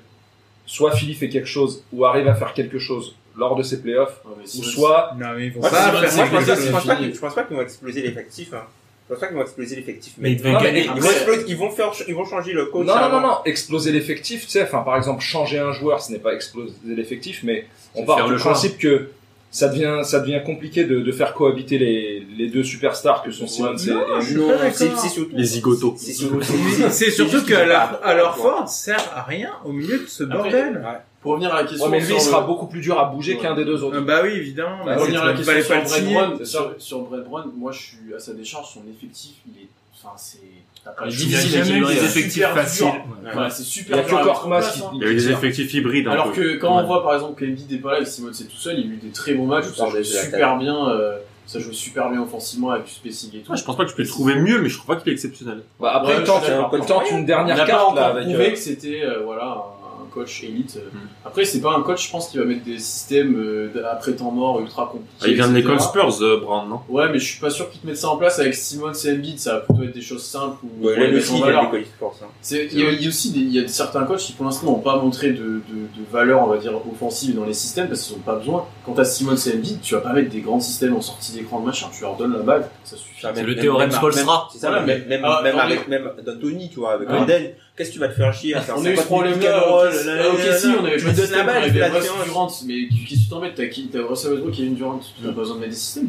Speaker 5: soit Philly fait quelque chose ou arrive à faire quelque chose lors de ses playoffs,
Speaker 8: Ouais, mais
Speaker 5: ou
Speaker 8: Simmons-
Speaker 5: soit
Speaker 6: Non, mais ils vont
Speaker 2: Moi,
Speaker 6: pas
Speaker 2: je,
Speaker 6: faire
Speaker 2: pense- moi, je pense
Speaker 6: quelque
Speaker 2: pas-
Speaker 6: chose.
Speaker 2: je pense pas qu'ils- je pense pas qu'ils vont exploser l'effectif. Hein. Je pense pas qu'ils vont exploser l'effectif.
Speaker 1: Mais ils devaient
Speaker 5: Non, mais
Speaker 1: gagner.
Speaker 2: Ils,
Speaker 5: après-
Speaker 2: vont exploser- ils vont faire, ils vont changer le coach.
Speaker 5: Non, non,
Speaker 2: avant.
Speaker 5: non, non, exploser l'effectif, tu sais, enfin, par exemple, changer un joueur, ce n'est pas exploser l'effectif, mais on
Speaker 7: C'est
Speaker 5: part
Speaker 7: faire
Speaker 5: du
Speaker 7: le choix.
Speaker 5: principe que ça devient, ça devient compliqué de, de faire cohabiter les, les deux superstars que sont Simmons et- et,
Speaker 6: je suis
Speaker 2: Non,
Speaker 6: pas d'accord.
Speaker 2: c'est c'est surtout.
Speaker 4: Les zigotos.
Speaker 2: C'est surtout.
Speaker 6: Mais C'est surtout
Speaker 2: juste
Speaker 6: que
Speaker 2: qu'ils ont
Speaker 6: la-
Speaker 2: pas-
Speaker 6: alors Ford sert à rien au milieu de ce
Speaker 8: Après, euh,
Speaker 6: bordel.
Speaker 8: Pour revenir à la question.
Speaker 5: Ouais, mais lui,
Speaker 8: sur
Speaker 5: il
Speaker 8: le-
Speaker 5: sera beaucoup plus dur à bouger
Speaker 8: Ouais.
Speaker 5: qu'un des deux
Speaker 6: Euh,
Speaker 5: autres.
Speaker 6: Bah oui, évidemment.
Speaker 8: Pour
Speaker 6: Bah,
Speaker 8: revenir à la
Speaker 6: c'est-
Speaker 8: question
Speaker 6: fallait
Speaker 8: sur
Speaker 6: pas le
Speaker 8: Brett
Speaker 6: signer.
Speaker 8: Brown,
Speaker 5: c'est
Speaker 8: sur, sur Brett Brown, moi je suis à sa décharge, son effectif, il est. Enfin, c'est. t'as pas
Speaker 7: Il
Speaker 8: le
Speaker 7: est
Speaker 8: choix.
Speaker 1: Il n'y a
Speaker 7: difficile à
Speaker 1: jamais eu
Speaker 7: gérer,
Speaker 1: des
Speaker 7: ouais.
Speaker 1: effectifs
Speaker 8: Super dur.
Speaker 1: faciles.
Speaker 8: Ouais,
Speaker 1: Ouais.
Speaker 8: c'est
Speaker 5: Il y
Speaker 8: super
Speaker 5: a que
Speaker 8: dur à mettre en
Speaker 5: Korkmaz
Speaker 8: place,
Speaker 5: qui,
Speaker 8: hein.
Speaker 4: il y avait des
Speaker 5: qui tire.
Speaker 4: effectifs hybrides un
Speaker 8: Alors
Speaker 4: peu.
Speaker 8: que quand
Speaker 4: Ouais.
Speaker 8: on voit par exemple que Embiid n'est pas là et que Simmons est tout seul, il y a eu des très bons matchs, où ça
Speaker 2: Pardon,
Speaker 8: jouait
Speaker 2: j'ai la
Speaker 8: super bien, euh, ça jouait super bien offensivement avec du spacing et tout.
Speaker 4: Ouais, je pense pas que tu peux le trouver mieux, mais je trouve pas qu'il est exceptionnel.
Speaker 5: Bah, après,
Speaker 8: Ouais,
Speaker 5: tente,
Speaker 8: je suis d'accord.
Speaker 5: tente une
Speaker 8: On
Speaker 5: dernière
Speaker 8: n'a pas
Speaker 5: carte, là,
Speaker 8: encore
Speaker 5: avec,
Speaker 8: prouvé
Speaker 5: euh,
Speaker 8: que c'était euh, voilà, un- un coach élite. euh.
Speaker 4: Mm.
Speaker 8: Après, c'est pas un coach, je pense, qui va mettre des systèmes euh, d- après temps mort ultra compliqués.
Speaker 4: Ah, il vient de
Speaker 8: etc.
Speaker 4: l'école Spurs, euh, Brown, non
Speaker 8: Ouais, mais je suis pas sûr qu'ils te mettent ça en place avec Simmons et Embiid, ça va plutôt être des choses simples ou
Speaker 2: Ouais,
Speaker 8: ouais,
Speaker 2: là, le
Speaker 8: mettre en
Speaker 2: signe, il y a
Speaker 8: valeur.
Speaker 2: des colis de force. hein.
Speaker 8: C'est- Il y, a- il y a aussi des, il y a certains coachs qui pour l'instant n'ont pas montré de, de, de valeur, on va dire, offensive dans les systèmes parce qu'ils n'ont pas besoin. Quand à Simon et Embiid, tu vas pas mettre des grands systèmes en sortie d'écran de machin, tu leur donnes la balle, ça suffit.
Speaker 2: Enfin, même-
Speaker 7: le
Speaker 2: même-
Speaker 7: théorème
Speaker 2: même-
Speaker 7: Spoelstra.
Speaker 2: même- C'est ça,
Speaker 8: Voilà,
Speaker 2: même,
Speaker 8: mais-
Speaker 2: même,
Speaker 8: ah,
Speaker 2: même
Speaker 8: non,
Speaker 2: avec, même d'Anthony, tu vois, avec
Speaker 8: Ouais.
Speaker 2: Harden. Qu'est-ce que tu vas te faire chier hein, à faire
Speaker 8: on a eu ce
Speaker 2: 50 000
Speaker 8: problème là.
Speaker 2: roll, là, là,
Speaker 8: Ok,
Speaker 2: là,
Speaker 8: si,
Speaker 2: là.
Speaker 8: on avait
Speaker 2: Tu
Speaker 8: pas de
Speaker 2: me donnes la
Speaker 8: système, on
Speaker 2: balle, tu
Speaker 8: avait
Speaker 2: la
Speaker 8: Russ
Speaker 2: tiens.
Speaker 8: Durant, mais qu'est-ce que tu t'en mets T'as qui T'as Russell Westbrook et Kevin Durant, tu n'as pas besoin de mettre des systèmes.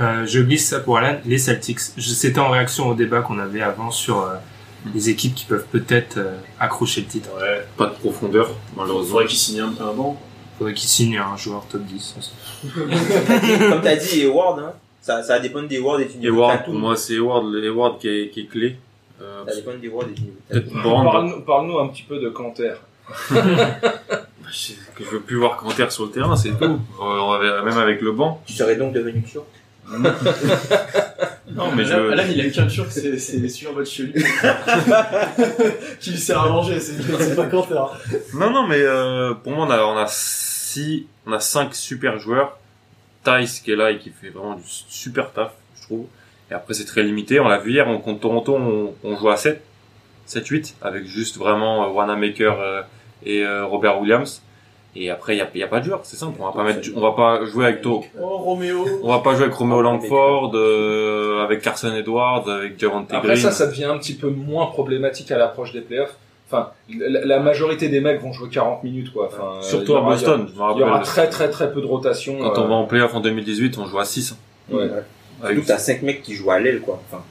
Speaker 1: Euh, je glisse ça pour Alan, les Celtics. Je- C'était en réaction au débat qu'on avait avant sur euh, les équipes qui peuvent peut-être euh, accrocher le titre.
Speaker 8: Ouais,
Speaker 4: Pas de profondeur,
Speaker 8: il
Speaker 4: malheureusement.
Speaker 8: faudrait qu'ils signent un, un banc.
Speaker 1: Faudrait qu'il signe un joueur top 10.
Speaker 2: Comme t'as dit, Hayward, hein, ça, ça dépend des Hayward et du niveau de
Speaker 4: Hayward,
Speaker 2: tatou.
Speaker 4: pour moi, c'est Hayward, le- Hayward qui est, qui est clé. Euh,
Speaker 2: Ça dépend des Hayward et du niveau de tatou.
Speaker 4: Peut-être Brand,
Speaker 5: Parle-nous parle-nous un petit peu de Canter.
Speaker 4: je je veux plus voir Canter sur le terrain, c'est tout. Euh, on avait- même avec le banc.
Speaker 2: Tu serais donc devenu sûr.
Speaker 4: Non, mais
Speaker 8: Alan,
Speaker 4: je,
Speaker 8: Alan, il a une culture que c'est c'est sur votre chez lui. qui lui sert à manger, c'est c'est pas Quentin.
Speaker 4: non, non, mais euh, pour moi, on a, on a six, on a cinq super joueurs. Tice qui est là et qui fait vraiment du super taf, je trouve. Et après, c'est très limité. On l'a vu hier, on contre Toronto, on, on joue à 7, 7-8, avec juste vraiment euh, Wanamaker euh, et euh, Robert Williams. Et après, il n'y a, pas de joueur, c'est simple. On va pas mettre, du- on va pas jouer avec To-
Speaker 8: Oh, Roméo.
Speaker 4: On va pas jouer avec
Speaker 5: Ah,
Speaker 4: Romeo Langford, euh, avec Carson Edwards, avec Javante
Speaker 5: Après
Speaker 4: Green.
Speaker 5: ça, ça devient un petit peu moins problématique à l'approche des playoffs. Enfin, la, la majorité des mecs vont jouer 40 minutes, quoi. Enfin, euh, il
Speaker 4: Surtout
Speaker 5: y
Speaker 4: à
Speaker 5: aura-
Speaker 4: Boston, je me
Speaker 5: Il y aura
Speaker 4: rappelle.
Speaker 5: très très très peu de rotation.
Speaker 4: Quand
Speaker 5: euh,
Speaker 4: on va en playoff en 2018, on joue à hein. 6.
Speaker 5: ouais.
Speaker 2: Surtout que t'as 5 mecs qui jouent à l'aile, quoi. Enfin,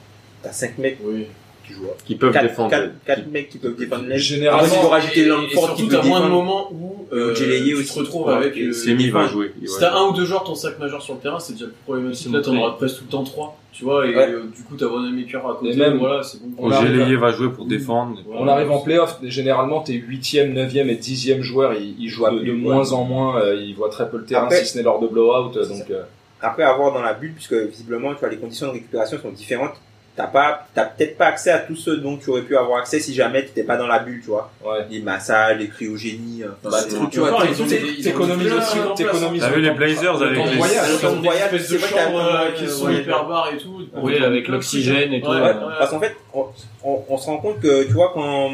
Speaker 2: t'as 5 mecs
Speaker 8: Oui.
Speaker 2: qui jouent à
Speaker 4: Qui peuvent
Speaker 2: 4,
Speaker 4: défendre.
Speaker 2: 4, 4 mecs qui peuvent défendre l'aile.
Speaker 5: Généralement,
Speaker 2: Après, tu peux rajouter
Speaker 8: et- et
Speaker 2: Langford qui
Speaker 8: surtout,
Speaker 2: peut
Speaker 8: t'as moins de
Speaker 2: défendre.
Speaker 8: moments où
Speaker 2: Ou
Speaker 8: euh,
Speaker 2: Jelley
Speaker 8: tu
Speaker 2: aussi.
Speaker 8: te retrouves
Speaker 2: Ouais,
Speaker 8: avec.
Speaker 4: Et
Speaker 8: euh,
Speaker 4: Semi
Speaker 8: des
Speaker 4: va
Speaker 8: points.
Speaker 4: jouer. il
Speaker 8: Si
Speaker 4: va
Speaker 8: t'as
Speaker 4: jouer.
Speaker 8: un ou deux joueurs ton sac majeur sur le terrain, c'est déjà plus problématique.
Speaker 4: C'est
Speaker 8: Là,
Speaker 4: bon.
Speaker 8: t'en auras presque tout le temps trois. Tu vois, et
Speaker 2: Ouais.
Speaker 8: euh, du coup, t'as Wanamaker à côté.
Speaker 5: Et même-
Speaker 8: voilà, c'est bon.
Speaker 5: on arrive
Speaker 4: Ogilvy va jouer pour défendre.
Speaker 8: Ouais.
Speaker 5: On arrive en playoff, généralement tes 8e, 9e et 10e joueurs, ils, ils jouent de, de moins en moins, euh, ils voient très peu le terrain
Speaker 2: Après-
Speaker 5: si ce n'est lors de blowout. euh,
Speaker 2: C'est
Speaker 5: Donc, euh,
Speaker 2: Après, avoir dans la bulle, puisque visiblement, tu vois, les conditions de récupération sont différentes. T'as pas, t'as peut-être pas accès à tout ce dont tu aurais pu avoir accès si jamais t'étais pas dans la bulle, tu vois.
Speaker 5: ouais.
Speaker 2: Les massages, les cryogénies, euh, enfin,
Speaker 8: Bah,
Speaker 2: c'est-
Speaker 8: t'es-
Speaker 5: Tu
Speaker 8: tu
Speaker 5: vois,
Speaker 8: vois,
Speaker 5: t'es-
Speaker 8: ils ont
Speaker 5: t'es-
Speaker 8: des- ils ont des
Speaker 5: t'économises
Speaker 8: fleurs,
Speaker 5: aussi,
Speaker 8: hein,
Speaker 5: t'économises
Speaker 4: T'as vu
Speaker 5: le
Speaker 4: les
Speaker 5: temps de tra-
Speaker 4: Blazers
Speaker 5: le
Speaker 4: avec
Speaker 5: temps de
Speaker 4: les-
Speaker 5: voyage.
Speaker 2: Ils ont
Speaker 8: Ils
Speaker 2: des
Speaker 8: ont des
Speaker 2: voyages,
Speaker 8: espèces
Speaker 2: c'est
Speaker 8: de
Speaker 2: vrai qu'il y a
Speaker 8: chambres
Speaker 2: pas mal
Speaker 8: euh,
Speaker 2: de-
Speaker 8: qui sont
Speaker 2: ouais.
Speaker 8: hyper barres et tout. euh,
Speaker 7: Oui, avec l'oxygène et tout.
Speaker 8: Ouais,
Speaker 2: Ouais,
Speaker 7: euh,
Speaker 2: parce qu'en fait, on, on- on se rend compte que, tu vois, quand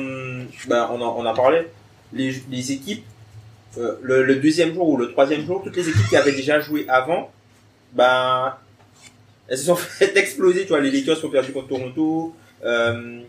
Speaker 2: ben, on, en, on en parlait, les, les équipes, euh, le, le deuxième jour ou le troisième jour, toutes les équipes qui avaient déjà joué avant, ben, elles se sont faites exploser, tu vois, les Lakers qui ont perdu contre Toronto, euh,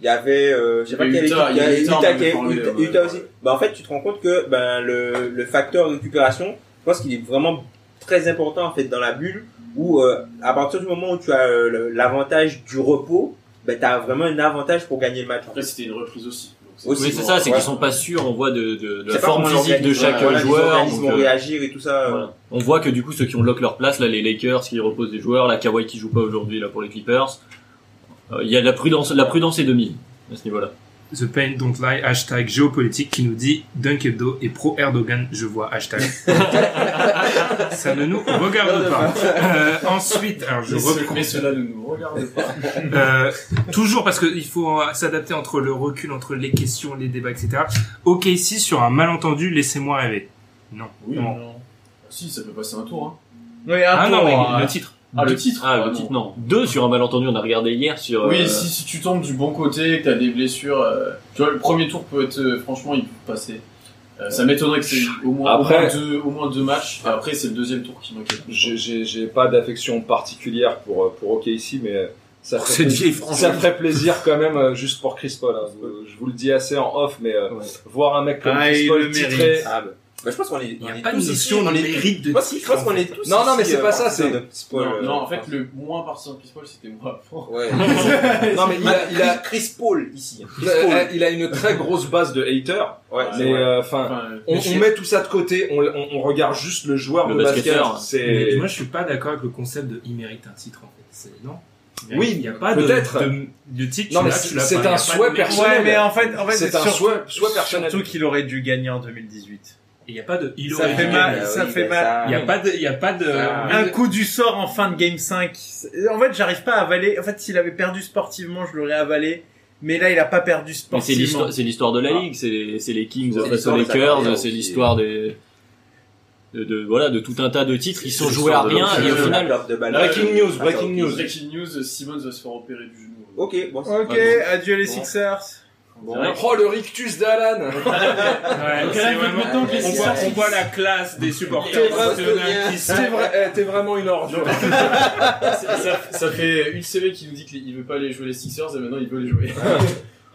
Speaker 2: il y avait, euh, je
Speaker 8: Il y
Speaker 2: sais pas
Speaker 8: avait
Speaker 2: quelle équipe,
Speaker 8: Utah,
Speaker 2: il y avait
Speaker 8: il y avait
Speaker 2: Utah,
Speaker 8: Utah,
Speaker 2: qui avait-
Speaker 8: on en avait
Speaker 2: Utah-
Speaker 8: parlé,
Speaker 2: Utah
Speaker 8: ouais.
Speaker 2: aussi. Ben, en fait, tu te rends compte que ben, le, le facteur récupération, je pense qu'il est vraiment très important en fait dans la bulle où euh, à partir du moment où tu as euh, le- l'avantage du repos, ben, tu as vraiment un avantage pour gagner le match. en fait.
Speaker 8: Après, c'était une reprise aussi. Donc, c'est-
Speaker 2: Aussi,
Speaker 7: Oui, c'est ça, c'est
Speaker 2: ouais.
Speaker 7: qu'ils sont pas sûrs, on voit de, de, de
Speaker 2: Je
Speaker 7: la
Speaker 2: sais pas
Speaker 7: forme
Speaker 2: comment
Speaker 7: physique de
Speaker 2: l'organisme-
Speaker 7: chaque
Speaker 2: voilà, les
Speaker 7: joueur.
Speaker 2: organismes
Speaker 7: donc,
Speaker 2: vont
Speaker 7: euh,
Speaker 2: réagir et tout ça. euh.
Speaker 7: voilà. On voit que du coup, ceux qui ont lock leur place, là, les Lakers qui reposent des joueurs, la Kawhi qui joue pas aujourd'hui, là, pour les Clippers. Euh, Il y a de la prudence, la prudence est de mise à ce niveau-là.
Speaker 1: The Pain Don't Lie, hashtag géopolitique qui nous dit Dunk Hebdo et pro Erdogan, je vois, hashtag. Ça ne nous regarde pas. Euh, ensuite, alors je
Speaker 8: Mais ce-
Speaker 1: reprends.
Speaker 8: Mais cela ne nous regarde pas.
Speaker 1: Euh, toujours parce qu'il faut euh, s'adapter entre le recul, entre les questions, les débats, etc. Ok, si sur un malentendu, laissez-moi rêver. Non.
Speaker 8: Oui, non. Si, ça peut passer un tour. Hein.
Speaker 6: Oui, un
Speaker 1: Ah
Speaker 6: tour,
Speaker 1: non, mais
Speaker 6: hein.
Speaker 1: le titre.
Speaker 8: Ah, le titre
Speaker 7: Ah,
Speaker 8: ah,
Speaker 7: le titre, non. Deux sur un malentendu, on a regardé hier sur. euh,
Speaker 8: Oui, si, si tu tombes du bon côté, que t'as des blessures, euh, tu vois, le premier tour peut être, euh, franchement, il peut passer. Euh, ça m'étonnerait que c'est au moins,
Speaker 5: Après-
Speaker 8: au, moins deux, au moins deux matchs. Et après, c'est le deuxième tour qui m'inquiète.
Speaker 5: J'ai- J'ai j'ai pas d'affection particulière pour, euh, pour OK ici, mais euh, ça
Speaker 4: Pour
Speaker 5: ferait,
Speaker 4: cette
Speaker 5: plaisir-
Speaker 4: vieille France.
Speaker 5: ça ferait plaisir quand même euh, juste pour Chris Paul. hein. Euh, Je vous le dis assez en off, mais euh, voir un mec comme
Speaker 6: Ah,
Speaker 5: Chris
Speaker 6: il
Speaker 5: Paul
Speaker 6: le
Speaker 5: titré.
Speaker 6: mérite.
Speaker 2: Ah, ben. Ben, je pense qu'on est, on est
Speaker 1: pas de
Speaker 2: tous
Speaker 1: notion
Speaker 2: ici,
Speaker 1: de
Speaker 2: on est-
Speaker 1: mérite de
Speaker 2: Moi, si, je pense
Speaker 1: titre, en
Speaker 2: qu'on est tous
Speaker 5: Non, non,
Speaker 2: ici,
Speaker 5: mais c'est
Speaker 2: euh,
Speaker 5: pas ça, c'est-
Speaker 2: partisans de petit
Speaker 8: Non,
Speaker 2: Paul, euh,
Speaker 8: non, en fait, le moins partisan de Chris Paul, c'était moi.
Speaker 2: Ouais.
Speaker 5: Non, mais il a, il a,
Speaker 2: Chris Paul ici.
Speaker 5: il a- euh, il a une très grosse base de haters,
Speaker 2: Ouais, c'est
Speaker 5: mais
Speaker 2: vrai.
Speaker 5: enfin.
Speaker 8: Enfin, euh,
Speaker 5: on,
Speaker 8: mais je-
Speaker 5: on met tout ça de côté, on, on, on regarde juste le joueur
Speaker 7: Le
Speaker 5: de basket.
Speaker 7: basketteur.
Speaker 1: Mais
Speaker 5: C'est
Speaker 1: moi, je suis pas d'accord avec le concept de il mérite un titre, en fait. C'est- Non.
Speaker 5: Oui,
Speaker 1: il n'y a pas de,
Speaker 5: peut-être.
Speaker 1: de, de titre.
Speaker 5: Non,
Speaker 1: tu
Speaker 5: mais
Speaker 1: l'as,
Speaker 5: c'est-
Speaker 1: tu l'as
Speaker 5: c'est
Speaker 1: pas, il y a
Speaker 5: un
Speaker 1: pas
Speaker 5: souhait
Speaker 1: de-
Speaker 5: perso-
Speaker 6: Ouais, mais en fait, en fait,
Speaker 5: C'est un
Speaker 6: surtout-
Speaker 5: souhait- souhait personnel.
Speaker 6: Surtout qu'il aurait dû gagner en 2018.
Speaker 1: Il n'y a pas de. Il
Speaker 6: Ça
Speaker 1: aurait
Speaker 6: fait
Speaker 1: dû
Speaker 6: mal,
Speaker 1: gagner.
Speaker 6: ça
Speaker 2: oui,
Speaker 6: fait
Speaker 2: ben,
Speaker 6: mal.
Speaker 2: ça-
Speaker 1: Il n'y a pas de. Il y a pas de.
Speaker 2: Ah.
Speaker 6: Un coup du sort en fin de game 5. C'est- En fait, j'arrive pas à avaler. En fait, s'il avait perdu sportivement, je l'aurais avalé. Mais là, il a pas perdu
Speaker 7: mais c'est
Speaker 6: sportivement.
Speaker 7: l'histoire, c'est l'histoire de la ligue, c'est les, c'est les Kings
Speaker 2: C'est
Speaker 7: face aux
Speaker 2: l'histoire de sa
Speaker 7: Lakers,
Speaker 2: carrière
Speaker 7: c'est
Speaker 2: aussi.
Speaker 7: l'histoire des, de, de- voilà, de tout un tas de titres qui sont joués à
Speaker 4: l'histoire de
Speaker 7: rien et au
Speaker 2: Euh,
Speaker 7: final,
Speaker 2: la perte de balle.
Speaker 5: Breaking news,
Speaker 2: Ah,
Speaker 5: breaking
Speaker 2: ça, ok.
Speaker 5: news.
Speaker 8: Breaking news, Simmons va se faire opérer du genou.
Speaker 2: Ok, Ah, bon, c'est-
Speaker 6: Ok,
Speaker 7: Ouais,
Speaker 6: adieu les
Speaker 2: Bon.
Speaker 6: Sixers.
Speaker 7: Ouais.
Speaker 5: Oh le rictus d'Alan
Speaker 1: Ouais,
Speaker 8: Donc,
Speaker 1: c'est
Speaker 8: Alan,
Speaker 1: vraiment-
Speaker 8: maintenant que les
Speaker 1: on, voit,
Speaker 8: Sixers-
Speaker 1: on voit la classe des supporters
Speaker 5: T'es vrai-
Speaker 1: nationaux qui sont.
Speaker 5: T'es vrai- eh, t'es vraiment une ordure.
Speaker 8: ça, ça- ça fait une CV qui nous dit qu'il veut pas les jouer les Sixers et maintenant il veut les jouer.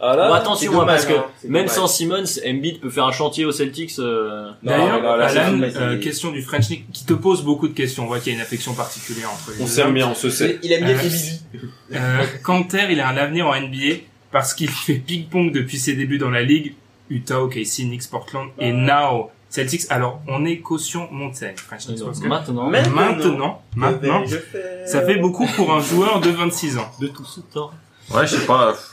Speaker 5: Ah
Speaker 7: Bon,
Speaker 5: là
Speaker 7: attention,
Speaker 2: c'est
Speaker 7: hein,
Speaker 2: dommage,
Speaker 7: parce que
Speaker 2: hein, c'est
Speaker 7: même
Speaker 2: dommage.
Speaker 7: sans Simmons, Embiid peut faire un chantier aux Celtics. euh,
Speaker 5: Non, mais là,
Speaker 1: D'ailleurs,
Speaker 5: là, c'est
Speaker 1: Alan,
Speaker 2: dommage,
Speaker 1: euh,
Speaker 2: c'est-
Speaker 1: question du French Nick, qui te pose beaucoup de questions. On voit qu'il y a une affection particulière entre les
Speaker 4: On
Speaker 1: deux.
Speaker 4: s'aime bien, on se sait.
Speaker 2: Il aime bien
Speaker 1: Euh,
Speaker 2: les bisous.
Speaker 1: Euh, Canter, il a un avenir en NBA parce qu'il fait ping-pong depuis ses débuts dans la ligue. Utah, OKC, Knicks, Portland et Now. Celtics. Alors, on est caution montagne. Franchise
Speaker 7: Donc,
Speaker 1: parce que-
Speaker 7: Maintenant,
Speaker 2: Mais-
Speaker 1: Maintenant, maintenant,
Speaker 2: Je fais-
Speaker 1: ça fait beaucoup pour un joueur de 26 ans.
Speaker 7: de tout ce temps.
Speaker 4: Ouais, je sais pas. pff,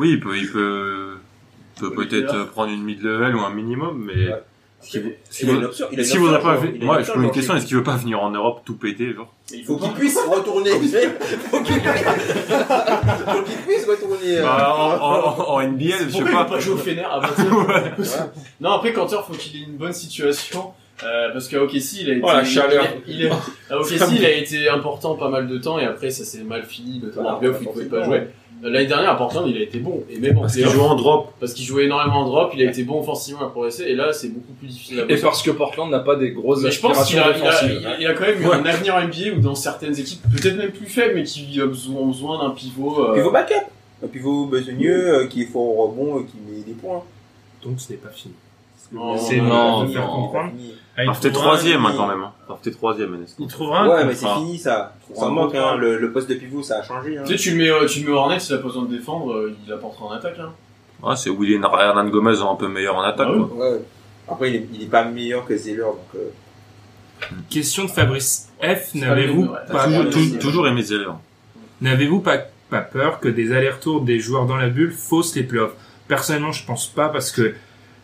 Speaker 4: Oui, il peut, il peut, il peut peut-être euh, prendre une mid-level ou un minimum, mais.
Speaker 2: Ouais.
Speaker 4: Est-ce qu'il vaut- est-ce
Speaker 2: Il
Speaker 4: qu'il
Speaker 2: a une
Speaker 4: vaut-
Speaker 2: option. il a
Speaker 4: est-ce
Speaker 2: une
Speaker 4: qu'il voudrait
Speaker 2: option,
Speaker 4: pas.
Speaker 2: genre,
Speaker 4: vi-
Speaker 2: il a
Speaker 4: Moi,
Speaker 2: une
Speaker 4: je
Speaker 2: option,
Speaker 4: pose une
Speaker 2: genre,
Speaker 4: question. Est-ce qu'il veut pas venir en Europe tout péter, genre
Speaker 2: Il faut qu'il puisse retourner. faut qu'il faut qu'il puisse retourner. euh,
Speaker 4: Bah, en, en- en NBA, je sais
Speaker 3: Pourquoi il
Speaker 4: pas.
Speaker 3: peut pas jouer au Fener à 21 Non, après, Cantor, faut qu'il ait une bonne situation. euh, parce qu'à OKC, il a été.
Speaker 5: Oh, la chaleur.
Speaker 3: Il est- euh, à OKC, il a été important pas mal de temps et après, ça s'est mal fini, notamment
Speaker 2: Voilà,
Speaker 3: en playoff, il pouvait pas jouer. L'année dernière, à Portland, il a été bon. Et même en
Speaker 4: Parce qu'il
Speaker 3: playoff,
Speaker 4: joue en drop.
Speaker 3: parce qu'il jouait énormément en drop, il a été bon offensivement à progresser et là, c'est beaucoup plus difficile à
Speaker 5: Et
Speaker 3: bosser.
Speaker 5: parce que Portland n'a pas des grosses
Speaker 3: Mais je pense qu'il a, il
Speaker 5: aspirations
Speaker 3: a-
Speaker 5: défensives.
Speaker 3: il a- il a quand même eu un avenir NBA ou dans certaines équipes, peut-être même plus faibles, mais qui ont besoin, ont besoin d'un pivot. euh,
Speaker 2: Pivot backup. Un pivot besogneux euh, qui est fort au rebond et qui met des points.
Speaker 1: Donc, ce n'est pas fini.
Speaker 3: Non,
Speaker 1: C'est
Speaker 3: non,
Speaker 1: de faire
Speaker 3: non.
Speaker 1: comprendre.
Speaker 6: Ah, il
Speaker 4: Alors, t'es
Speaker 6: trouvera-
Speaker 4: troisième, hein, quand même. hein. Alors, t'es troisième, Enes.
Speaker 6: Il trouvera un
Speaker 2: Ouais, mais c'est
Speaker 4: contrat.
Speaker 2: fini ça.
Speaker 4: Trouve
Speaker 2: Ça
Speaker 4: un
Speaker 2: manque,
Speaker 4: contrat.
Speaker 2: hein. Le, le poste de pivot, ça a changé. Hein.
Speaker 3: Tu sais, tu le mets, euh, tu le mets au Hornet, s'il a pas besoin de défendre, euh, il apportera en attaque. Hein.
Speaker 4: Ouais, c'est William Hernan Gomez un peu meilleur en attaque,
Speaker 3: Ah oui.
Speaker 4: quoi.
Speaker 2: Ouais. Après, il est, il est pas meilleur que Zeller, donc. euh,
Speaker 1: Question de Fabrice F.
Speaker 3: pas les
Speaker 1: N'avez-vous
Speaker 3: mêmes, ouais.
Speaker 1: pas,
Speaker 2: Toujours-
Speaker 4: Tou- tou- Toujours aimé hein. Zeller.
Speaker 1: n'avez-vous pas, pas peur que des allers-retours des joueurs dans la bulle faussent les playoffs Personnellement, je pense pas parce que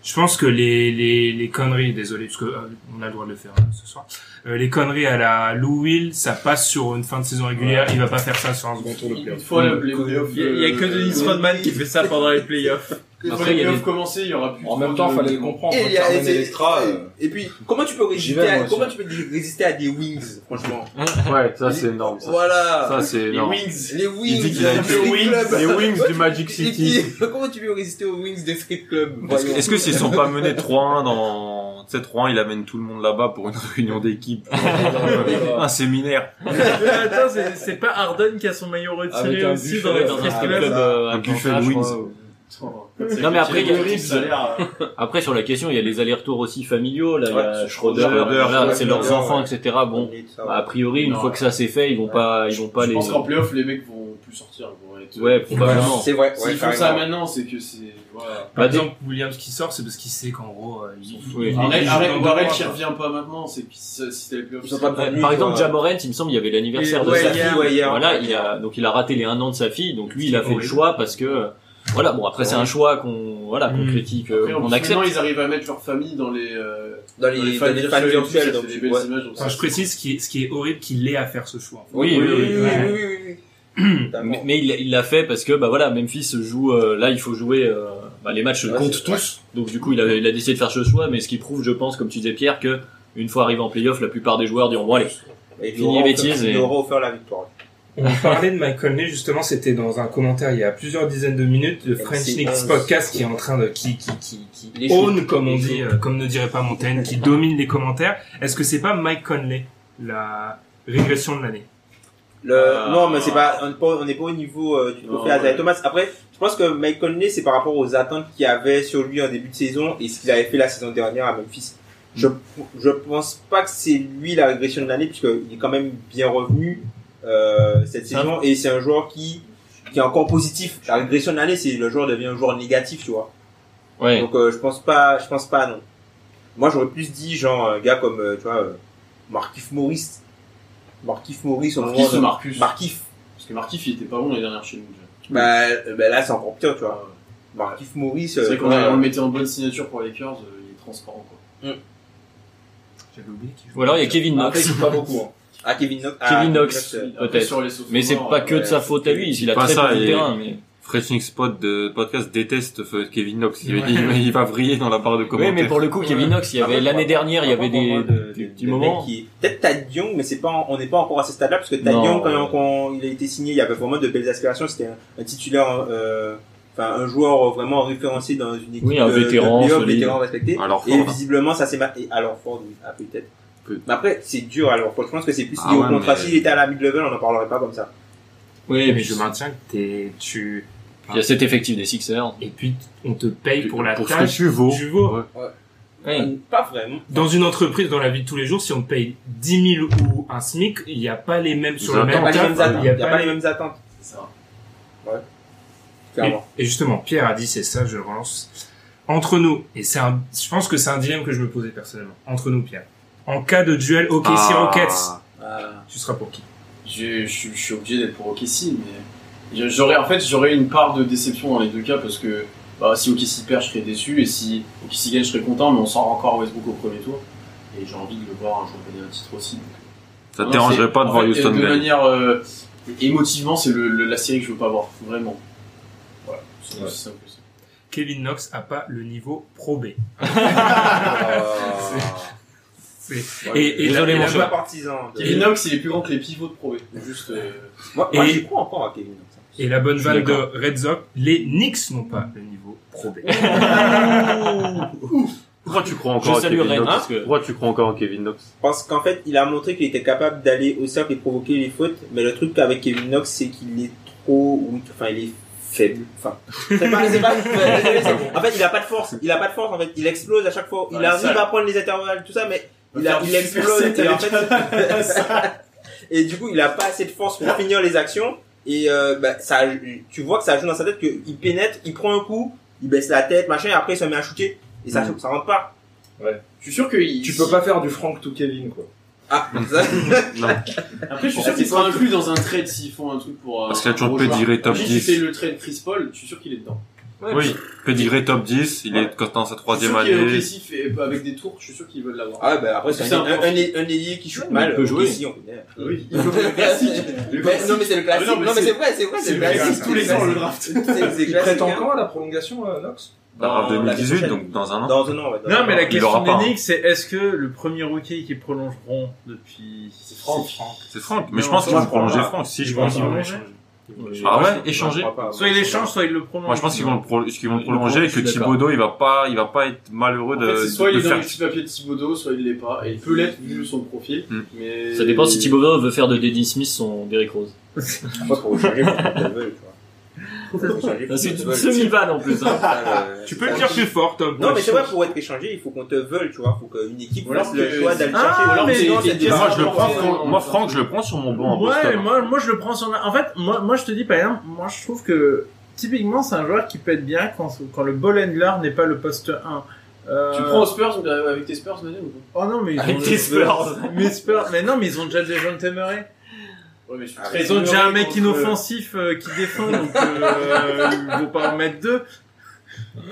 Speaker 1: je pense que les, les, les conneries, désolé, parce que euh, on a le droit de le faire hein, ce soir, Euh, les conneries à la Lou Will, ça passe sur une fin de saison régulière. Il va pas faire ça sur un second tour de
Speaker 3: Une
Speaker 1: playoff.
Speaker 3: fois les playoffs,
Speaker 6: Il y a- il y a que Dennis
Speaker 2: Euh,
Speaker 6: Rodman qui fait ça pendant les playoffs.
Speaker 3: Une fois
Speaker 7: Après,
Speaker 3: les
Speaker 7: il y a
Speaker 3: playoffs
Speaker 7: des-
Speaker 3: commencés, il y aura plus.
Speaker 5: En
Speaker 3: de-
Speaker 5: même temps,
Speaker 3: de-
Speaker 5: fallait le comprendre.
Speaker 2: Et, il y a-
Speaker 5: Carmen
Speaker 2: c'est-
Speaker 5: Electra,
Speaker 2: et-
Speaker 5: euh,
Speaker 2: et puis, comment tu peux résister,
Speaker 5: vais,
Speaker 2: à,
Speaker 5: moi aussi.
Speaker 2: comment tu peux résister à des wings, franchement
Speaker 4: Ouais, ça, c'est énorme. ça.
Speaker 2: Voilà.
Speaker 4: Ça, c'est
Speaker 3: Les
Speaker 4: énorme.
Speaker 3: Wings.
Speaker 2: les wings,
Speaker 4: dit qu'il a
Speaker 2: de
Speaker 4: dit
Speaker 2: strip
Speaker 3: wings,
Speaker 2: club.
Speaker 4: Les Wings du Magic
Speaker 2: Et
Speaker 4: City.
Speaker 2: puis, comment tu peux résister aux wings des strip clubs
Speaker 4: Est-ce que-
Speaker 2: voyons
Speaker 4: est-ce que s'ils sont pas menés 3-1 dans... Tu sais, 3-1, il amène tout le monde là-bas pour une réunion d'équipe. euh, un séminaire.
Speaker 6: Attends, c'est- c'est pas Harden qui a son maillot
Speaker 5: Avec
Speaker 6: retiré
Speaker 5: un
Speaker 6: aussi
Speaker 5: buffet,
Speaker 6: dans les
Speaker 5: dans un
Speaker 6: strip
Speaker 5: strip
Speaker 6: clubs.
Speaker 7: euh,
Speaker 4: Un Ah, buffet de
Speaker 7: Atlanta, je
Speaker 4: wings.
Speaker 7: crois, ou-
Speaker 3: Non,
Speaker 7: Non, mais après, il y a-
Speaker 3: salaire. euh,
Speaker 7: Après, sur la question, il y a les allers-retours aussi familiaux. Là, il y a
Speaker 2: Ouais,
Speaker 7: Schroeder,
Speaker 2: Schroeder,
Speaker 7: voilà,
Speaker 2: Schroeder,
Speaker 7: c'est leurs
Speaker 2: ouais.
Speaker 7: enfants, etc. Bon,
Speaker 2: Ça
Speaker 7: bah,
Speaker 2: va.
Speaker 7: a priori, une
Speaker 3: Non.
Speaker 7: fois que ça c'est fait, ils vont pas, ils vont pas
Speaker 3: Je
Speaker 7: les. euh,
Speaker 3: pense qu'en playoff, les mecs vont plus sortir. vont être-
Speaker 7: Ouais, probablement.
Speaker 2: C'est vrai. ouais,
Speaker 3: S'ils font ça
Speaker 2: carrément.
Speaker 3: maintenant, c'est que c'est. Voilà.
Speaker 1: Par
Speaker 7: Bah, dis-
Speaker 1: exemple, Williams qui sort, c'est parce qu'il sait qu'en gros, euh, il,
Speaker 7: Oui.
Speaker 1: il- il
Speaker 3: Arrête,
Speaker 1: joue dans
Speaker 3: arrête,
Speaker 1: deux
Speaker 3: Warren
Speaker 1: mois,
Speaker 3: qui
Speaker 1: quoi.
Speaker 3: revient pas maintenant, c'est que si si t'as les playoffs.
Speaker 2: hein. Ils sont pas
Speaker 3: c'est-
Speaker 7: Ouais,
Speaker 2: Lui,
Speaker 7: Par exemple,
Speaker 2: quoi.
Speaker 7: Jamorant, il me semble, il y avait l'anniversaire de
Speaker 6: Ouais,
Speaker 7: sa
Speaker 6: hier.
Speaker 7: fille.
Speaker 2: Ouais, hier.
Speaker 7: Voilà, il a, donc il a raté les un an de sa fille, donc lui, il a fait le
Speaker 1: horrible.
Speaker 7: choix parce que, euh, voilà, bon, après, c'est un choix qu'on, voilà, qu'on
Speaker 1: Mm.
Speaker 7: critique, euh,
Speaker 3: Après, en
Speaker 7: qu'on
Speaker 3: plus,
Speaker 7: accepte.
Speaker 3: Maintenant, ils arrivent à mettre leur famille dans les. euh,
Speaker 2: Dans les, dans les fans
Speaker 3: virtuels,
Speaker 2: virtuels,
Speaker 3: ça
Speaker 2: donc
Speaker 3: fait des
Speaker 2: tu-
Speaker 3: belles
Speaker 2: ouais.
Speaker 3: images, donc
Speaker 1: Enfin,
Speaker 3: ça-
Speaker 1: je précise ce qui est, ce qui est horrible qu'il ait à faire ce choix.
Speaker 7: Oui, oui, oui,
Speaker 1: oui.
Speaker 2: oui, oui, oui.
Speaker 7: Mais, mais il il l'a fait parce que bah voilà Memphis joue euh, là il faut jouer euh, bah, les matchs
Speaker 2: Ouais,
Speaker 7: comptent
Speaker 2: c'est-
Speaker 7: tous donc du coup il a, il a décidé de faire ce choix mais ce qui prouve je pense comme tu disais Pierre que une fois arrivé en playoff la plupart des joueurs diront bon allez
Speaker 2: Et
Speaker 7: Fini les bêtises
Speaker 2: Il
Speaker 7: et-
Speaker 2: aura offert la victoire.
Speaker 1: On parlait de Mike Conley justement, c'était dans un commentaire il y a plusieurs dizaines de minutes de French
Speaker 2: MC11.
Speaker 1: Knicks podcast qui est en train de qui qui qui qui
Speaker 2: Il est chaud.
Speaker 1: own comme on
Speaker 2: Il est
Speaker 1: dit, euh, comme ne dirait pas Montaigne, qui domine les commentaires. Est-ce que c'est pas Mike Conley la régression de l'année
Speaker 2: Le...
Speaker 7: Ah.
Speaker 2: Non, mais c'est pas, on n'est pas- on n'est pas au niveau euh, du trophée
Speaker 7: Non,
Speaker 2: Isaiah
Speaker 7: ouais.
Speaker 2: Thomas. Après, je pense que Mike Conley, c'est par rapport aux attentes qu'il y avait sur lui en début de saison et ce qu'il avait fait la saison dernière à Memphis. Je, je pense pas que c'est lui la régression de l'année puisqu'il est quand même bien revenu euh, cette
Speaker 7: Ah.
Speaker 2: saison et c'est un joueur qui qui est encore positif. La régression de l'année, c'est le joueur devient un joueur négatif, tu vois.
Speaker 7: ouais
Speaker 2: Donc euh, je pense pas, je pense pas non. Moi j'aurais plus dit genre un gars comme euh, tu vois euh, Markif Morris, Markif Morris au moment
Speaker 3: Marquis
Speaker 2: de
Speaker 3: ou Marcus
Speaker 2: Markif.
Speaker 3: Parce que Marquis, il était pas bon l'année dernière chez nous. déjà.
Speaker 2: Bah, euh, bah là c'est encore pire tu vois. Markif Morris.
Speaker 3: C'est vrai
Speaker 2: euh,
Speaker 3: qu'on
Speaker 2: ouais,
Speaker 3: a- on le mettait en bonne signature pour les Lakers, euh, il est transparent quoi.
Speaker 1: J'avais oublié qui
Speaker 7: ou alors il y a Kevin
Speaker 5: Après,
Speaker 7: Knox
Speaker 5: c'est pas beaucoup. hein.
Speaker 2: ah, Kevin Knox. ah,
Speaker 7: Kevin Knox
Speaker 2: euh,
Speaker 3: Après,
Speaker 7: peut-être
Speaker 3: sur les euh, sophomores,
Speaker 7: mais c'est pas que de
Speaker 2: ouais.
Speaker 7: sa faute à lui il a
Speaker 4: Pas
Speaker 7: très
Speaker 4: ça,
Speaker 7: peu de
Speaker 4: il-
Speaker 7: terrain mais
Speaker 4: Freshing Spot de podcast déteste euh, Kevin Knox. Il,
Speaker 1: Ouais.
Speaker 4: il- il va vriller dans la barre de
Speaker 7: oui
Speaker 4: commentaires.
Speaker 7: mais pour le coup Kevin Knox il y
Speaker 2: Après,
Speaker 7: avait l'année
Speaker 2: pour-
Speaker 7: dernière il y
Speaker 2: après,
Speaker 7: avait
Speaker 2: pour moi,
Speaker 7: des
Speaker 2: de-
Speaker 7: des
Speaker 2: de-
Speaker 7: petits
Speaker 2: de mec
Speaker 7: moments
Speaker 2: qui- Peut-être Tad Young, mais c'est pas, en- on n'est pas encore à ce stade-là parce que Tad
Speaker 7: Non,
Speaker 2: Young, quand,
Speaker 7: ouais.
Speaker 2: quand il a été signé, il y avait vraiment de belles aspirations. C'était un, un titulaire, euh, enfin un joueur vraiment référencé dans une équipe,
Speaker 7: Oui, un
Speaker 2: de- de
Speaker 7: vétéran,
Speaker 2: playoff,
Speaker 7: solide.
Speaker 2: vétéran respecté.
Speaker 4: Alors,
Speaker 2: Et
Speaker 4: Ford.
Speaker 2: visiblement, ça c'est ma... et alors Ford, oui, ah, peut-être.
Speaker 4: Peut-
Speaker 2: Mais après, c'est dur alors. Ford, Je pense que c'est plus lié
Speaker 4: Ah
Speaker 2: au
Speaker 4: ouais,
Speaker 2: contrat.
Speaker 4: mais-
Speaker 2: S'il était à la mid-level, on n'en parlerait pas comme ça.
Speaker 7: oui
Speaker 1: Et Eh, mais
Speaker 7: puis
Speaker 1: je maintiens que t'es tu
Speaker 7: il y a cet effectif des Sixers
Speaker 1: et puis on te paye pour la
Speaker 4: Pour ce que
Speaker 1: tâche.
Speaker 4: tu vaux.
Speaker 1: Tu vaux.
Speaker 4: Ouais.
Speaker 7: Ouais.
Speaker 2: Pas vraiment.
Speaker 1: Dans une entreprise, dans la vie de tous les jours, si on te paye 10 000 ou un SMIC, il n'y a pas les mêmes sur le
Speaker 4: Il y a
Speaker 2: Il n'y
Speaker 1: même
Speaker 2: a pas les
Speaker 1: taf,
Speaker 2: mêmes attentes.
Speaker 1: il
Speaker 2: Il
Speaker 1: y
Speaker 2: y a pas les mêmes attentes.
Speaker 3: C'est ça.
Speaker 2: Clairement.
Speaker 1: Et, et justement, Pierre a dit, c'est ça, je le relance. entre nous, et c'est un, je pense que c'est un dilemme que je me posais personnellement, entre nous, Pierre. En cas de duel OKC
Speaker 4: Ah.
Speaker 1: Rockets,
Speaker 2: Euh,
Speaker 8: Ah,
Speaker 1: tu seras pour qui
Speaker 8: je, je- je suis obligé d'être pour OKC, mais je- j'aurais en fait j'aurais une part de déception dans les deux cas parce que bah, si OKC perd, je serais déçu et si OKC gagne, je serais content, mais on sort encore Westbrook au premier tour et j'ai envie de le voir un jour gagner un titre aussi. donc,
Speaker 4: Ça te
Speaker 8: Non,
Speaker 4: dérangerait
Speaker 8: c'est-
Speaker 4: pas de
Speaker 8: en
Speaker 4: voir
Speaker 8: fait,
Speaker 4: Houston
Speaker 8: De
Speaker 4: gagner
Speaker 8: manière euh, émotivement, c'est le, le- la série que je veux pas voir, vraiment. Voilà, c'est
Speaker 5: Ouais.
Speaker 8: aussi simple que ça.
Speaker 1: Kevin Knox a pas le niveau Pro B. Et, et
Speaker 4: Désolé,
Speaker 1: là- et
Speaker 4: mon
Speaker 1: là-bas-
Speaker 4: cher.
Speaker 2: partisan. de-
Speaker 8: Kevin Knox, il est plus grand que les pivots de Pro B. Juste. euh,
Speaker 2: Moi, moi,
Speaker 1: et-
Speaker 2: j'y crois encore à Kevin. Knox.
Speaker 1: Et la bonne
Speaker 4: Je suis
Speaker 1: vanne de
Speaker 4: d'accord.
Speaker 1: Red Sox, les Knicks n'ont pas le niveau Pro B.
Speaker 4: Pourquoi tu crois encore
Speaker 7: Je
Speaker 4: à Kevin
Speaker 7: saluerai,
Speaker 4: Knox
Speaker 7: hein.
Speaker 4: Parce que- Pourquoi tu crois encore à Kevin Knox
Speaker 2: Parce qu'en fait, il a montré qu'il était capable d'aller au cercle et provoquer les fautes, mais le truc avec Kevin Knox, c'est qu'il est trop weak, enfin, il est faible, enfin. C'est pas, c'est pas, désolé, c'est- en fait, il a pas de force, il a pas de force, en fait, il explose à chaque fois, il
Speaker 8: Ouais,
Speaker 2: arrive
Speaker 8: ça.
Speaker 2: à prendre les intervalles, tout ça, mais il, a,
Speaker 8: faire
Speaker 2: il
Speaker 8: du
Speaker 2: explose,
Speaker 8: Super
Speaker 2: et en
Speaker 8: Sept
Speaker 2: fait, et du coup, il a pas assez de force pour finir les actions, et euh, bah, ça, tu vois que ça joue dans sa tête qu'il pénètre, il prend un coup, il baisse la tête, machin, et après, il se met à shooter, et ça,
Speaker 8: Mm.
Speaker 2: ça rentre pas.
Speaker 8: Je suis sûr que
Speaker 5: Tu peux pas faire du Frank to Kevin, quoi.
Speaker 2: Ah, ça,
Speaker 8: Après, je suis sûr qu'il sera inclus dans un trade s'ils font un truc pour. euh,
Speaker 4: Parce qu'il a toujours
Speaker 8: un gros
Speaker 4: le
Speaker 8: joueur.
Speaker 4: pedigree top
Speaker 8: Après,
Speaker 4: 10.
Speaker 8: Si tu fais le trade Chris Paul, je suis sûr qu'il est dedans.
Speaker 4: Oui, Pedigree top 10, il est dans sa
Speaker 8: Je suis
Speaker 4: troisième
Speaker 8: sûr qu'il est
Speaker 4: année.
Speaker 8: OKC fait- bah, avec des tours, je suis sûr qu'ils veulent l'avoir.
Speaker 2: Ah ouais, bah après c'est
Speaker 8: C'est
Speaker 2: un,
Speaker 8: un
Speaker 2: un,
Speaker 8: bon-
Speaker 2: un, ailier- un ailier qui shoot
Speaker 8: Ouais, mais
Speaker 2: mal.
Speaker 8: il peut jouer.
Speaker 2: ok, si, on connaît.
Speaker 5: Euh,
Speaker 8: Oui, il faut le classique. Le
Speaker 2: Mais
Speaker 8: classique.
Speaker 2: non mais c'est le classique.
Speaker 8: Ah,
Speaker 2: non, mais c'est vrai, c'est vrai,
Speaker 8: c'est
Speaker 2: c'est le
Speaker 8: le classique
Speaker 2: classique.
Speaker 8: tous les ans, le draft.
Speaker 2: C'est c'est
Speaker 5: Il prête
Speaker 2: classique. hein.
Speaker 5: encore à la prolongation, euh, Knox
Speaker 4: La draft
Speaker 2: Dans l'année
Speaker 4: 2018,
Speaker 2: prochaine.
Speaker 4: donc dans un an.
Speaker 2: Dans un an, ouais. dans un
Speaker 6: Non, mais
Speaker 2: an.
Speaker 6: la
Speaker 4: Il aura
Speaker 6: question
Speaker 4: pas,
Speaker 6: d'énigme, c'est est-ce que le premier rookie qui prolongeront depuis. C'est
Speaker 4: Franck. C'est Franck. Mais
Speaker 6: Non,
Speaker 4: je pense
Speaker 6: ça,
Speaker 4: qu'ils vont
Speaker 6: je crois
Speaker 4: prolonger
Speaker 6: pas.
Speaker 4: Franck. Si,
Speaker 6: Ils
Speaker 4: je
Speaker 6: vont
Speaker 4: pense.
Speaker 6: le prolonger.
Speaker 4: Ah ouais,
Speaker 2: Non, je
Speaker 4: échanger.
Speaker 2: crois pas.
Speaker 6: Soit il l'échange, soit il le prolonge.
Speaker 4: Moi, je pense qu'ils vont le pro- qu'ils vont le
Speaker 6: Ils le
Speaker 4: prolonger et que
Speaker 6: prolongent, je suis d'accord.
Speaker 4: Thibodeau, il va pas, il va pas être malheureux
Speaker 8: En
Speaker 4: de,
Speaker 8: fait,
Speaker 5: euh,
Speaker 8: c'est soit
Speaker 4: de
Speaker 8: il est dans
Speaker 4: faire-
Speaker 8: les petits papiers de Thibodeau, soit il l'est pas. Et il peut l'être vu son profil.
Speaker 5: Mm.
Speaker 4: Hmm.
Speaker 8: Mais...
Speaker 7: Ça dépend si Thibodeau veut faire de Dennis Smith son Derrick Rose.
Speaker 2: Je pense qu'on va changer pour Pat Deville, tu vois. On va changer pour
Speaker 7: C'est
Speaker 2: Pat
Speaker 7: une
Speaker 2: Deville.
Speaker 7: semi-vanne en plus. hein.
Speaker 2: Ah, euh,
Speaker 1: tu peux le dire plus fort, Tom.
Speaker 2: Non mais c'est vrai pour être échangé, il faut qu'on te veuille, tu vois, faut qu'une équipe
Speaker 8: Voilà,
Speaker 2: fasse le
Speaker 8: que-
Speaker 2: choix d'aller
Speaker 6: Ah,
Speaker 2: chercher.
Speaker 6: mais
Speaker 2: c'est-
Speaker 8: non,
Speaker 2: c'est-
Speaker 8: c'est-
Speaker 2: c'est-
Speaker 4: Moi, je le prends,
Speaker 8: Ouais,
Speaker 4: Franck-
Speaker 8: ouais,
Speaker 4: moi,
Speaker 8: ouais.
Speaker 4: Franck, je le prends sur mon banc. à
Speaker 6: Ouais,
Speaker 4: Boston.
Speaker 6: moi, moi je le prends sur. la- En fait, moi, moi je te dis par exemple, moi je trouve que typiquement c'est un joueur qui peut être bien quand, quand le ball handler n'est pas le poste 1. Euh,
Speaker 8: Tu prends aux Spurs euh, avec tes Spurs, Manuel, ou pas
Speaker 6: Oh non, mais ils
Speaker 7: Avec
Speaker 6: ont.
Speaker 7: tes Spurs.
Speaker 6: Mais Spurs, mais non, mais ils ont déjà des jeunes téméraires.
Speaker 8: Ouais, mais je suis
Speaker 2: Ah,
Speaker 8: très
Speaker 6: Ils ont déjà un
Speaker 8: honoré
Speaker 6: mec
Speaker 8: contre-
Speaker 6: inoffensif euh, qui défend, donc euh, il faut pas en mettre deux.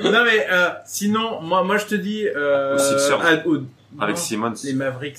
Speaker 6: Non mais euh, sinon, moi, moi je te dis euh,
Speaker 4: Aux Sixers.
Speaker 6: à- aux-
Speaker 4: Avec
Speaker 6: non,
Speaker 4: Simmons,
Speaker 6: les Mavericks.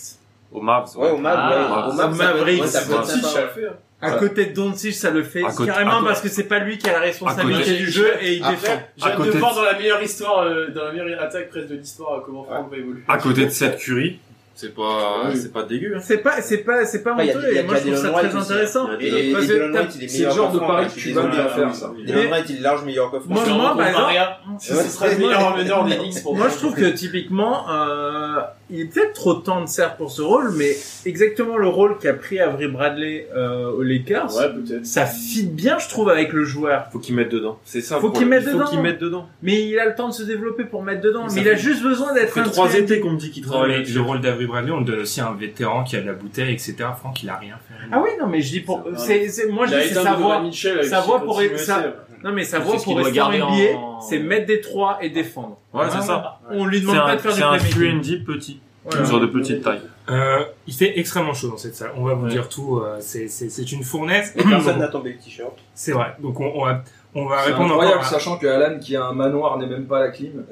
Speaker 4: au Mavs.
Speaker 2: Ouais, au Mav,
Speaker 7: Ah,
Speaker 2: ouais, au Mav, ça peut-
Speaker 6: Mavericks,
Speaker 2: ouais, ça peut être
Speaker 8: Si,
Speaker 2: sympa,
Speaker 8: ça
Speaker 2: ouais.
Speaker 8: le fait, hein.
Speaker 6: À
Speaker 4: Ouais.
Speaker 6: côté de Doncic, ça le fait
Speaker 4: À côté- à
Speaker 6: carrément
Speaker 4: côté-
Speaker 6: parce que c'est pas lui qui a la
Speaker 4: À
Speaker 6: responsabilité
Speaker 4: côté-
Speaker 6: du jeu et il
Speaker 2: Après,
Speaker 6: défend.
Speaker 8: J'ai hâte de
Speaker 4: côté de-
Speaker 8: voir dans la meilleure histoire, euh, dans la meilleure attaque presque de l'histoire, euh, comment Franck va évoluer.
Speaker 4: À côté de cette Curie, c'est pas,
Speaker 8: Oui.
Speaker 4: c'est pas dégueu. hein.
Speaker 6: C'est pas, c'est pas, c'est pas
Speaker 2: Après, il y a
Speaker 6: honteux
Speaker 2: des- il y a
Speaker 6: et moi je
Speaker 2: des
Speaker 6: trouve ça
Speaker 2: Illinois
Speaker 6: très
Speaker 2: aussi,
Speaker 6: intéressant.
Speaker 4: hein.
Speaker 2: Et-
Speaker 4: Parce
Speaker 2: et
Speaker 6: que
Speaker 2: Dylan
Speaker 6: t'as-
Speaker 2: White, il est
Speaker 5: C'est le
Speaker 2: meilleur
Speaker 5: genre
Speaker 2: qu'en
Speaker 5: de
Speaker 2: France, hein,
Speaker 5: pari que
Speaker 2: je
Speaker 5: tu
Speaker 2: suis
Speaker 5: vas
Speaker 2: désolé,
Speaker 5: bien
Speaker 2: hein.
Speaker 5: faire, ça.
Speaker 2: Dylan White, il est large meilleur que
Speaker 6: Moi,
Speaker 2: France.
Speaker 8: Parce que
Speaker 6: moi,
Speaker 8: Ron
Speaker 6: par exemple-
Speaker 8: Barrea, Ce serait le meilleur meneur des Knicks pour
Speaker 6: Moi, je trouve que typiquement, euh, il est peut-être trop tendre, certes, pour ce rôle, mais exactement le rôle qu'a pris Avery Bradley euh, aux Lakers,
Speaker 8: Ouais, peut-être.
Speaker 6: ça fit bien, je trouve, avec le joueur.
Speaker 4: Faut qu'ils mettent dedans. C'est ça.
Speaker 6: Faut
Speaker 4: le
Speaker 6: qu'ils
Speaker 4: problème.
Speaker 6: mettent
Speaker 4: Il
Speaker 6: dedans.
Speaker 4: Faut qu'ils mettent dedans.
Speaker 6: Mais il a le temps de se développer pour mettre dedans.
Speaker 4: Ça
Speaker 6: Mais il a
Speaker 4: fait-
Speaker 6: juste besoin
Speaker 4: Ça
Speaker 6: d'être
Speaker 4: fait
Speaker 6: un
Speaker 4: trois
Speaker 6: truc.
Speaker 4: étés qu'on me dit qu'ils
Speaker 1: Ouais,
Speaker 4: travaillent
Speaker 1: mais
Speaker 4: avec
Speaker 1: le rôle d'Avery Bradley, on le donne aussi à un vétéran qui a de la bouteille, etc. Franck, il a rien fait.
Speaker 6: Ah oui, non, mais je dis pour,
Speaker 8: Ça-
Speaker 6: c'est, c'est, moi, je dis c'est sa voix. Sa voix pour être- ça- Non, mais sa
Speaker 7: C'est
Speaker 6: voix
Speaker 7: ce qu'il
Speaker 6: pour
Speaker 7: doit
Speaker 6: rester en
Speaker 7: garder
Speaker 6: NBA,
Speaker 7: en-
Speaker 6: c'est mettre des trois et défendre. Ah
Speaker 4: Ouais, c'est ça.
Speaker 6: On lui demande
Speaker 4: C'est
Speaker 6: pas
Speaker 4: un,
Speaker 6: de faire du
Speaker 4: c'est un
Speaker 6: playmaking.
Speaker 4: QND petit.
Speaker 6: Voilà.
Speaker 4: Sur de petite taille.
Speaker 1: Euh, il fait extrêmement chaud dans cette salle. On va vous dire tout. euh, c'est, c'est, c'est une fournaise.
Speaker 2: Et Personne n'a tombé le t-shirt.
Speaker 1: C'est vrai. Donc on, on va, on va
Speaker 5: C'est
Speaker 1: répondre
Speaker 5: incroyable,
Speaker 1: encore. à-
Speaker 5: sachant que Alan qui a un manoir n'est même pas à la clim.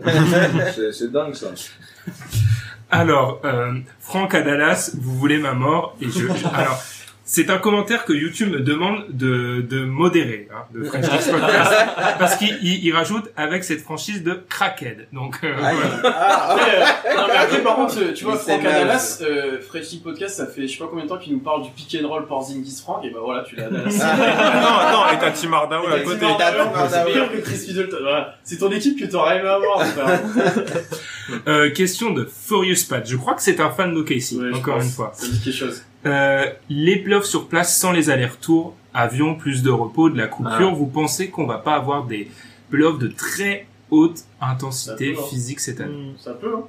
Speaker 5: c'est, c'est dingue ça.
Speaker 1: Alors, euh, Franck à Dallas, vous voulez ma mort et je. je- alors, c'est un commentaire que YouTube me demande de, de modérer, hein, de French Kiss Podcast, parce qu'il il, il rajoute avec cette franchise de crackhead. Donc, euh,
Speaker 2: Ah,
Speaker 1: voilà.
Speaker 2: ah, ah.
Speaker 8: Après, euh, non, mais après, par contre, euh, tu vois,
Speaker 2: Mais c'est
Speaker 8: Franck
Speaker 2: mal.
Speaker 8: Adalas, euh, Fresh League Podcast, ça fait je sais pas combien de temps qu'il nous parle du pick and roll pour Zingis Franck, et bah voilà, tu l'as Adalas.
Speaker 2: Ah,
Speaker 4: attends, attends, et t'as Tim Hardaway à
Speaker 2: Et
Speaker 4: côté.
Speaker 2: Tim Hardaway.
Speaker 8: C'est meilleur que Chris Middleton. Voilà. C'est ton équipe que t'aurais aimé avoir. frère.
Speaker 1: Euh, question de Furious Pat. Je crois que c'est un fan d'OKC,
Speaker 8: Ouais, je
Speaker 1: encore
Speaker 8: pense.
Speaker 1: une fois.
Speaker 8: Ça me dit quelque chose.
Speaker 1: Euh, les playoffs sur place sans les allers-retours, avion, plus de repos, de la coupure, vous pensez qu'on va pas avoir des playoffs de très haute intensité
Speaker 8: D'accord.
Speaker 1: physique cette année
Speaker 8: Ça peut, hein.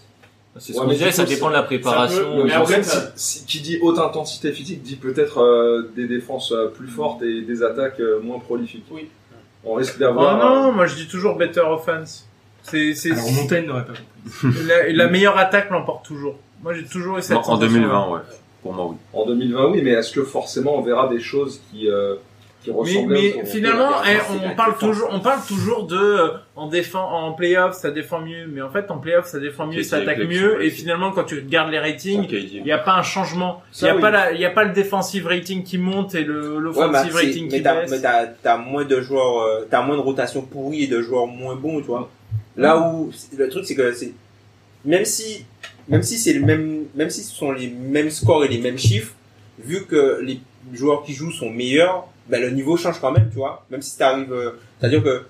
Speaker 7: C'est
Speaker 5: Ouais,
Speaker 7: ce qu'on
Speaker 5: mais
Speaker 7: disait,
Speaker 5: du
Speaker 7: ça
Speaker 5: coup,
Speaker 7: dépend de la
Speaker 8: ça
Speaker 7: préparation.
Speaker 8: peut-
Speaker 5: Le
Speaker 8: mais
Speaker 5: problème,
Speaker 8: après,
Speaker 5: c'est,
Speaker 8: ça-
Speaker 5: c'est- qui dit haute intensité physique dit peut-être euh, des défenses euh, plus fortes et des attaques euh, moins prolifiques.
Speaker 8: Oui.
Speaker 5: On risque
Speaker 6: Oh
Speaker 5: d'avoir.
Speaker 6: non, moi je dis toujours better offense. C'est, c'est,
Speaker 1: Alors, Montaigne n'aurait pas compris.
Speaker 6: la, la meilleure attaque l'emporte toujours. Moi, j'ai toujours eu cette
Speaker 4: En
Speaker 6: sensation-là.
Speaker 4: 2020, ouais. Pour moi, oui.
Speaker 5: En 2020, oui, mais est-ce que forcément on verra des choses qui, euh, qui
Speaker 6: Mais,
Speaker 5: ressemblent
Speaker 6: mais finalement, eh, on parle toujours, on parle toujours de euh, en défend, en playoff, ça défend mieux. Mais en fait, en playoff, ça défend mieux,
Speaker 4: C'est-
Speaker 6: ça
Speaker 4: c'est
Speaker 6: attaque
Speaker 4: avec
Speaker 6: mieux.
Speaker 4: les-
Speaker 6: Et finalement, quand tu regardes les ratings,
Speaker 4: Ok, il
Speaker 6: il
Speaker 4: dit-
Speaker 6: n'y a pas un changement. Il
Speaker 5: Ça,
Speaker 6: n'y a
Speaker 5: oui.
Speaker 6: pas la, il y a pas le défensive rating qui monte et le
Speaker 2: Ouais, mais,
Speaker 6: l'offensive
Speaker 2: c'est-
Speaker 6: rating
Speaker 2: mais
Speaker 6: qui
Speaker 2: t'as, mais
Speaker 6: baisse.
Speaker 2: t'as, t'as moins de joueurs, euh, t'as moins de rotations pourries et de joueurs moins bons, tu vois.
Speaker 6: Mm.
Speaker 2: Là où, le truc, c'est que c'est, même si, même si c'est le même, même si ce sont les mêmes scores et les mêmes chiffres, vu que les joueurs qui jouent sont meilleurs, ben, le niveau change quand même, tu vois. Même si t'arrives, euh, c'est-à-dire que,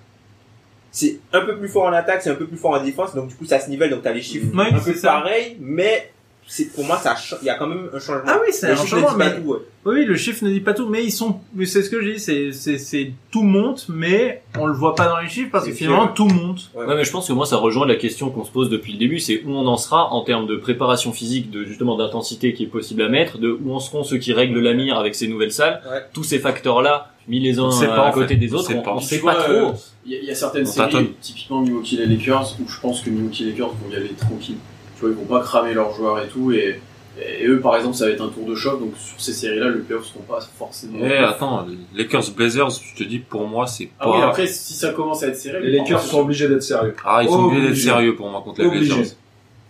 Speaker 2: c'est un peu plus fort en attaque, c'est un peu plus fort en défense, donc du coup ça se nivelle, donc t'as les chiffres
Speaker 6: Ouais,
Speaker 2: un
Speaker 6: c'est
Speaker 2: peu
Speaker 6: ça.
Speaker 2: pareils, mais c'est, pour moi, ça, cha- il y a quand même un changement.
Speaker 6: Ah oui, c'est
Speaker 2: Le
Speaker 6: un
Speaker 2: chiffre ne
Speaker 6: changement,
Speaker 2: dit pas
Speaker 6: mais-
Speaker 2: tout, ouais.
Speaker 6: Oui, le chiffre ne dit pas tout, mais ils sont, mais c'est ce que je dis, c'est, c'est, c'est tout monte, mais on le voit pas dans les chiffres parce que
Speaker 2: C'est
Speaker 6: finalement tout monte.
Speaker 7: Ouais, mais je pense que moi, ça rejoint la question qu'on se pose depuis le début, c'est où on en sera en termes de préparation physique, de justement d'intensité qui est possible à mettre, de où en seront ceux qui règlent la mire avec ces nouvelles salles,
Speaker 2: Ouais.
Speaker 7: tous ces facteurs-là mis les uns
Speaker 4: On sait pas,
Speaker 7: à
Speaker 4: en
Speaker 7: côté
Speaker 4: fait.
Speaker 7: des
Speaker 4: On
Speaker 7: autres,
Speaker 4: sait
Speaker 7: on,
Speaker 4: pas.
Speaker 7: on
Speaker 4: Tu
Speaker 7: sait
Speaker 3: vois,
Speaker 7: pas trop.
Speaker 3: euh, Il y, a- il y a certaines
Speaker 4: On
Speaker 3: séries,
Speaker 4: tâtonne.
Speaker 3: typiquement Milwaukee les Lakers, où je pense que Milwaukee les Lakers vont y aller tranquille. Tu vois, ils vont pas cramer leurs joueurs et tout. Et, et eux, par exemple, ça va être un tour de choc. Donc sur ces séries-là, le playoff seront pas forcément.
Speaker 4: Eh, attends, Lakers Blazers, je te dis, pour moi, c'est
Speaker 3: ah oui,
Speaker 4: pas.
Speaker 3: après, si ça commence à être serré,
Speaker 5: Les Lakers sont obligés d'être sérieux.
Speaker 4: Ah, ils sont obligés d'être
Speaker 5: Obligé.
Speaker 4: sérieux pour moi contre les
Speaker 5: Obligés.
Speaker 4: Blazers.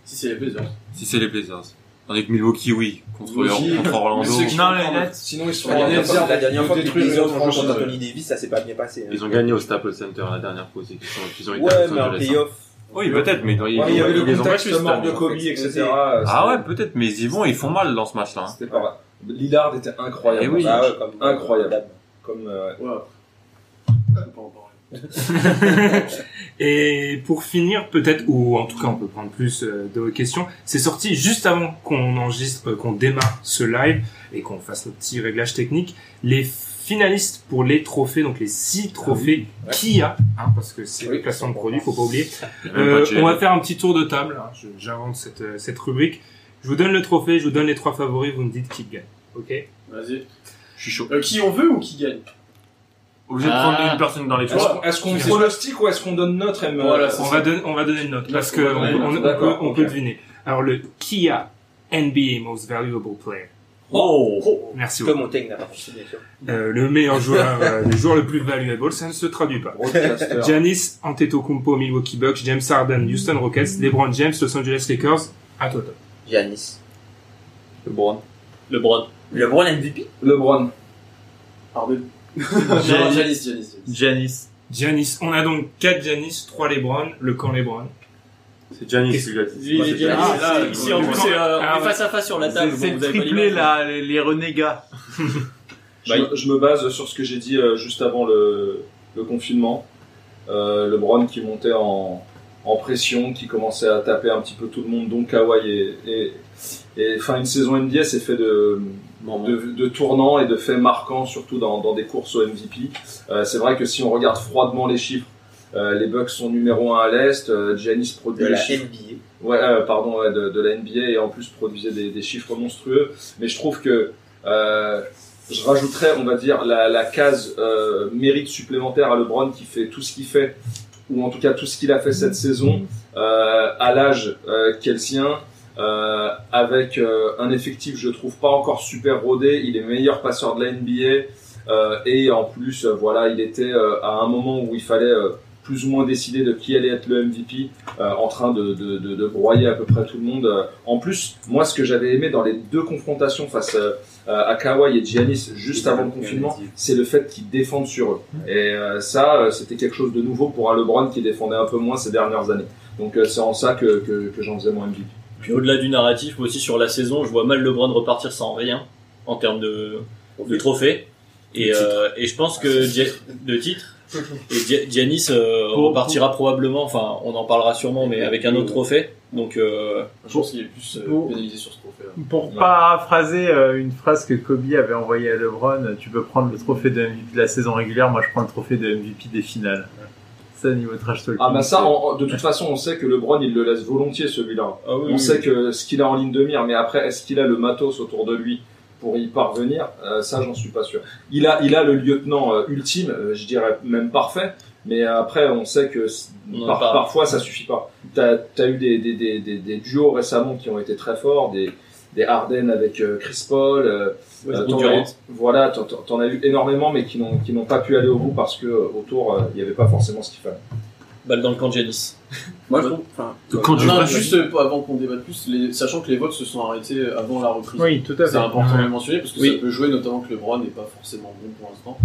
Speaker 3: Si c'est les Blazers.
Speaker 4: Si c'est les Blazers. Tandis que Milwaukee, oui. Contre,
Speaker 5: Milwaukee,
Speaker 4: contre Orlando,
Speaker 5: mais ceux qui
Speaker 6: Non,
Speaker 5: font
Speaker 6: les
Speaker 5: prendre-
Speaker 6: Nets.
Speaker 5: Sinon, ils sont
Speaker 2: La dernière fois, la dernière fois que les
Speaker 5: détruire une
Speaker 2: Blazers
Speaker 5: autre
Speaker 2: ont joué
Speaker 5: franchise.
Speaker 2: contre Anthony Davis, ça s'est pas bien passé. hein.
Speaker 4: ils ont gagné au Staples Center la dernière fois aussi. Ils, sont, ils ont été à
Speaker 2: Ouais,
Speaker 4: Los
Speaker 2: mais en
Speaker 4: Angeles, hein.
Speaker 2: playoff.
Speaker 4: Oui, peut-être, mais dans- ils,
Speaker 5: Ouais, il y avait
Speaker 4: ils
Speaker 5: le
Speaker 4: les ont
Speaker 5: contexte
Speaker 4: battus cette
Speaker 5: mort
Speaker 4: année,
Speaker 5: de
Speaker 4: hein.
Speaker 5: Kobe,
Speaker 2: fait.
Speaker 5: etc.
Speaker 2: C'était-
Speaker 4: Ah ouais, peut-être, mais ils y vont, ils font mal dans ce match-là. hein.
Speaker 5: C'était pas mal. Lillard était incroyable.
Speaker 4: Eh oui.
Speaker 5: Bah,
Speaker 2: Bah ouais, comme-
Speaker 5: Incroyable. Comme, euh,
Speaker 3: Ouais. Je peux pas en parler.
Speaker 1: Et pour finir, peut-être, ou en tout cas, on peut prendre plus euh, de vos questions. C'est sorti juste avant qu'on enregistre, euh, qu'on démarre ce live et qu'on fasse nos petits réglages techniques. Les finalistes pour les trophées, donc les six trophées qu'il y a, hein, parce que c'est
Speaker 2: Oui.
Speaker 1: le placement de produit, faut pas oublier.
Speaker 4: Il y a même pas
Speaker 1: Euh,
Speaker 4: de GL.
Speaker 1: on va faire un petit tour de table. hein. Je- J'invente cette, euh, cette rubrique. Je vous donne le trophée, je vous donne les trois favoris, vous me dites qui gagne. Ok.
Speaker 3: Vas-y.
Speaker 4: Je suis chaud.
Speaker 3: Euh, qui on veut ou qui gagne
Speaker 4: Obligé de
Speaker 7: Ah.
Speaker 4: prendre une personne dans les
Speaker 5: Est-ce
Speaker 4: trois.
Speaker 5: qu'on- est-ce qu'on pronostique ou est-ce qu'on donne euh, notre M
Speaker 3: Voilà,
Speaker 1: On va, donner, on va donner une note parce que
Speaker 3: Ouais,
Speaker 1: on,
Speaker 3: ouais,
Speaker 1: on- on peut,
Speaker 5: d'accord,
Speaker 1: on
Speaker 5: ok.
Speaker 1: peut deviner. Alors le Kia NBA Most Valuable Player.
Speaker 7: Oh,
Speaker 1: Merci
Speaker 2: Que
Speaker 1: beaucoup.
Speaker 2: Montaigne n'a pas compris, bien sûr.
Speaker 1: Euh, le meilleur joueur, euh, le joueur le plus valuable, ça ne se traduit pas.
Speaker 5: Broadcaster.
Speaker 1: Giannis Antetokounmpo Milwaukee Bucks, James Harden Houston Rockets, LeBron James Los Angeles Lakers. À toi. Tom.
Speaker 2: Giannis.
Speaker 4: LeBron.
Speaker 7: le bron.
Speaker 2: LeBron MVP?
Speaker 5: LeBron.
Speaker 3: Harden.
Speaker 6: Giannis.
Speaker 3: Janice, Janice.
Speaker 6: Janice.
Speaker 1: Giannis. On a donc 4 Giannis, 3 LeBron, le camp LeBron.
Speaker 4: C'est Giannis
Speaker 1: Qu'est-ce-
Speaker 4: qui l'a dit. Moi, c'est
Speaker 1: Giannis.
Speaker 4: Giannis.
Speaker 1: Ah,
Speaker 7: là,
Speaker 1: c'est-
Speaker 7: ici, en
Speaker 1: c'est-
Speaker 7: plus, c'est, euh,
Speaker 1: Ah,
Speaker 7: on est
Speaker 1: ouais.
Speaker 7: face à face sur la table.
Speaker 6: C'est c'est
Speaker 7: bon,
Speaker 6: le
Speaker 7: vous avez pas
Speaker 6: triplé
Speaker 7: l'image.
Speaker 6: là, les, les renégats.
Speaker 5: Je, me- je me base sur ce que j'ai dit euh, juste avant le, le confinement. Euh, LeBron qui montait en, en pression, qui commençait à taper un petit peu tout le monde, dont Kawhi et, et, et enfin une saison NBA c'est fait de, de, de tournants et de faits marquants, surtout dans, dans des courses au MVP. Euh, c'est vrai que si on regarde froidement les chiffres, euh, les Bucks sont numéro un à l'est, euh, Giannis produit
Speaker 2: De
Speaker 5: les
Speaker 2: la
Speaker 5: chiffres
Speaker 2: NBA.
Speaker 5: Ouais, euh, pardon, ouais, de, de la NBA et en plus produisait des, des chiffres monstrueux. Mais je trouve que euh, je rajouterais, on va dire, la, la case euh, mérite supplémentaire à LeBron qui fait tout ce qu'il fait, ou en tout cas tout ce qu'il a fait cette saison, euh, à l'âge euh, qui est le sien, euh, avec euh, un effectif, je trouve, pas encore super rodé. Il est meilleur passeur de la NBA. euh, et en plus, euh, voilà, il était euh, à un moment où il fallait euh, plus ou moins décider de qui allait être le MVP euh, en train de, de, de, de broyer à peu près tout le monde. Euh, En plus, moi, ce que j'avais aimé dans les deux confrontations face euh, euh, à Kawhi et Giannis juste avant le confinement, c'est le fait qu'ils défendent sur eux. Et euh, ça, euh, c'était quelque chose de nouveau pour un LeBron qui défendait un peu moins ces dernières années. Donc euh, c'est en ça que, que, que j'en faisais mon MVP.
Speaker 7: Puis au-delà du narratif, moi aussi sur la saison, je vois mal LeBron repartir sans rien en termes de, de trophées. Et, euh, et je
Speaker 8: Ah,
Speaker 7: pense que Gia- de titre. Et Gia- Giannis euh,
Speaker 6: Pour-
Speaker 7: repartira probablement, enfin on en parlera sûrement, mais avec un autre trophée. Donc euh,
Speaker 3: Je pense qu'il est plus euh,
Speaker 6: Bon.
Speaker 3: pénalisé sur ce trophée. là.
Speaker 6: Pour paraphraser euh, une phrase que Kobe avait envoyée à LeBron, euh, tu peux prendre le trophée de MVP de la saison régulière, moi je prends le trophée de MVP des finales. Ça, niveau trash talking.
Speaker 5: Ah bah ça, en- en- de toute façon, on sait que LeBron, il le laisse volontiers celui-là.
Speaker 7: Ah
Speaker 5: on sait que ce qu'il a en ligne de mire, mais après, est-ce qu'il a le matos autour de lui pour y parvenir Euh, Ça, j'en suis pas sûr. Il a, il a le lieutenant euh, ultime, euh, je dirais même parfait, Mais après, on sait que c-
Speaker 7: On en
Speaker 5: par-
Speaker 7: parle.
Speaker 5: parfois ça suffit pas. T'as as eu des, des, des, des, des duos récemment qui ont été très forts, des, des Harden avec euh, Chris Paul. euh, euh,
Speaker 7: Westbrook
Speaker 5: t'en
Speaker 7: Durant.
Speaker 5: as- voilà, t'en- t'en t'en as eu énormément, mais qui n'ont qui n'ont pas pu aller au bout parce que euh, autour, euh, il y avait pas forcément ce qu'il fallait.
Speaker 7: Balle dans le camp de Giannis.
Speaker 8: Moi, je trouve. enfin,
Speaker 4: Quand tu
Speaker 8: non,
Speaker 4: vas-
Speaker 8: juste euh, avant qu'on débatte plus, les- sachant que les votes se sont arrêtés avant la reprise.
Speaker 6: Oui, tout à fait.
Speaker 8: C'est important de le mentionner parce que
Speaker 7: Oui.
Speaker 8: ça peut jouer, notamment que LeBron n'est pas forcément bon pour l'instant.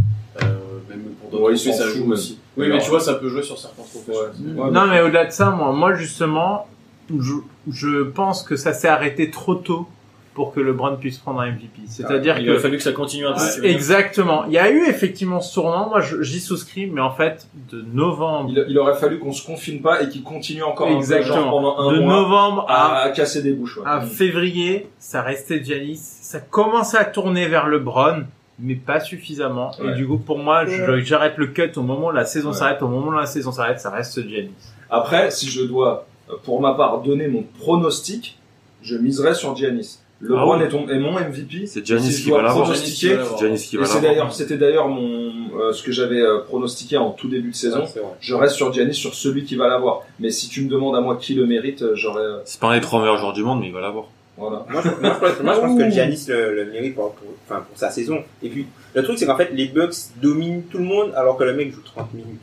Speaker 8: Euh, même pour d'autres
Speaker 5: Ouais, il
Speaker 8: trophées,
Speaker 5: s'en
Speaker 8: ça
Speaker 5: fout,
Speaker 8: joue
Speaker 5: même.
Speaker 8: aussi. Oui,
Speaker 5: Alors,
Speaker 8: mais tu vois, ça peut jouer sur certains trophées.
Speaker 5: Ouais,
Speaker 6: non, mais au-delà de ça, moi, moi justement, je, je pense que ça s'est arrêté trop tôt pour que LeBron puisse prendre un MVP. C'est-à-dire
Speaker 7: Il
Speaker 6: que
Speaker 7: a fallu que ça continue
Speaker 5: Ah,
Speaker 7: un peu.
Speaker 6: C'est- Exactement. Il y a eu effectivement ce tournant. Moi, je- j'y souscris, mais en fait, de novembre,
Speaker 5: Il, il aurait fallu qu'on se confine pas et qu'il continue encore un peu, genre,
Speaker 6: Exactement.
Speaker 5: pendant un
Speaker 6: de
Speaker 5: mois
Speaker 6: novembre à,
Speaker 5: à, à casser des bouches. ouais. Mm.
Speaker 6: à février, ça restait Giannis. Ça commençait à tourner vers LeBron, mais pas suffisamment.
Speaker 5: Ouais.
Speaker 6: Et du coup, pour moi, je- j'arrête le cut au moment où la saison
Speaker 5: Ouais.
Speaker 6: s'arrête. Au moment où la saison s'arrête, ça reste Giannis.
Speaker 5: Après, si je dois, euh, pour ma part, donner mon pronostic, je miserais sur Giannis. LeBron est, ton- est mon MVP.
Speaker 4: Ah C'est Giannis
Speaker 5: Si je
Speaker 4: qui
Speaker 5: dois
Speaker 4: va l'avoir.
Speaker 5: pronostiquer,
Speaker 8: Giannis qui va l'avoir.
Speaker 4: C'est Giannis qui
Speaker 5: et
Speaker 4: va
Speaker 5: c'est
Speaker 4: l'avoir.
Speaker 5: d'ailleurs, c'était d'ailleurs mon, euh, ce que j'avais euh, pronostiqué en tout début de saison. je reste sur Giannis, sur celui qui va l'avoir. Mais si tu me demandes à moi qui le mérite, euh, j'aurais, euh,
Speaker 4: C'est pas un des trois meilleurs joueurs du monde, mais il va l'avoir.
Speaker 5: voilà.
Speaker 2: Moi, je, moi, je pense, moi, je pense que Giannis le, le mérite pour, pour- enfin, pour sa saison. Et puis, le truc, c'est qu'en fait, les Bucks dominent tout le monde alors que le mec joue 30 minutes.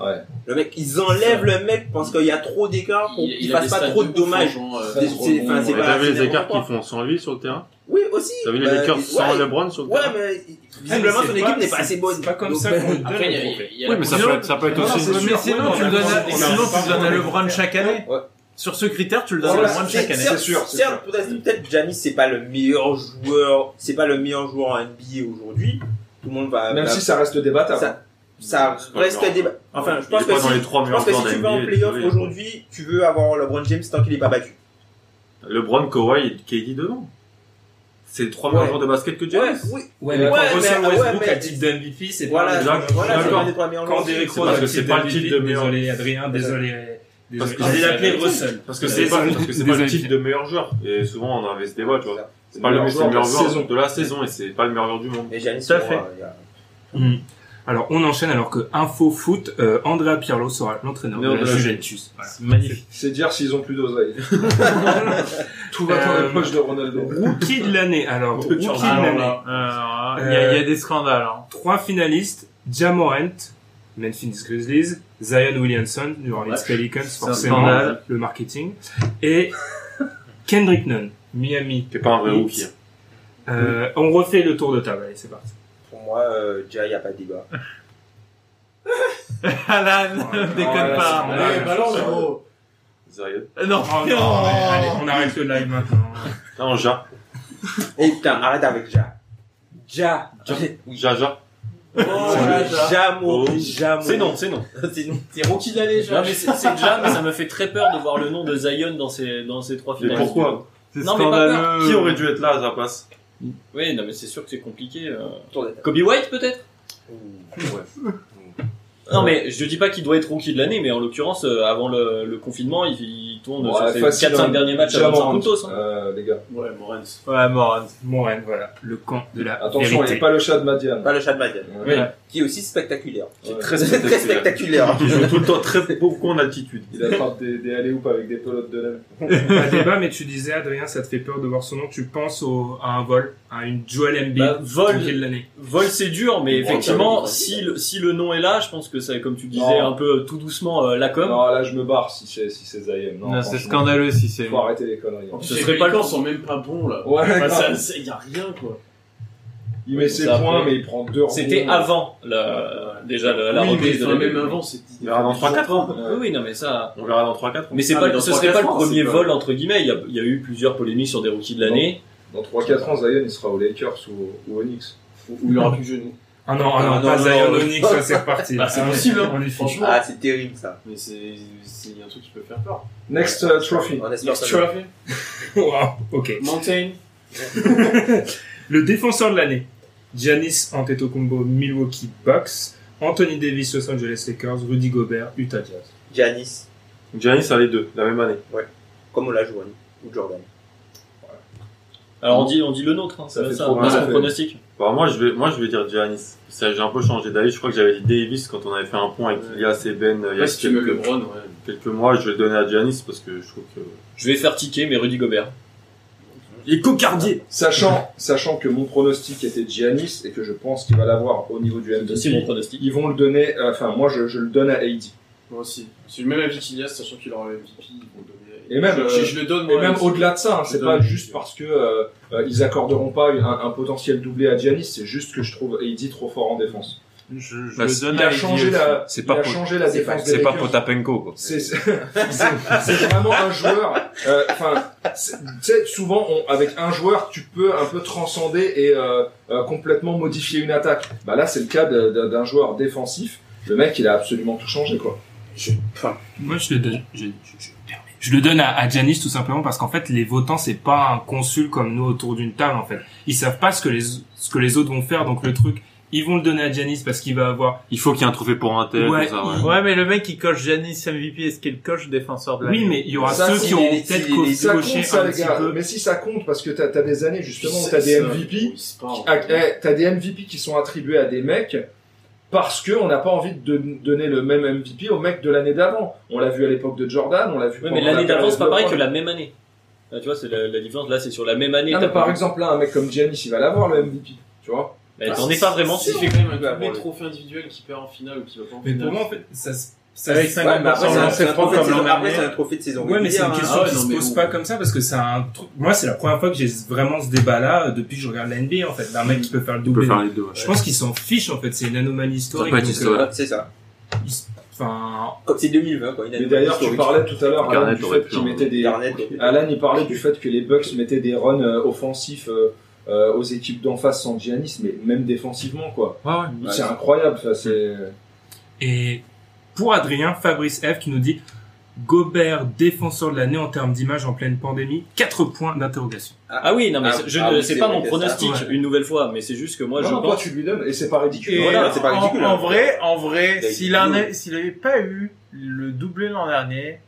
Speaker 5: Ouais.
Speaker 2: Le mec, ils enlèvent le mec parce qu'il y a trop d'écart pour
Speaker 8: Il- il
Speaker 2: qu'il
Speaker 8: a
Speaker 2: fasse
Speaker 8: des
Speaker 2: pas
Speaker 8: stats
Speaker 2: trop de
Speaker 8: ouf, hein,
Speaker 2: dommages.
Speaker 8: genre, euh,
Speaker 2: Des-
Speaker 8: zéro
Speaker 2: c'est-
Speaker 8: rebond,
Speaker 2: enfin, Ah, c'est
Speaker 8: ouais.
Speaker 2: pas-
Speaker 4: T'as vu les
Speaker 2: c'est
Speaker 4: écarts
Speaker 2: n'importe
Speaker 4: qu'ils font sans lui sur le terrain
Speaker 2: Oui, aussi.
Speaker 4: T'as vu les
Speaker 2: Bah,
Speaker 4: Lakers
Speaker 2: ouais,
Speaker 4: sans LeBron sur le
Speaker 2: Ouais,
Speaker 4: terrain
Speaker 2: mais visiblement,
Speaker 1: mais
Speaker 2: son
Speaker 1: c'est
Speaker 2: équipe
Speaker 1: pas-
Speaker 2: n'est pas assez bonne.
Speaker 1: C'est pas comme
Speaker 2: Donc,
Speaker 1: ça
Speaker 2: ben,
Speaker 1: qu'on donne
Speaker 8: Après, il y a-
Speaker 1: le
Speaker 8: il y a
Speaker 4: Oui,
Speaker 8: la
Speaker 4: mais ça
Speaker 6: Sinon-
Speaker 4: peut être, ça peut être
Speaker 5: Non,
Speaker 4: aussi.
Speaker 5: c'est
Speaker 4: une-
Speaker 5: sûr. Ouais, on a- on a-
Speaker 6: sinon,
Speaker 5: on a-
Speaker 6: tu donnes à LeBron chaque année.
Speaker 5: Ouais.
Speaker 6: Sur ce critère, tu le donnes
Speaker 5: Voilà,
Speaker 6: à LeBron
Speaker 2: C'est-
Speaker 6: chaque année.
Speaker 2: certes-
Speaker 5: C'est sûr, c'est
Speaker 2: certes, peut-être, peut-être Giannis c'est pas le meilleur joueur, c'est pas le meilleur joueur en NBA aujourd'hui. Tout le monde va.
Speaker 5: Même
Speaker 2: va-
Speaker 5: si ça reste débattable.
Speaker 2: ça, ça
Speaker 4: C'est pas
Speaker 2: reste
Speaker 4: le meilleur.
Speaker 2: débat. Enfin, je
Speaker 4: Il est
Speaker 2: pense que
Speaker 4: pas dans
Speaker 2: si,
Speaker 4: les trois
Speaker 2: je pense
Speaker 4: meilleurs
Speaker 2: que
Speaker 4: joueurs
Speaker 2: si
Speaker 4: de
Speaker 2: tu vas en
Speaker 4: NBA,
Speaker 2: playoff
Speaker 4: désolé. hein.
Speaker 2: aujourd'hui, tu veux avoir LeBron James tant qu'il est pas battu.
Speaker 4: LeBron, Kawhi et KD devant. C'est les trois meilleurs
Speaker 2: Ouais.
Speaker 4: joueurs de basket que
Speaker 2: Ouais,
Speaker 4: Giannis.
Speaker 2: oui.
Speaker 1: Ouais,
Speaker 5: mais
Speaker 1: mais
Speaker 2: ouais,
Speaker 1: quand Russell
Speaker 2: mais-
Speaker 1: Westbrook
Speaker 2: ouais, mais-
Speaker 1: a le titre de MVP, c'est
Speaker 2: Voilà,
Speaker 1: pas
Speaker 4: Exact.
Speaker 2: voilà, c'est
Speaker 4: D'accord.
Speaker 2: pas des trois meilleurs
Speaker 1: Quand
Speaker 2: joueurs.
Speaker 1: Derrick
Speaker 4: C'est
Speaker 1: Rose a
Speaker 4: parce que
Speaker 1: le
Speaker 4: c'est
Speaker 1: titre
Speaker 4: pas
Speaker 1: de
Speaker 4: le titre
Speaker 1: MVP,
Speaker 4: de meilleur.
Speaker 1: désolé Adrien, désolé.
Speaker 4: Parce
Speaker 1: désolé.
Speaker 4: que
Speaker 1: Ah, J'ai
Speaker 4: c'est-
Speaker 1: appelé Russell.
Speaker 4: Parce que c'est pas, parce que c'est pas le titre de meilleur joueur. Et souvent, on avait ce débat, tu vois. C'est pas le meilleur, c'est le meilleur
Speaker 5: de la
Speaker 4: joueur
Speaker 5: saison.
Speaker 4: de la saison et c'est pas le meilleur joueur du monde.
Speaker 2: Mais Giannis,
Speaker 6: Tout à
Speaker 2: pour
Speaker 6: fait.
Speaker 2: moi, euh, il y a-
Speaker 1: Hmm. Alors, on enchaîne alors que Info Foot, euh, Andrea Pirlo sera l'entraîneur
Speaker 4: Non,
Speaker 1: de la
Speaker 4: de la-
Speaker 1: Juventus. Voilà.
Speaker 6: Magnifique.
Speaker 5: C'est dire s'ils ont plus d'oseille. Tout va dans
Speaker 1: Euh,
Speaker 5: la poche de Ronaldo.
Speaker 1: Rookie de l'année, alors.
Speaker 4: De
Speaker 1: Rookie de
Speaker 4: Jordan.
Speaker 6: Alors
Speaker 1: l'année.
Speaker 6: là,
Speaker 5: Ah.
Speaker 6: alors, Euh, il y, a- il y a des scandales. hein.
Speaker 1: Trois finalistes, Jamorant, Memphis Grizzlies, Zion Williamson, New Orleans
Speaker 8: Ouais.
Speaker 1: Pelicans,
Speaker 6: un
Speaker 1: forcément,
Speaker 6: scandale.
Speaker 1: le marketing, et Kendrick Nunn, Miami.
Speaker 4: C'est pas un vrai
Speaker 1: Heat.
Speaker 4: rookie. hein.
Speaker 1: Euh, On refait le tour de table, allez, c'est parti.
Speaker 2: Pour moi, euh, déjà, il n'y a pas de débat.
Speaker 6: Alan, déconne
Speaker 5: là,
Speaker 6: pas.
Speaker 5: c'est vrai.
Speaker 8: Ouais, balance, gros.
Speaker 4: Zion.
Speaker 6: Non,
Speaker 1: Oh non, mais allez, on arrête le live maintenant.
Speaker 4: Non, Ja.
Speaker 2: Et putain, arrête avec Ja. Ja.
Speaker 4: Ja. Ja, Ja.
Speaker 2: Ja
Speaker 4: Oh.
Speaker 2: Morant, Ja Morant.
Speaker 4: C'est non, c'est non.
Speaker 2: C'est non. C'est Rookie de l'année,
Speaker 7: Non,
Speaker 2: Ja.
Speaker 7: mais c'est c'est déjà, mais ça me fait très peur de voir le nom de Zion dans ces, dans ces trois
Speaker 4: Mais
Speaker 7: finales.
Speaker 4: pourquoi
Speaker 6: C'est
Speaker 7: Non, mais pas peur.
Speaker 6: scandaleux.
Speaker 3: Euh,
Speaker 4: Qui aurait dû être là à sa place
Speaker 7: Oui, non, mais c'est sûr que c'est compliqué. euh.
Speaker 2: Tour de table.
Speaker 7: Kobe White, peut-être
Speaker 4: Ouais.
Speaker 7: Non, mais je dis pas qu'il doit être rookie de l'année, mais en l'occurrence, euh, avant le, le confinement, il, il tourne
Speaker 5: Ouais,
Speaker 7: sur ses
Speaker 5: facile,
Speaker 7: 4-5
Speaker 5: hein.
Speaker 7: derniers matchs à 25
Speaker 5: Jamorant.
Speaker 7: puntos. hein.
Speaker 5: Euh, les gars.
Speaker 8: Ouais, Morens.
Speaker 6: Ouais, Morant.
Speaker 1: Moran, voilà, le camp de la
Speaker 5: Attention, il
Speaker 1: vérité.
Speaker 5: n'est pas le chat de Madiane.
Speaker 2: Pas le chat de Madden.
Speaker 5: Ouais.
Speaker 7: Bah,
Speaker 2: Qui est aussi spectaculaire.
Speaker 5: Ouais.
Speaker 4: Très
Speaker 2: Très
Speaker 4: spectaculaire.
Speaker 2: spectaculaire.
Speaker 4: Il joue tout le temps très beaucoup en altitude.
Speaker 5: Il attrape des, des alley-oop avec des pelotes de laine.
Speaker 1: Pas de débat, mais tu disais, Adrien, ça te fait peur de voir son nom, tu penses au, à un vol, à une Joel Embiid,
Speaker 7: Bah, vol.
Speaker 1: rookie de l'année.
Speaker 7: Vol, c'est dur, mais
Speaker 5: Bon, ça
Speaker 7: effectivement,
Speaker 5: va,
Speaker 7: si le, si le nom est là, je pense que ça, comme tu disais,
Speaker 5: Non.
Speaker 7: un peu euh, tout doucement, euh, la com.
Speaker 5: Non, là, je me barre si c'est, si c'est Zion. Non,
Speaker 6: Non, c'est
Speaker 5: franchement,
Speaker 6: scandaleux si c'est.
Speaker 5: Faut arrêter les conneries. hein.
Speaker 7: Ce
Speaker 8: Ce
Speaker 7: serait
Speaker 8: serait
Speaker 7: pas
Speaker 8: pas
Speaker 7: le-
Speaker 8: le sont même pas bons là.
Speaker 5: Ouais,
Speaker 8: Enfin,
Speaker 5: grave.
Speaker 8: ça- ça- y a rien quoi.
Speaker 5: Il met ses
Speaker 7: Ça,
Speaker 5: points,
Speaker 7: après.
Speaker 5: mais il prend deux rebonds.
Speaker 7: C'était avant la, déjà la, la
Speaker 8: oui, mais
Speaker 7: reprise de
Speaker 8: enfin,
Speaker 7: la
Speaker 8: même avant, c'est
Speaker 4: On verra dans 3-4 ans.
Speaker 7: Oui, oui, non, mais ça.
Speaker 4: On verra dans 3-4 ans.
Speaker 7: Mais c'est
Speaker 8: Ah,
Speaker 7: pas,
Speaker 8: mais dans
Speaker 7: ce serait
Speaker 8: 3-4
Speaker 7: pas le
Speaker 8: ans, c'est
Speaker 7: premier
Speaker 8: pas-
Speaker 7: vol entre guillemets. Il y, a, il y a eu plusieurs polémiques sur des rookies de l'année.
Speaker 5: Dans 3-4 ans, Zion, il sera aux Lakers ou, ou aux Knicks.
Speaker 8: Où il aura plus genou.
Speaker 1: Ah non, ah non,
Speaker 8: Ah non,
Speaker 1: pas
Speaker 8: non,
Speaker 1: Zion
Speaker 8: non.
Speaker 1: Onyx, ça c'est reparti.
Speaker 8: Bah, c'est
Speaker 1: Ah ouais,
Speaker 8: possible, hein.
Speaker 1: on lui fiche.
Speaker 8: Franchement.
Speaker 2: Ah, c'est terrible, ça.
Speaker 8: Mais c'est c'est un truc qui peut faire peur.
Speaker 5: Next euh, trophy.
Speaker 2: On espère que ça.
Speaker 8: fait
Speaker 1: Wow, ok.
Speaker 8: Mountain.
Speaker 1: Le défenseur de l'année, Giannis Antetokounmpo, Milwaukee Bucks, Anthony Davis, Los Angeles Lakers, Rudy Gobert, Utah Jazz.
Speaker 2: Giannis,
Speaker 4: Giannis a les deux, la même année.
Speaker 2: comme on l'a joué, ou Jordan.
Speaker 7: Alors on dit, on dit le nôtre, hein, c'est
Speaker 5: Ça fait
Speaker 7: ça,
Speaker 5: trop
Speaker 7: on a
Speaker 5: mal,
Speaker 7: son
Speaker 5: ça fait.
Speaker 7: pronostic.
Speaker 4: Bah, moi, je vais, moi, je vais dire Giannis. Ça, j'ai un peu changé d'avis. Je crois que j'avais dit Davis quand on avait fait un point avec Ilias et Ben euh, il y a
Speaker 3: Ouais, si tu mets
Speaker 4: quelques,
Speaker 3: LeBron, ouais.
Speaker 4: quelques mois. Je vais le donner à Giannis parce que je trouve que.
Speaker 7: Je vais faire tiquer, mais Rudy Gobert.
Speaker 4: Il est cocardier!
Speaker 5: Sachant, sachant que mon pronostic était Giannis et que je pense qu'il va l'avoir au niveau du
Speaker 7: C'est aussi mon
Speaker 5: MVP,
Speaker 7: pronostic.
Speaker 5: ils vont le donner, euh, enfin, moi, je, je le donne à AD.
Speaker 3: Moi aussi. C'est le même avis qu'Ilias, sachant qu'il aura le MVP. ils vont le donner.
Speaker 5: Et même,
Speaker 3: je,
Speaker 5: euh,
Speaker 3: je le donne,
Speaker 5: Et
Speaker 3: moi.
Speaker 5: même
Speaker 3: aussi.
Speaker 5: au-delà de ça, hein, c'est
Speaker 3: Je
Speaker 5: pas
Speaker 3: donne-
Speaker 5: juste parce que euh, euh, ils accorderont pas une- un, un potentiel doublé à Giannis, c'est juste que je trouve AD trop fort en défense.
Speaker 9: Je, je
Speaker 4: Bah,
Speaker 9: le
Speaker 4: c'est-
Speaker 9: donne
Speaker 5: il a
Speaker 9: à
Speaker 5: changé
Speaker 9: Eddie
Speaker 5: la-
Speaker 4: C'est
Speaker 5: Il
Speaker 4: pas,
Speaker 5: a
Speaker 4: Pot-
Speaker 5: changé la défense des
Speaker 4: c'est pas
Speaker 5: Lakers.
Speaker 4: Potapenko, quoi.
Speaker 5: C'est c'est- c'est vraiment un joueur. euh, Enfin, c'est- tu sais, souvent on, avec un joueur, tu peux un peu transcender et euh, euh, complètement modifier une attaque. Bah là, c'est le cas de- de- d'un joueur défensif. Le mec, il a absolument tout changé, quoi.
Speaker 1: Je- enfin, moi, je le donne, je, je- je me permets. Je le donne à, à Giannis tout simplement parce qu'en fait, les votants, c'est pas un consul comme nous autour d'une table, en fait. Ils savent pas ce que les, ce que les autres vont faire, donc le truc, ils vont le donner à Giannis parce qu'il va avoir,
Speaker 4: Il faut qu'il y ait un trophée pour un tel,
Speaker 1: Ouais,
Speaker 4: tout ça, ouais.
Speaker 1: il-
Speaker 6: Ouais, mais le mec qui coche Janis MVP, est-ce qu'il coche défenseur de la
Speaker 1: oui, mais il y aura
Speaker 5: Ça,
Speaker 1: ceux
Speaker 5: s'il
Speaker 1: qui auront
Speaker 5: est-
Speaker 1: peut-être
Speaker 5: s'il est- ça compte,
Speaker 1: coché
Speaker 5: ça,
Speaker 1: un
Speaker 5: les
Speaker 1: petit
Speaker 5: gars.
Speaker 1: peu.
Speaker 5: Mais si ça compte, parce que t'as t'as des années justement où
Speaker 3: C'est-
Speaker 5: t'as des
Speaker 3: c'est-
Speaker 5: MVP.
Speaker 3: oui, c'est pas-
Speaker 5: à- eh, t'as des MVP qui sont attribués à des mecs parce que on n'a pas envie de don- donner le même MVP au mec de l'année d'avant. On l'a vu à l'époque de Jordan, on l'a vu.
Speaker 7: Ouais, mais
Speaker 5: pendant
Speaker 7: l'année
Speaker 5: la période
Speaker 7: d'avant, c'est pas
Speaker 5: de
Speaker 7: pareil que
Speaker 5: LeBron.
Speaker 7: la même année. Là, tu vois, c'est la, la différence. Là, c'est sur la même année.
Speaker 5: Non,
Speaker 7: t'as
Speaker 5: mais par
Speaker 7: pas-
Speaker 5: exemple, là, un mec comme Giannis, il va l'avoir le MVP, tu vois.
Speaker 7: Bah,
Speaker 5: ah,
Speaker 7: T'en es pas vraiment
Speaker 3: Si,
Speaker 7: sûr.
Speaker 3: il fait quand même un
Speaker 5: Ouais, bon,
Speaker 3: doublé
Speaker 5: le-
Speaker 3: trophée individuel qui perd en finale ou qui va pas en
Speaker 1: Mais
Speaker 3: finale.
Speaker 1: pour moi, en fait, ça, se- ça
Speaker 6: Avec
Speaker 1: se-
Speaker 6: 50%
Speaker 2: mais après,
Speaker 6: en
Speaker 2: c'est un-
Speaker 6: lancer
Speaker 2: c'est un
Speaker 6: franc
Speaker 2: trophée de
Speaker 6: comme
Speaker 2: saison-
Speaker 6: l'an
Speaker 2: après,
Speaker 6: dernier.
Speaker 2: c'est un trophée de saison
Speaker 1: Ouais, mais c'est
Speaker 2: régulière,
Speaker 1: une
Speaker 2: hein.
Speaker 3: Ah
Speaker 1: question
Speaker 3: ouais,
Speaker 1: qui
Speaker 3: non,
Speaker 1: se
Speaker 3: mais
Speaker 1: pose
Speaker 3: bon.
Speaker 1: pas comme ça parce que c'est un truc. Moi, c'est la première fois que j'ai vraiment ce débat-là euh, depuis que je regarde la NBA en fait. D'un mec qui peut faire le
Speaker 4: On peut
Speaker 1: doublé.
Speaker 4: faire les deux, ouais.
Speaker 1: Je pense qu'ils s'en fichent en fait. C'est une anomalie historique.
Speaker 4: peut être
Speaker 1: donc,
Speaker 4: historique.
Speaker 1: euh,
Speaker 2: Ouais, C'est ça.
Speaker 1: ils s- Enfin,
Speaker 2: Comme c'est 2020, quoi. Une
Speaker 5: Mais
Speaker 2: année
Speaker 5: d'ailleurs, tu
Speaker 2: historique.
Speaker 5: parlais tout à l'heure Alan,
Speaker 4: Garnett
Speaker 5: du
Speaker 4: aurait
Speaker 5: fait
Speaker 4: pu
Speaker 5: qu'ils
Speaker 4: en-
Speaker 5: mettaient des.
Speaker 2: Garnett.
Speaker 5: Alan, il parlait du fait que les Bucks mettaient des runs euh, offensifs euh, euh, aux équipes d'en face sans Giannis, mais même défensivement, quoi.
Speaker 4: Ouais, ouais.
Speaker 5: c'est incroyable, ça. C'est.
Speaker 1: et pour Adrien, Fabrice F qui nous dit Gobert défenseur de l'année en termes d'image en pleine pandémie. Quatre points d'interrogation.
Speaker 7: Ah oui, non, mais
Speaker 2: Ah,
Speaker 7: c'est- je
Speaker 2: ah
Speaker 7: ne-
Speaker 2: oui,
Speaker 7: c'est
Speaker 2: c'est
Speaker 7: pas
Speaker 2: vrai
Speaker 7: mon
Speaker 2: que ça,
Speaker 7: pronostic
Speaker 1: ouais.
Speaker 7: une nouvelle fois, mais c'est juste que moi,
Speaker 5: Non,
Speaker 7: je
Speaker 5: non, toi,
Speaker 7: pense.
Speaker 5: tu lui donnes, et c'est pas ridicule.
Speaker 6: Et
Speaker 2: Voilà, c'est pas ridicule,
Speaker 6: en, en
Speaker 2: hein.
Speaker 6: vrai, en vrai,
Speaker 2: Il a
Speaker 6: s'il
Speaker 2: été
Speaker 6: en
Speaker 2: bon.
Speaker 6: est- s'il avait pas eu le doublé l'an dernier.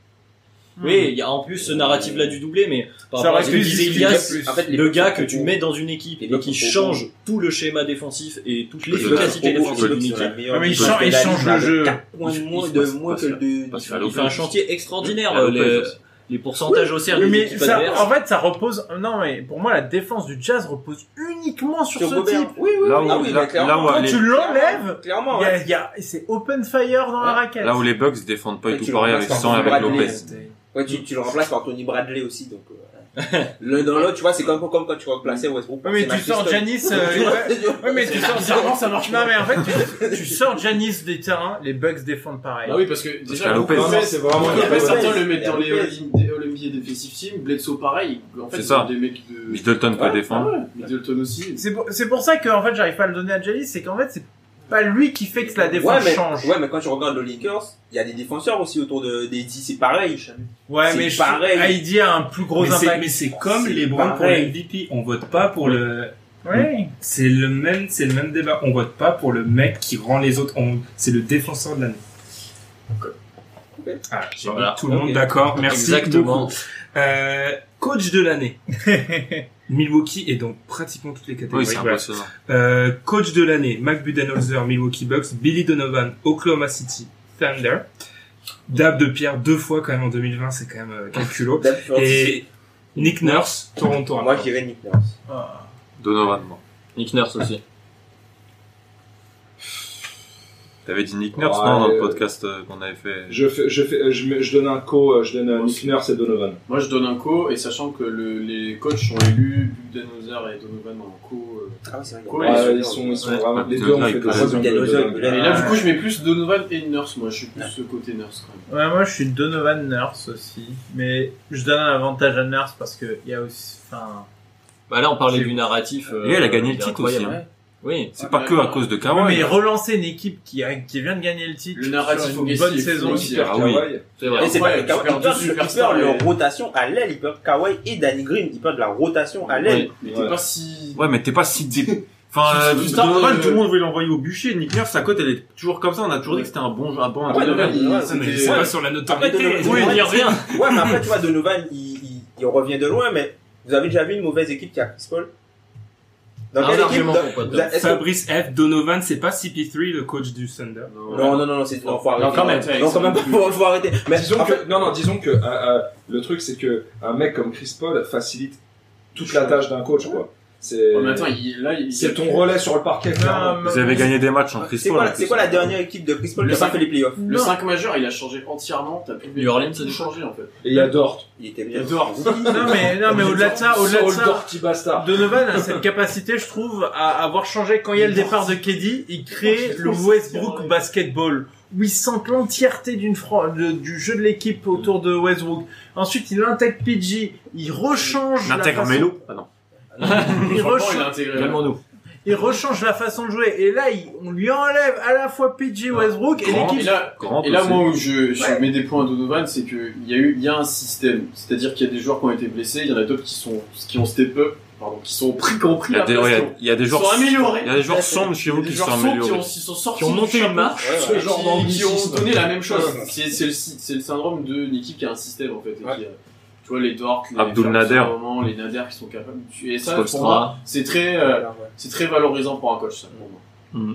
Speaker 7: Oui, il y a en plus ce narratif-là du doublé, mais par
Speaker 6: Ça
Speaker 7: rapport à
Speaker 6: aurait
Speaker 7: ce que
Speaker 6: pu
Speaker 7: disait
Speaker 6: justifier
Speaker 7: Ilias,
Speaker 6: plus.
Speaker 2: En fait, les
Speaker 7: le
Speaker 2: Bucks
Speaker 7: gars
Speaker 2: sont
Speaker 7: que tu
Speaker 2: trop-
Speaker 7: mets dans une équipe
Speaker 2: Les
Speaker 7: et
Speaker 2: Bucks
Speaker 7: qui
Speaker 2: sont trop
Speaker 7: change tout le schéma défensif et toute
Speaker 4: peux
Speaker 7: l'efficacité
Speaker 4: dire-
Speaker 7: défensive de
Speaker 4: tu
Speaker 7: l'équipe.
Speaker 6: Non, mais
Speaker 4: Parce
Speaker 6: il change,
Speaker 4: que
Speaker 6: il change le jeu.
Speaker 2: Moins de
Speaker 4: Il-
Speaker 2: moins
Speaker 4: il
Speaker 2: de
Speaker 4: se passe
Speaker 2: moins
Speaker 4: pas
Speaker 2: que
Speaker 4: ça.
Speaker 2: de.
Speaker 4: Parce qu'il
Speaker 7: Il fait un chantier extraordinaire,
Speaker 4: Ouais,
Speaker 7: les,
Speaker 4: Lopez aussi.
Speaker 7: les pourcentages au
Speaker 2: Ah,
Speaker 7: cercle des
Speaker 6: mais
Speaker 7: équipes
Speaker 6: ça,
Speaker 7: adverses.
Speaker 6: en fait, ça repose. Non, mais pour moi, la défense du Jazz repose uniquement sur,
Speaker 2: Sur
Speaker 6: ce
Speaker 2: Gobert.
Speaker 6: type.
Speaker 2: Oui, oui,
Speaker 4: Là
Speaker 2: oui.
Speaker 4: où-
Speaker 2: Ah oui,
Speaker 4: là-
Speaker 2: mais clairement,
Speaker 4: là où
Speaker 6: Quand
Speaker 4: les-
Speaker 6: tu l'enlèves,
Speaker 2: Clairement, hein.
Speaker 6: il y a-
Speaker 2: ouais.
Speaker 6: il y a- c'est open fire dans la
Speaker 2: Ouais.
Speaker 6: raquette.
Speaker 4: Là où les Bucks défendent pas
Speaker 2: Et
Speaker 4: du tout
Speaker 2: tu
Speaker 4: pareil
Speaker 2: le
Speaker 4: avec
Speaker 2: remplaces
Speaker 4: Sang et
Speaker 2: par
Speaker 4: avec
Speaker 2: Bradley.
Speaker 4: Lopez.
Speaker 2: Ouais, tu, tu le remplaces par Tony Bradley aussi, donc, euh, l'un dans l'autre, tu vois, c'est comme, comme quand tu remplaçais Westbrook.
Speaker 6: Ouais, mais
Speaker 2: c'est
Speaker 6: tu
Speaker 2: Marc
Speaker 6: sors
Speaker 2: Gasol.
Speaker 6: Janis. euh, les- ouais, ouais, mais tu sors
Speaker 3: Bizarrement, ça marche
Speaker 6: Non,
Speaker 3: pas.
Speaker 6: mais en fait, tu, tu sors Janis des terrains, les Bucks défendent pareil.
Speaker 3: Ah oui, parce que
Speaker 4: qu'à
Speaker 3: déjà,
Speaker 4: Lopez,
Speaker 3: Lopez,
Speaker 5: c'est vraiment
Speaker 3: Lopez,
Speaker 2: Lopez.
Speaker 3: certains le mettent dans les
Speaker 2: Lopez.
Speaker 3: All-NBA Defensive Team, Bledsoe pareil. En fait,
Speaker 4: C'est
Speaker 3: ils
Speaker 4: ça.
Speaker 3: sont des mecs de.
Speaker 4: Middleton peut
Speaker 3: Ouais,
Speaker 4: défendre.
Speaker 3: ah ouais, Middleton aussi.
Speaker 6: C'est pour, c'est pour ça que en fait, j'arrive pas à le donner à Jalis, c'est qu'en fait, c'est pas lui qui fait que la défense
Speaker 2: ouais, mais,
Speaker 6: change.
Speaker 2: Ouais, mais quand tu regardes le Lakers, il y a des défenseurs aussi autour de, des 10, c'est pareil.
Speaker 6: Ouais,
Speaker 2: c'est
Speaker 6: mais je-
Speaker 2: pareil.
Speaker 6: Heidi a un plus gros
Speaker 1: mais c'est-
Speaker 6: impact.
Speaker 1: mais c'est comme
Speaker 2: C'est
Speaker 1: les Browns pour le
Speaker 2: pareil.
Speaker 1: MVP. On vote pas pour le.
Speaker 6: Ouais.
Speaker 1: C'est le même. C'est le même débat. On vote pas pour le mec qui rend les autres. On... C'est le défenseur de l'année. Ah, j'ai mis
Speaker 7: Voilà.
Speaker 1: tout le monde
Speaker 7: Ok.
Speaker 1: d'accord. Merci beaucoup.
Speaker 7: Exactement.
Speaker 1: Euh, coach de l'année. Milwaukee est donc pratiquement toutes les
Speaker 4: Oui,
Speaker 1: catégories.
Speaker 4: c'est
Speaker 1: Voilà.
Speaker 4: impressionnant.
Speaker 1: Euh, coach de l'année, Mac Budenholzer, Milwaukee Bucks, Billy Donovan, Oklahoma City, Thunder. Dab de Pierre deux fois quand même en 2020, c'est quand même euh, quel culot. Et Nick Nurse, Toronto.
Speaker 2: Moi, je
Speaker 1: Raptors.
Speaker 2: dirais Nick Nurse.
Speaker 4: Donovan, moi.
Speaker 7: Nick Nurse aussi.
Speaker 4: T'avais dit Nick Nurse,
Speaker 5: Ouais,
Speaker 4: non, dans le
Speaker 5: euh,
Speaker 4: podcast euh, qu'on avait fait.
Speaker 5: Je fais, je fais, euh, je, mets- je donne un co, euh, je donne euh, Nick Nurse et Donovan.
Speaker 3: Moi, je donne un co, et sachant que le- les coachs sont élus, Budenholzer et Donovan en co. euh.
Speaker 2: Ah ouais, c'est vrai.
Speaker 3: Ouais,
Speaker 5: Ouais,
Speaker 3: ils
Speaker 5: ils
Speaker 3: sont-
Speaker 5: sont, ils sont
Speaker 4: ouais.
Speaker 5: vraiment,
Speaker 4: Ah,
Speaker 5: les
Speaker 4: putain,
Speaker 5: deux ont
Speaker 4: là,
Speaker 5: fait
Speaker 4: il
Speaker 5: des
Speaker 4: peut-
Speaker 5: saisons de
Speaker 2: Daniel Jones,
Speaker 5: Donovan.
Speaker 2: il peut-
Speaker 3: Mais là, du coup, je mets plus Donovan et Nurse, moi. Je suis plus ce côté Nurse, quand même.
Speaker 6: Ouais, moi je suis Donovan Nurse aussi, mais je donne un avantage à Nurse parce que il y a aussi, enfin,
Speaker 7: Bah là, on parlait du narratif. euh,
Speaker 4: Et elle a gagné le
Speaker 7: il est
Speaker 4: titre
Speaker 7: incroyable.
Speaker 4: aussi, hein.
Speaker 7: Oui.
Speaker 4: C'est pas que à cause de
Speaker 6: ouais, mais
Speaker 4: Kawhi.
Speaker 6: relancer une équipe qui, a- qui vient de gagner le titre
Speaker 3: Le narratif
Speaker 6: sur une
Speaker 3: négatif,
Speaker 6: bonne saison,
Speaker 3: aussi. hein.
Speaker 5: Hyper
Speaker 4: Ah oui.
Speaker 5: Kawhi.
Speaker 7: C'est
Speaker 2: Et
Speaker 7: vrai.
Speaker 2: c'est pas
Speaker 3: Ouais,
Speaker 2: le Kawhi,
Speaker 3: super
Speaker 2: ils perdent
Speaker 3: deux
Speaker 2: ils
Speaker 3: superstars,
Speaker 2: perdent leur
Speaker 3: mais-
Speaker 2: rotation à l'aile, ils perdent Kawhi et Danny Green, ils perdent la rotation
Speaker 10: Ah,
Speaker 2: à l'aile.
Speaker 3: Ouais, mais t'es
Speaker 5: Ouais.
Speaker 3: pas si.
Speaker 4: Ouais, mais t'es pas si dé... Enfin,
Speaker 3: Tu-
Speaker 4: euh,
Speaker 3: tu- tu-
Speaker 4: Donovan,
Speaker 3: tu-
Speaker 4: tout le monde voulait l'envoyer au bûcher. Nick Nurse, sa cote, elle est toujours comme ça. On a toujours dit que c'était un bon, un bon.
Speaker 2: Ah ouais,
Speaker 4: Donovan.
Speaker 2: Donovan, il-
Speaker 3: Ouais,
Speaker 1: Ah, mais
Speaker 3: c'était-
Speaker 1: c'est
Speaker 2: ouais.
Speaker 1: pas sur la notoriété.
Speaker 2: Après, Donovan,
Speaker 7: Oui,
Speaker 2: Ouais,
Speaker 7: il y revient.
Speaker 2: Ouais, mais après, tu vois, Donovan, il, il, il revient de loin, mais Vous avez déjà vu une mauvaise équipe qui a Chris Paul Dans
Speaker 7: Un
Speaker 2: quelle équipe
Speaker 7: argument,
Speaker 2: dans-
Speaker 7: mon pote.
Speaker 2: vous avez- est-ce que-
Speaker 1: Fabrice F. Donovan, c'est pas CP3 le coach du Thunder
Speaker 2: Non, non, non, non, c'est, non, faut arrêter.
Speaker 7: Non, quand même,
Speaker 2: non, quand même, faut, faut arrêter. Mais,
Speaker 10: disons
Speaker 2: en fait,
Speaker 10: que, non, non, disons que euh, euh, le truc, c'est que un mec comme Chris Paul facilite toute la tâche d'un coach, quoi. C'est
Speaker 5: mais attends, il- là, il-
Speaker 10: c'est ton relais sur le parquet. clairement.
Speaker 4: Vous avez gagné des matchs en Chris
Speaker 2: c'est
Speaker 4: Paul,
Speaker 2: quoi,
Speaker 4: en
Speaker 2: la-
Speaker 4: plus.
Speaker 2: c'est quoi la dernière équipe de Chris Paul qui
Speaker 5: Le
Speaker 2: a pas
Speaker 5: cinq-
Speaker 2: fait les playoffs
Speaker 5: Le 5 majeur, il a changé entièrement. T'as plus
Speaker 7: New Orleans,
Speaker 5: tout
Speaker 7: c'est-
Speaker 5: changé en fait.
Speaker 10: Et il y a Dort.
Speaker 2: Il était
Speaker 5: Il y a
Speaker 2: bien.
Speaker 5: Dort.
Speaker 6: Non, mais, non, mais au-delà de ça, au-delà de
Speaker 10: Saul
Speaker 6: ça,
Speaker 10: Dort qui basta.
Speaker 6: Donovan a cette capacité, je trouve, à avoir changé quand il y a le départ de KD, il crée le Westbrook Basketball où il sent l'entièreté d'une Fran- de- du jeu de l'équipe autour de Westbrook. Ensuite, il intègre PG, il rechange la
Speaker 4: Intègre
Speaker 6: façon-
Speaker 4: Melo. Ah non.
Speaker 6: il,
Speaker 5: Franchement,
Speaker 6: rechange,
Speaker 5: il a intégré.
Speaker 7: Calmons-nous.
Speaker 6: il rechange la façon de jouer et là, il- on lui enlève à la fois PG Westbrook et
Speaker 4: Grand,
Speaker 6: l'équipe
Speaker 5: Et là,
Speaker 4: Grand
Speaker 5: Et là,
Speaker 4: aussi.
Speaker 5: moi, où je, je mets des points à Donovan, c'est qu'il y a eu, il y a un système. C'est-à-dire qu'il y a des joueurs qui ont été blessés, il y en a d'autres qui sont, qui ont step up, pardon, qui sont pris, qui ont pris
Speaker 4: Il y a
Speaker 5: la
Speaker 4: des,
Speaker 5: place,
Speaker 4: ouais, il y
Speaker 5: qui
Speaker 4: a-
Speaker 5: ont-
Speaker 4: il y a des
Speaker 5: qui
Speaker 4: joueurs,
Speaker 5: sont améliorés.
Speaker 4: il y a des joueurs sombres chez
Speaker 5: Il y
Speaker 4: vous
Speaker 5: a des
Speaker 4: qui se
Speaker 5: joueurs
Speaker 4: sont
Speaker 5: sombres qui
Speaker 4: améliorés.
Speaker 5: ont, qui sont sortis,
Speaker 7: Qui ont monté
Speaker 5: du
Speaker 7: une
Speaker 5: chapeau,
Speaker 7: marche.
Speaker 5: qui-
Speaker 2: Ouais, ouais.
Speaker 5: qui- qui ont donné la même chose.
Speaker 2: Ouais.
Speaker 5: C'est, c'est le, sy- c'est le syndrome de une équipe qui a un système, en fait. et qui
Speaker 2: Ouais.
Speaker 5: a- tu vois, les Dort, les
Speaker 4: Abdul
Speaker 5: Ferguson,
Speaker 4: Nader.
Speaker 5: à un moment, les Nader qui sont capables. de tuer. Et ça, pour
Speaker 4: Spolstra.
Speaker 5: moi, c'est très, euh, c'est très valorisant pour un coach, ça, pour moi.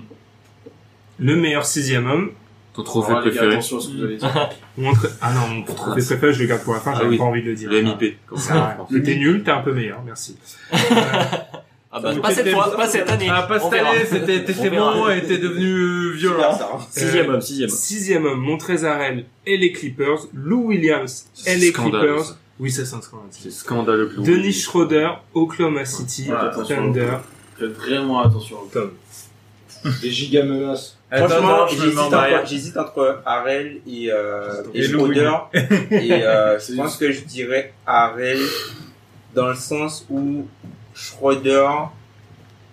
Speaker 1: Le meilleur sixième homme.
Speaker 4: Ton
Speaker 5: Alors
Speaker 4: trophée
Speaker 5: là, Ah, les gars,
Speaker 4: préféré.
Speaker 5: attention à ce que vous allez dire.
Speaker 1: Ou entre- Ah non, mon trophée préféré, je le garde pour la fin,
Speaker 4: Ah
Speaker 1: j'avais
Speaker 4: oui.
Speaker 1: pas envie de le dire.
Speaker 4: Le MIP. comme
Speaker 1: C'est vrai.
Speaker 4: ça.
Speaker 1: T'es nul, t'es un peu meilleur, merci.
Speaker 7: Ah bah, pas cette fois, pas cette année.
Speaker 6: Ah, pas
Speaker 7: On
Speaker 6: cette
Speaker 7: verra.
Speaker 6: année, c'était, t'étais
Speaker 7: On verra.
Speaker 6: bon et t'es devenu violent.
Speaker 2: hein.
Speaker 7: Sixième homme, sixième.
Speaker 1: euh, Sixième homme, Montrezarel et les Clippers. Lou Williams et les
Speaker 4: Scandale,
Speaker 1: Clippers.
Speaker 4: ça.
Speaker 1: Oui, ça c'est un scandale.
Speaker 4: C'est scandaleux. que l'on-
Speaker 1: Denis Schroeder, Oklahoma City,
Speaker 5: Ouais, attention.
Speaker 1: Thunder.
Speaker 5: Faites vraiment attention.
Speaker 10: Des giga menaces.
Speaker 6: Franchement, je me
Speaker 2: j'hésite
Speaker 6: mets en
Speaker 2: entre,
Speaker 6: barrière.
Speaker 2: j'hésite entre Harrell et, euh, et
Speaker 6: Et Lou
Speaker 2: Schroeder. Et, euh, je
Speaker 5: C'est
Speaker 2: pense que je dirais Harrell dans le sens où Schroeder,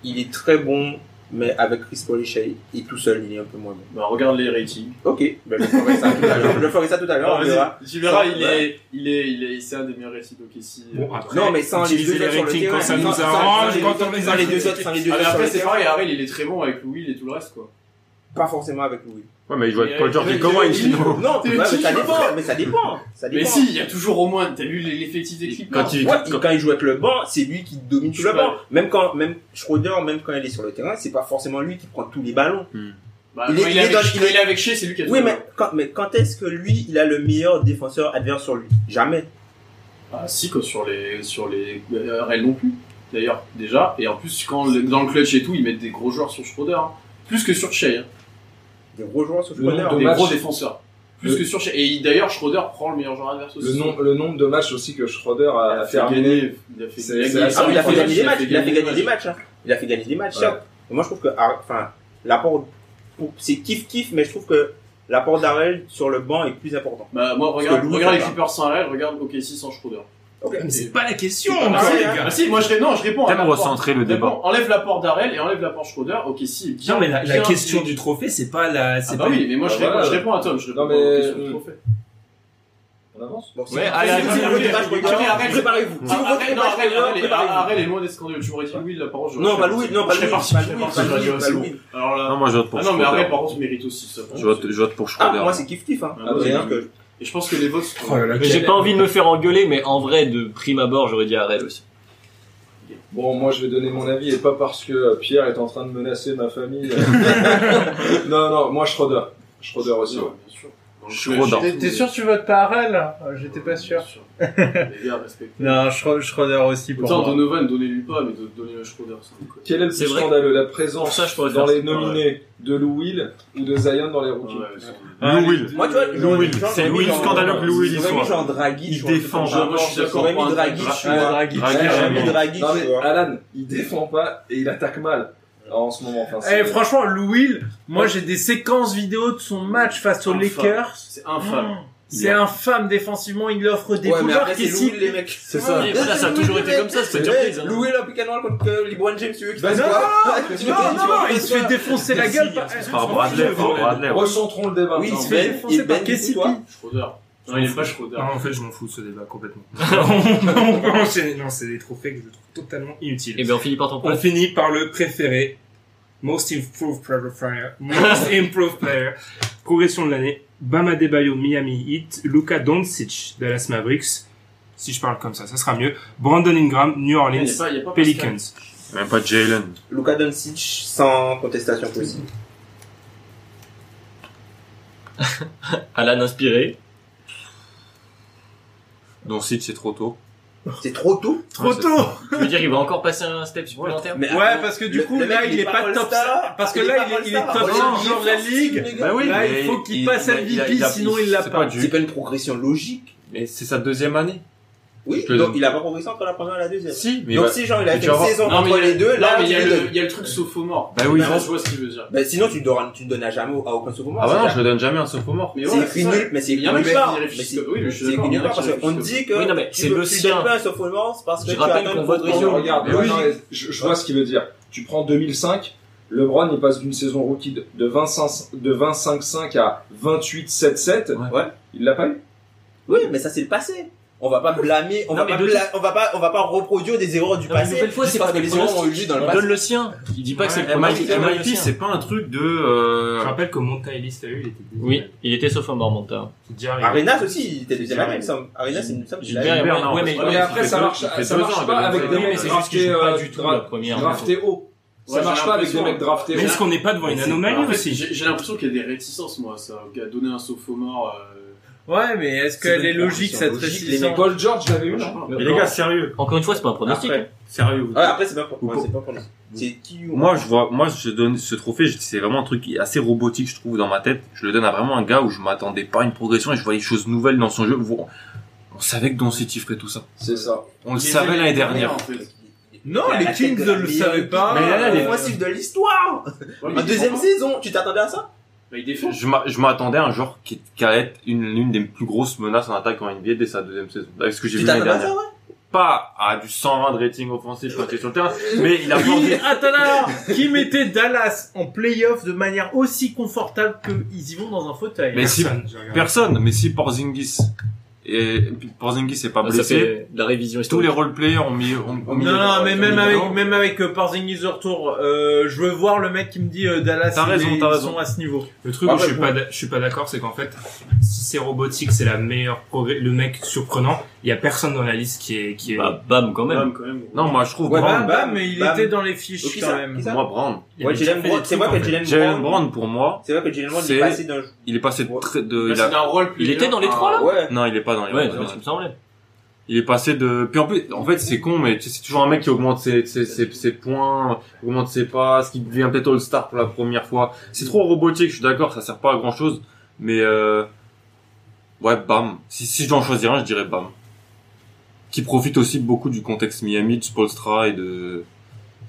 Speaker 2: il est très bon, mais avec Chris Paul et Shai, et tout seul, il est un peu moins bon.
Speaker 5: Bah, regarde les ratings.
Speaker 2: Ok, ben, je ferai ça tout à l'heure. Je ferai ça tout à l'heure, on verra.
Speaker 5: Tu verras,
Speaker 2: Ça,
Speaker 5: il
Speaker 2: ouais.
Speaker 5: est, il est, il est, c'est un des meilleurs récits d'Okessi. euh. Ah,
Speaker 1: Bon, ah. après,
Speaker 2: Non, mais sans les
Speaker 1: utiliser
Speaker 2: deux autres
Speaker 1: les
Speaker 2: sur le
Speaker 1: ratings
Speaker 2: terrain.
Speaker 1: quand ça
Speaker 2: Sans-
Speaker 1: nous
Speaker 2: sans-
Speaker 1: arrange,
Speaker 2: sans
Speaker 1: quand
Speaker 2: les-
Speaker 1: on les
Speaker 2: sans
Speaker 1: a
Speaker 2: les deux autres, sans les deux
Speaker 5: Ah,
Speaker 2: autres
Speaker 5: mais
Speaker 2: sur
Speaker 5: après,
Speaker 2: le
Speaker 5: c'est
Speaker 2: terrain.
Speaker 5: pareil, Harrell, il est très bon avec Louis, et tout le reste, quoi.
Speaker 2: Pas forcément avec Louis.
Speaker 4: Ouais, mais il joue avec Paul George
Speaker 5: Mais-
Speaker 4: et Kawhi,
Speaker 5: mais-
Speaker 4: sinon.
Speaker 2: Non,
Speaker 5: T'es
Speaker 2: bah, mais
Speaker 5: qui,
Speaker 2: ça
Speaker 5: je
Speaker 2: dépend,
Speaker 5: vois
Speaker 2: mais ça dépend. Ça
Speaker 5: Mais
Speaker 2: dépend.
Speaker 5: si, il y a toujours au moins, t'as vu l'effectif des clips.
Speaker 4: Quand il,
Speaker 2: Ouais, il- quand il joue avec le banc, c'est lui qui domine tout
Speaker 5: Je
Speaker 2: le
Speaker 5: sais pas.
Speaker 2: banc. Même quand, même Schroeder, même quand il est sur le terrain, c'est pas forcément lui qui prend tous les ballons.
Speaker 5: Bah,
Speaker 2: il est-
Speaker 5: quand il est
Speaker 2: il est
Speaker 5: avec-
Speaker 2: dans-
Speaker 5: quand il est avec Shea, c'est lui qui a
Speaker 2: Oui,
Speaker 5: tout
Speaker 2: mais quand, mais quand est-ce que lui, il a le meilleur défenseur adverse sur lui Jamais.
Speaker 5: Ah, si, quoi, sur les, sur les, euh, Harrell non plus. D'ailleurs, déjà. Et en plus, quand, le- dans le clutch et tout, ils mettent des gros joueurs sur Schroeder. hein. Plus que sur Shea. hein.
Speaker 2: Des rejoints sur
Speaker 10: Le
Speaker 2: Schroeder.
Speaker 10: nombre
Speaker 5: Des
Speaker 10: Dommage.
Speaker 5: gros défenseurs. Plus
Speaker 10: Le-
Speaker 5: que sur Shea. Et il- d'ailleurs, Schroeder prend le meilleur joueur adverse
Speaker 10: Le,
Speaker 5: aussi.
Speaker 10: nom, le nombre de matchs aussi que Schroeder a,
Speaker 5: a fait
Speaker 10: terminé.
Speaker 5: gagner. Il a fait
Speaker 10: C'est-
Speaker 5: gagner.
Speaker 10: c'est assez
Speaker 2: Ah oui, il a fait gagner des
Speaker 5: Il a
Speaker 2: matchs.
Speaker 5: fait
Speaker 2: Il a fait
Speaker 5: gagner
Speaker 2: gagner des matchs. hein. Il a fait gagner des matchs.
Speaker 10: Ouais.
Speaker 2: certes. Mais Moi, je trouve que, ah, enfin, l'apport, pour- c'est kiff kiff, mais je trouve que l'apport d'Arel sur le banc est plus important.
Speaker 5: Bah, moi,
Speaker 2: Parce
Speaker 5: regarde,
Speaker 2: que Lou, ça
Speaker 5: regarde les
Speaker 2: va.
Speaker 5: Clippers sans Harrell, regarde OKC sans Schroeder.
Speaker 2: Ok.
Speaker 1: Mais c'est pas la question
Speaker 2: C'est pas
Speaker 1: encore,
Speaker 2: pareil,
Speaker 1: les
Speaker 2: hein.
Speaker 1: gars.
Speaker 5: Ah si, moi je réponds, non, je réponds. à
Speaker 4: T'aimes
Speaker 5: la porte.
Speaker 4: recentrer le débat.
Speaker 5: Réponds, enlève l'apport d'Arel et enlève l'apport Schroeder. Ok, si. Bien,
Speaker 1: Non, mais la, la
Speaker 5: bien-
Speaker 1: question du trophée, c'est pas la.
Speaker 5: Ah
Speaker 1: C'est
Speaker 5: bah
Speaker 1: pas...
Speaker 5: oui, mais moi je,
Speaker 10: Bah
Speaker 5: réponds,
Speaker 10: voilà.
Speaker 5: je réponds à Tom. Je réponds
Speaker 10: Non,
Speaker 5: à la
Speaker 10: mais-
Speaker 5: question du
Speaker 10: euh,
Speaker 5: trophée.
Speaker 10: On avance
Speaker 2: Bon, si
Speaker 7: Ouais,
Speaker 2: vous-
Speaker 7: allez,
Speaker 2: si
Speaker 7: allez,
Speaker 2: vous voulez
Speaker 5: allez,
Speaker 2: le débat,
Speaker 5: allez,
Speaker 2: Schroeder,
Speaker 5: allez, arrête.
Speaker 2: préparez-vous. Si vous voulez le
Speaker 5: Arrel, non,
Speaker 2: débat,
Speaker 5: Arrel,
Speaker 2: Schroeder,
Speaker 5: Arel est-
Speaker 2: préparez-vous.
Speaker 5: Arel est loin d'être scandaleux. Tu m'aurais dit Louis, la parole. j'aurais
Speaker 2: Non,
Speaker 5: fait
Speaker 2: pas
Speaker 5: ça.
Speaker 2: Louis, non, pas
Speaker 5: Je serais
Speaker 2: Louis,
Speaker 5: parti,
Speaker 2: pas
Speaker 5: je serais
Speaker 2: Louis,
Speaker 5: parti,
Speaker 2: pas
Speaker 5: j'aurais dit
Speaker 2: Louis, pas
Speaker 5: Oslo.
Speaker 2: Louis.
Speaker 4: Non,
Speaker 5: Alors là.
Speaker 4: moi, je vote pour
Speaker 5: Ah non, mais Arel
Speaker 4: Schroeder.
Speaker 5: par contre mérite aussi ça.
Speaker 4: Je vote, je vote pour
Speaker 2: Ah,
Speaker 4: Schroeder.
Speaker 2: moi, c'est kiff kiff, hein.
Speaker 5: Ah,
Speaker 2: J'ai
Speaker 10: ouais.
Speaker 2: dit que-
Speaker 5: Et je pense que les votes sont.
Speaker 1: Oh là là,
Speaker 7: Mais j'ai pas envie de me faire engueuler, mais en vrai, de prime abord, j'aurais dit Arrel aussi.
Speaker 10: Bon, moi je vais donner mon avis et pas parce que euh, Pierre est en train de menacer ma famille. euh. non, non, moi Schroeder. Schroeder aussi. ouais.
Speaker 4: Schroeder.
Speaker 6: T'es t'es sûr que tu votes pas Harrell Euh, J'étais pas sûr.
Speaker 5: Les gars, respectez.
Speaker 6: Non, Schro- Schroeder aussi pour
Speaker 5: Autant
Speaker 6: moi.
Speaker 5: Donovan, donnez-lui pas, mais don- donnez-le à Schroeder. ça me coûte.
Speaker 10: Quel est le
Speaker 7: C'est
Speaker 10: plus
Speaker 7: vrai.
Speaker 10: scandaleux La
Speaker 7: Pour
Speaker 10: présence
Speaker 7: ça, je pourrais
Speaker 10: dans
Speaker 7: faire
Speaker 10: les
Speaker 7: ça.
Speaker 10: nominés de Lou Will ou de Zion dans les rookies
Speaker 5: Ouais, c'est-
Speaker 6: Ah,
Speaker 4: Lou Will.
Speaker 2: Moi, tu vois, j'aurais
Speaker 4: Will.
Speaker 2: mis Jean-
Speaker 4: C'est
Speaker 2: j'aurais
Speaker 4: Will,
Speaker 2: mis Jean-
Speaker 4: scandaleux que Louis, il
Speaker 2: j'aurais mis
Speaker 4: soit.
Speaker 2: Jean Dragic,
Speaker 4: Il
Speaker 2: je vois,
Speaker 4: défend
Speaker 2: un truc comme ça.
Speaker 5: jamais. Je suis d'accord
Speaker 2: J'aurais
Speaker 5: pour
Speaker 2: mis
Speaker 5: un
Speaker 2: Dragic,
Speaker 5: Dragic.
Speaker 2: tu vois.
Speaker 6: Draghi.
Speaker 4: Draghi,
Speaker 10: Ouais,
Speaker 2: J'aurais mis
Speaker 4: jamais.
Speaker 2: Dragic, Ah,
Speaker 10: Non
Speaker 2: tu
Speaker 10: mais
Speaker 2: vois.
Speaker 10: Alan, il défend pas et il attaque mal hein, en ce moment. Enfin,
Speaker 6: Eh,
Speaker 10: c'est-
Speaker 6: franchement, Lou Will, moi j'ai des séquences vidéo de son match face aux
Speaker 5: Infâme.
Speaker 6: Lakers. Mm.
Speaker 5: C'est infâme.
Speaker 6: C'est infâme défensivement, il offre des
Speaker 2: Ouais, mais
Speaker 6: bouleurs
Speaker 2: après,
Speaker 6: qui
Speaker 2: c'est Louis,
Speaker 6: ciblent.
Speaker 2: les mecs.
Speaker 10: C'est ça.
Speaker 7: Et voilà, ça a toujours été comme ça, c'est pas une surprise. hein.
Speaker 2: Louis, le pick and roll contre euh, LeBron James, tu veux qu'il
Speaker 10: Vas-y,
Speaker 2: fasse quoi Tu veux qu'il
Speaker 6: Non, non,
Speaker 2: fasse quoi
Speaker 6: non, il se fait défoncer la gueule
Speaker 1: hein,
Speaker 6: par,
Speaker 4: Par Bradley, par Bradley.
Speaker 10: Recentrons le débat.
Speaker 2: Oui, il
Speaker 10: Non,
Speaker 2: se
Speaker 10: mais-
Speaker 2: fait
Speaker 6: Ben, et
Speaker 2: défoncer
Speaker 6: Ben,
Speaker 2: par Casey
Speaker 6: dis-toi.
Speaker 2: P.
Speaker 5: Schroeder. Non, il est pas Schroeder.
Speaker 1: Non, en fait, je m'en fous de ce débat complètement. on peut enchaîner. Non, c'est des trophées que je trouve totalement inutiles.
Speaker 7: Et bien, Eh ben, on finit par ton
Speaker 1: On
Speaker 7: point.
Speaker 1: finit par le préféré. Most Improved Player. player- Most Improved Player. Progression de l'année. Bama Debayo, Miami Heat. Luka Doncic, Dallas Mavericks. si je parle comme ça, ça sera mieux. Brandon Ingram, New Orleans,
Speaker 3: Il y a pas- il y a pas
Speaker 1: Pelicans.
Speaker 4: Même pas Jalen.
Speaker 2: Luka Doncic sans contestation possible.
Speaker 7: Alan inspiré.
Speaker 4: Donc si c'est trop tôt.
Speaker 2: C'est trop tôt.
Speaker 6: Trop tôt
Speaker 7: Je veux dire, il va encore passer un step supplémentaire.
Speaker 2: Mais
Speaker 6: Ouais,
Speaker 2: attends,
Speaker 6: parce que du
Speaker 2: le-
Speaker 6: coup,
Speaker 2: le mec,
Speaker 6: là, il est pas
Speaker 2: All-Star.
Speaker 6: top sa- parce que là, il est- il est
Speaker 2: All-Star.
Speaker 6: top
Speaker 2: Oh,
Speaker 6: cent
Speaker 2: il est
Speaker 6: joueurs de la
Speaker 2: fort,
Speaker 6: ligue.
Speaker 2: les gars.
Speaker 4: Bah oui,
Speaker 6: Là,
Speaker 4: mais
Speaker 6: il faut qu'il passe
Speaker 4: il a-
Speaker 6: MVP,
Speaker 4: il a-
Speaker 6: sinon il l'a
Speaker 4: c'est
Speaker 6: pas.
Speaker 4: du-
Speaker 2: C'est pas une progression logique.
Speaker 4: Mais c'est sa deuxième année.
Speaker 2: Oui,
Speaker 4: Je te le
Speaker 2: donc
Speaker 4: donne.
Speaker 2: il a pas progressé entre la première et la deuxième.
Speaker 4: Si, mais
Speaker 2: Donc
Speaker 4: bah-
Speaker 2: si genre il a fait
Speaker 4: mais tu vas
Speaker 2: une
Speaker 4: voir.
Speaker 2: saison
Speaker 3: Non, mais
Speaker 2: entre
Speaker 3: il y a
Speaker 2: les deux,
Speaker 3: le- non,
Speaker 2: là
Speaker 3: mais il y, a
Speaker 2: tu lui
Speaker 3: le-
Speaker 2: donnes.
Speaker 3: il y a le truc sophomore.
Speaker 4: Bah oui.
Speaker 3: Là, je vois ce qu'il veut dire.
Speaker 2: Bah, sinon tu donnes, tu ne donnes à jamais au- à aucun sophomore.
Speaker 4: Ah bah non,
Speaker 2: c'est
Speaker 4: je le donne jamais un sophomore.
Speaker 3: Mais
Speaker 2: C'est
Speaker 3: ouais,
Speaker 2: écrit
Speaker 3: ça.
Speaker 2: nul, mais c'est
Speaker 3: Il y en a
Speaker 2: écrit
Speaker 3: qui
Speaker 2: nulle part.
Speaker 3: réfléchissent
Speaker 2: Mais c'est-
Speaker 3: comme- oui, mais je suis
Speaker 2: c'est
Speaker 3: d'accord,
Speaker 2: écrit
Speaker 3: il
Speaker 2: nulle
Speaker 3: y en a
Speaker 2: part
Speaker 3: qui
Speaker 2: parce qu'on
Speaker 3: réfléchissent
Speaker 2: dit que
Speaker 7: Oui, non, mais
Speaker 2: tu
Speaker 7: c'est
Speaker 2: veux-
Speaker 7: le
Speaker 2: tu
Speaker 7: sien.
Speaker 2: donnes pas un sophomore c'est parce que
Speaker 7: Je
Speaker 2: tu
Speaker 7: rappelle
Speaker 2: attends
Speaker 7: qu'on
Speaker 2: une
Speaker 7: vote
Speaker 5: Non, mais
Speaker 2: progression.
Speaker 5: regarde,
Speaker 4: Mais
Speaker 5: non,
Speaker 4: oui.
Speaker 5: non, je, je vois ce qu'il veut dire. Tu prends 2005, LeBron, il passe d'une saison rookie de- de 25 de 25-5 à 28-7-7.
Speaker 4: Ouais.
Speaker 5: Il l'a pas eu
Speaker 2: Oui, mais ça c'est le passé. On va pas blâmer, on
Speaker 7: Non,
Speaker 2: va
Speaker 7: mais
Speaker 2: pas,
Speaker 7: de-
Speaker 2: bla- on va pas, on va pas reproduire des erreurs du
Speaker 7: Non, mais
Speaker 2: passé.
Speaker 7: une nouvelle fois,
Speaker 2: juste
Speaker 7: c'est
Speaker 2: parce
Speaker 7: pas
Speaker 2: que les
Speaker 7: des
Speaker 2: erreurs
Speaker 7: pronostics.
Speaker 2: ont eu lieu dans le
Speaker 7: On
Speaker 2: passé.
Speaker 7: donne le sien. Il dit pas que c'est le premier.
Speaker 4: MIT,
Speaker 7: il donne le
Speaker 4: MIT,
Speaker 7: sien.
Speaker 4: c'est pas un truc de... euh,
Speaker 1: Je rappelle que Monta Ellis l'a eu, il était deuxième.
Speaker 7: Oui, il était sophomore, Monta.
Speaker 1: C'est déjà arrivé.
Speaker 2: Arenas aussi, il était deuxième année, il me semble. Arenas, il me semble qu'il a eu.
Speaker 7: Gilbert,
Speaker 4: Gilbert,
Speaker 7: ouais,
Speaker 4: non,
Speaker 7: ouais,
Speaker 4: parce
Speaker 7: mais-
Speaker 4: que
Speaker 5: mais
Speaker 7: ouais,
Speaker 5: après,
Speaker 4: il
Speaker 5: ça
Speaker 4: fait
Speaker 5: marche,
Speaker 4: deux- il fait
Speaker 5: ça
Speaker 4: deux
Speaker 5: marche
Speaker 4: ans,
Speaker 5: pas
Speaker 4: Golden
Speaker 5: Ah, bah, avec
Speaker 4: State.
Speaker 5: des
Speaker 7: Oui, mais
Speaker 5: mecs
Speaker 7: c'est juste qu'il
Speaker 5: draftés,
Speaker 7: joue pas
Speaker 5: euh,
Speaker 7: du tout
Speaker 5: dra-
Speaker 7: la première.
Speaker 5: draftés haut.
Speaker 3: Ouais,
Speaker 5: Ça
Speaker 3: j'ai
Speaker 5: marche pas avec des
Speaker 3: l'impression.
Speaker 5: mecs draftés
Speaker 1: Mais
Speaker 5: haut.
Speaker 1: est-ce qu'on n'est pas devant une anomalie
Speaker 3: En fait,
Speaker 1: aussi
Speaker 3: J'ai j'ai l'impression qu'il y a des réticences, moi, ça, à donner un sophomore. euh,
Speaker 6: Ouais, mais est-ce
Speaker 2: C'est
Speaker 6: qu'elle
Speaker 2: des
Speaker 6: est logique
Speaker 2: propositions
Speaker 6: cette
Speaker 2: logiques, les
Speaker 6: réticence
Speaker 5: Paul George l'avait eu, non
Speaker 4: Mais les gars, sérieux.
Speaker 7: Encore une fois, c'est pas un pronostic.
Speaker 4: Après, sérieux. vous-
Speaker 2: Ouais, Ah, après, c'est pas pour,
Speaker 4: Ou
Speaker 2: ouais,
Speaker 4: pas.
Speaker 2: c'est pas pour nous. C'est qui ou
Speaker 4: Moi, je vois, moi, je donne ce trophée, je- c'est vraiment un truc qui est assez robotique, je trouve, dans ma tête. Je le donne à vraiment un gars où je m'attendais pas à une progression et je voyais des choses nouvelles dans son jeu. Vous- On savait que Don City ferait tout ça.
Speaker 5: C'est ça.
Speaker 4: On le
Speaker 3: les
Speaker 4: savait
Speaker 3: années
Speaker 4: l'année
Speaker 3: dernières,
Speaker 4: dernière.
Speaker 3: en fait.
Speaker 6: Non, les Kings ne le savaient pas.
Speaker 4: Mais là, là, les-
Speaker 2: offensif de l'histoire.
Speaker 3: Ouais, mais
Speaker 2: En
Speaker 3: il
Speaker 2: deuxième
Speaker 3: défend.
Speaker 2: saison, tu t'attendais à ça
Speaker 3: Bah, il défend.
Speaker 4: Je m'a- je m'attendais à un joueur qui, qui allait être une, l'une des plus grosses menaces en attaque en NBA dès sa deuxième saison. Avec ce que j'ai
Speaker 2: Tu
Speaker 4: vu l'année
Speaker 2: t'attendais à ça,
Speaker 4: dernière.
Speaker 2: ouais
Speaker 4: Pas à du 120 de rating offensif quand il est sur le terrain, mais il a
Speaker 6: Qui,
Speaker 4: planté.
Speaker 6: attends, là, là, qui mettait Dallas en playoff de manière aussi confortable qu'ils y vont dans un fauteuil
Speaker 4: Mais si-
Speaker 1: Personne, j'ai regardé.
Speaker 4: personne, mais si Porzingis, et Porzingis est pas
Speaker 7: Ça
Speaker 4: blessé,
Speaker 7: fait de la révision
Speaker 4: tous les
Speaker 7: historique.
Speaker 4: roleplayers ont mis, ont, ont mis
Speaker 6: Non, non, mais
Speaker 4: ont
Speaker 6: même
Speaker 4: mis
Speaker 6: avec,
Speaker 4: dedans.
Speaker 6: même avec euh, Porzingis de retour, euh, je veux voir le mec qui me dit euh, Dallas,
Speaker 4: T'as
Speaker 6: ils-
Speaker 4: raison,
Speaker 6: ils
Speaker 4: t'as
Speaker 6: sont
Speaker 4: raison.
Speaker 6: à ce niveau.
Speaker 1: Le truc
Speaker 5: Bah
Speaker 1: où
Speaker 2: Après,
Speaker 1: je suis
Speaker 2: bon.
Speaker 1: pas, d'a- je suis pas d'accord, c'est qu'en fait, si c'est robotique, c'est la meilleure progrès, le mec surprenant, il y a personne dans la liste qui est, qui est,
Speaker 7: Bah, bam, quand même.
Speaker 3: Bam, quand même.
Speaker 4: Non, moi, je trouve
Speaker 2: Ouais,
Speaker 4: Brown,
Speaker 6: Bam,
Speaker 2: Bam,
Speaker 6: bam, mais il
Speaker 2: bam.
Speaker 6: était dans les fiches
Speaker 2: Oh, qui
Speaker 6: quand
Speaker 2: ça
Speaker 6: même.
Speaker 2: Qui ça
Speaker 4: moi, Brown.
Speaker 1: il a
Speaker 2: Ouais,
Speaker 1: déjà
Speaker 2: Jalen
Speaker 1: fait
Speaker 2: Brown,
Speaker 1: des
Speaker 2: c'est
Speaker 1: trucs,
Speaker 2: vrai que
Speaker 1: en fait.
Speaker 2: Jalen
Speaker 4: Jalen
Speaker 2: Brown,
Speaker 4: Brown, pour moi,
Speaker 2: c'est vrai que Jalen Brown il
Speaker 4: C'est-
Speaker 2: est passé d'un jeu.
Speaker 4: il est passé de, très- de-
Speaker 3: Là,
Speaker 4: il
Speaker 3: c'est
Speaker 4: a-
Speaker 3: d'un rôle
Speaker 7: Il était dans les trois,
Speaker 4: Ah
Speaker 7: là
Speaker 2: Ouais.
Speaker 4: non, il est pas dans les
Speaker 7: Ouais,
Speaker 4: roleplayers.
Speaker 7: c'est ce qui me semblait.
Speaker 4: Il est passé de. Puis en plus, en fait, c'est con, mais tu sais, c'est toujours un mec qui augmente ses, ses, ses, ses points, augmente ses passes, qui devient peut-être All-Star pour la première fois. C'est trop robotique, je suis d'accord, ça sert pas à grand-chose, mais euh... ouais, bam. Si, si je dois en choisir un, je dirais bam. Qui profite aussi beaucoup du contexte Miami, de Spolstra et de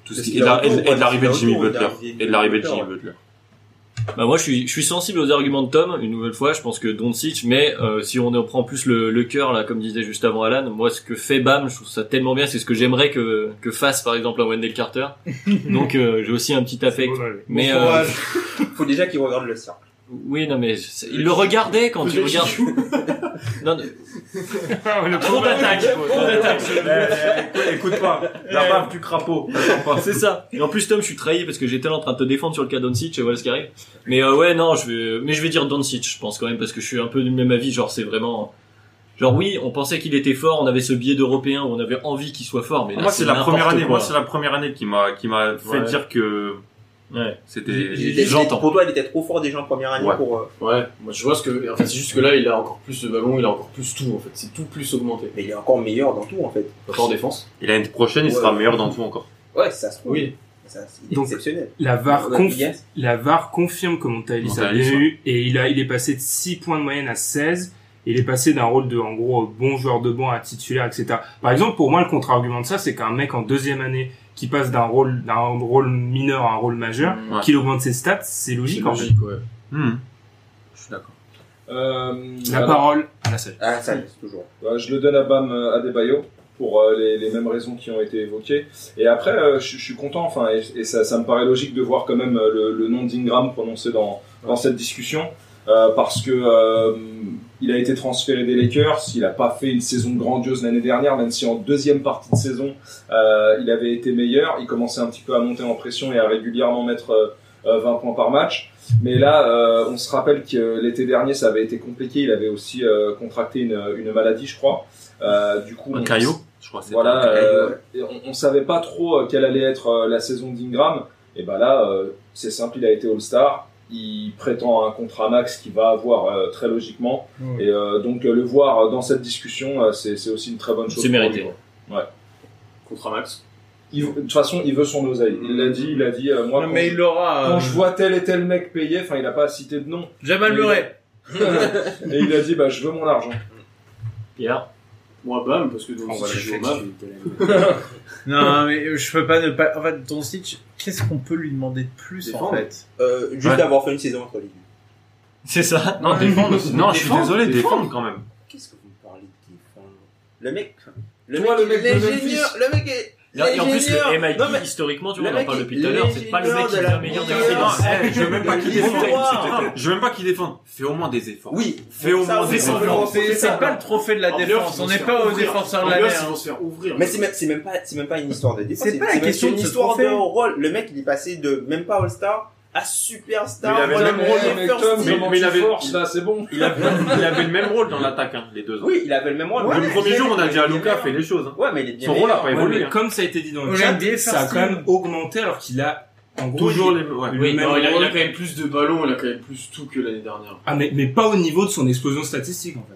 Speaker 4: tout ce
Speaker 2: Parce
Speaker 4: qui
Speaker 2: qu'il
Speaker 4: et de la-
Speaker 2: est retour,
Speaker 4: et de- et de l'arrivée de
Speaker 2: parce qu'il est
Speaker 4: Jimmy
Speaker 2: retour, il
Speaker 4: Butler
Speaker 2: est arrivé
Speaker 4: et de l'arrivée de
Speaker 2: Jimmy
Speaker 4: Jimmy
Speaker 2: Butler.
Speaker 4: Butler.
Speaker 7: Bah moi je suis, je suis sensible aux arguments de Tom, une nouvelle fois, je pense que Doncic, mais euh, si on en prend plus le, le cœur, là, comme disait juste avant Alan, moi ce que fait Bam, je trouve ça tellement bien, c'est ce que j'aimerais que, que fasse par exemple un Wendell Carter. Donc euh, j'ai aussi un petit affect.
Speaker 1: Ouais, ouais.
Speaker 7: Mais
Speaker 2: Bon
Speaker 7: euh,
Speaker 2: courage. Faut déjà qu'il regarde le cercle.
Speaker 7: oui, non mais c'est- il le regardait quand il regarde. non, non,
Speaker 1: Ah, Le
Speaker 7: Trop d'attaque, trop d'attaque.
Speaker 4: Écoute pas, la bave du crapaud.
Speaker 7: C'est ça. Et en plus Tom, je suis trahi parce que j'étais là en train de te défendre sur le cas Doncic, et voilà ce qui arrive. Mais euh, ouais, non, je vais, mais je vais dire Doncic, je pense quand même parce que je suis un peu du même avis. Genre c'est vraiment, genre oui, on pensait qu'il était fort, on avait ce biais d'européen où on avait envie qu'il soit fort, mais là,
Speaker 4: Moi, c'est la
Speaker 7: n'importe
Speaker 4: première année.
Speaker 7: quoi.
Speaker 4: Moi, c'est la première année qui m'a qui m'a fait
Speaker 7: Ouais.
Speaker 4: dire que
Speaker 7: Ouais.
Speaker 4: c'était.
Speaker 7: J'ai-
Speaker 2: Il était-
Speaker 7: J'entends.
Speaker 2: Pour toi, il était trop fort déjà en première année
Speaker 4: Ouais.
Speaker 2: pour. euh,
Speaker 3: Ouais, moi je vois ce que. En fait, c'est juste que là, il a encore plus de ballon, il a encore plus tout, en fait. C'est tout plus augmenté.
Speaker 2: Mais il est encore meilleur dans tout en fait.
Speaker 3: Encore en défense.
Speaker 4: Et l'année prochaine, il
Speaker 2: Ouais.
Speaker 4: sera meilleur dans tout encore.
Speaker 2: Ouais, ça se trouve.
Speaker 3: Oui.
Speaker 2: Ça, c'est
Speaker 1: Donc,
Speaker 2: exceptionnel.
Speaker 1: La VAR,
Speaker 2: Ouais,
Speaker 1: conf-
Speaker 2: yes.
Speaker 1: la VAR confirme que Montalis a
Speaker 4: Montalis,
Speaker 1: bien
Speaker 4: ouais.
Speaker 1: eu et il a, il est passé de 6 points de moyenne à 16. Il est passé d'un rôle de, en gros, bon joueur de banc à titulaire, etc. Par exemple, pour moi, le contre-argument de ça, c'est qu'un mec en deuxième année qui passe d'un rôle, d'un rôle mineur à un rôle majeur,
Speaker 4: Ouais.
Speaker 1: qu'il augmente ses stats, c'est logique, en fait.
Speaker 3: ouais.
Speaker 4: Hmm.
Speaker 2: Je suis d'accord.
Speaker 5: Euh,
Speaker 1: La
Speaker 5: alors,
Speaker 1: parole à la salle.
Speaker 2: Ah, ça, c'est toujours.
Speaker 5: bah, je le donne à Bam euh, Adebayo pour euh, les, les mêmes raisons qui ont été évoquées. Et après, euh, je, je suis content, enfin, et, et ça, ça me paraît logique de voir quand même euh, le, le nom d'Ingram prononcé dans, dans cette discussion, euh, parce que euh, il a été transféré des Lakers, il n'a pas fait une saison grandiose l'année dernière, même si en deuxième partie de saison, euh, il avait été meilleur, il commençait un petit peu à monter en pression et à régulièrement mettre euh, euh, 20 points par match. Mais là, euh, on se rappelle que l'été dernier, ça avait été compliqué. Il avait aussi euh, contracté une, une maladie, je crois. Euh, du coup,
Speaker 4: Un
Speaker 5: on-
Speaker 4: caillot, je crois. que c'est
Speaker 5: voilà,
Speaker 4: un caillot.
Speaker 5: euh, et on, on savait pas trop euh, quelle allait être euh, la saison d'Ingram. Et ben là, euh, c'est simple, il a été All-Star. Il prétend un contrat max qu'il va avoir euh, très logiquement.
Speaker 6: Ouais.
Speaker 5: Et euh, donc euh, le voir euh, dans cette discussion, euh, c'est c'est aussi une très bonne chose.
Speaker 7: C'est
Speaker 5: pour
Speaker 7: mérité.
Speaker 5: lui.
Speaker 8: Contre Max.
Speaker 5: Il veut- De toute façon, il veut son oseille. Il l'a dit, il a dit, euh, moi,
Speaker 6: Non,
Speaker 5: quand,
Speaker 6: mais il l'aura.
Speaker 5: quand
Speaker 6: euh,
Speaker 5: je vois tel et tel mec payé, enfin, il n'a pas cité de nom.
Speaker 6: Jamal
Speaker 5: Mais-
Speaker 6: Murray.
Speaker 5: et il a dit, bah, je veux mon argent.
Speaker 7: Pierre.
Speaker 8: Moi, bam, parce que donc,
Speaker 1: On
Speaker 8: si
Speaker 1: va
Speaker 8: tu
Speaker 1: la
Speaker 8: joues au
Speaker 1: faire
Speaker 8: map,
Speaker 1: suite de la-
Speaker 6: Non, mais euh, je peux pas ne pas. En fait, ton Stitch, qu'est-ce qu'on peut lui demander de plus en
Speaker 8: Défendre.
Speaker 6: fait
Speaker 2: Euh, juste
Speaker 4: Ouais.
Speaker 2: d'avoir fait une saison entre les deux.
Speaker 7: C'est ça.
Speaker 4: Non, défendre. Non, je suis
Speaker 5: Défendre,
Speaker 4: désolé,
Speaker 5: défendre.
Speaker 4: défendre quand même.
Speaker 2: Qu'est-ce que vous parlez de défendre Le mec. Le
Speaker 5: Toi, le mec de
Speaker 2: l'ingénieur,
Speaker 5: Memphis.
Speaker 2: le mec est.
Speaker 7: Et en plus, le
Speaker 2: l'ingénieur-
Speaker 7: MIT,
Speaker 2: Non, mais-
Speaker 7: historiquement, tu
Speaker 2: le
Speaker 7: vois, on en
Speaker 2: mec
Speaker 7: parle
Speaker 2: est
Speaker 7: depuis tout à l'heure, c'est pas le mec qui
Speaker 2: l'ingénieur
Speaker 7: fait
Speaker 2: de la
Speaker 7: la meilleure
Speaker 2: mondiale.
Speaker 7: défense.
Speaker 4: Non, eh, je veux même pas qu'il défende.
Speaker 2: L'histoire.
Speaker 4: Je veux même pas qu'il défende. Fais au moins des efforts.
Speaker 2: Oui,
Speaker 4: Fais au
Speaker 2: Ça,
Speaker 4: moins
Speaker 2: oui,
Speaker 4: des
Speaker 2: on peut le
Speaker 4: efforts.
Speaker 2: reprocher,
Speaker 6: C'est
Speaker 2: ça.
Speaker 6: pas le trophée de la
Speaker 8: En playoff,
Speaker 6: défense.
Speaker 8: ils
Speaker 6: On
Speaker 8: vont
Speaker 6: n'est
Speaker 8: se
Speaker 6: pas
Speaker 8: faire
Speaker 6: au
Speaker 8: ouvrir.
Speaker 6: défenseur de
Speaker 8: En
Speaker 6: la
Speaker 8: playoff,
Speaker 6: mer.
Speaker 8: ils vont se faire ouvrir.
Speaker 2: Mais c'est même, c'est même pas, c'est même pas une histoire de défense.
Speaker 6: C'est pas la
Speaker 2: même-
Speaker 6: question
Speaker 2: c'est
Speaker 6: de
Speaker 2: une
Speaker 6: se
Speaker 2: histoire de
Speaker 6: tromper.
Speaker 2: rôle. Le mec, il est passé de même pas All-Star à Superstar.
Speaker 4: Mais il avait
Speaker 2: All-Star,
Speaker 4: le même rôle,
Speaker 2: All-Star,
Speaker 5: mais
Speaker 2: First
Speaker 5: Tom,
Speaker 2: Team.
Speaker 5: comment
Speaker 4: mais il
Speaker 5: tu
Speaker 4: avait-
Speaker 5: forces, là, c'est bon.
Speaker 4: Il avait, il avait le même rôle dans l'attaque, hein, les deux. ans.
Speaker 2: Oui, il avait le même rôle.
Speaker 4: Le
Speaker 2: mais-
Speaker 4: premier jour, on a dit à
Speaker 2: il est
Speaker 4: Luca,
Speaker 2: meilleur.
Speaker 4: fais les choses. hein.
Speaker 2: Ouais, mais il est bien
Speaker 4: Son rôle n'a
Speaker 2: meilleur.
Speaker 4: pas
Speaker 1: Ouais, mais
Speaker 4: évolué. hein.
Speaker 1: comme ça a été dit dans le
Speaker 6: Ouais,
Speaker 1: chat,
Speaker 6: NBA
Speaker 1: ça a
Speaker 6: first
Speaker 1: quand
Speaker 6: team.
Speaker 1: même augmenté alors qu'il a en gros
Speaker 4: Toujours
Speaker 1: il-
Speaker 4: les. ouais.
Speaker 1: le
Speaker 3: Oui,
Speaker 1: même
Speaker 3: non, il a, il
Speaker 1: rôle.
Speaker 3: a quand même plus de ballons, il a quand même plus tout que l'année dernière.
Speaker 1: Ah mais, mais pas au niveau de son explosion statistique en fait.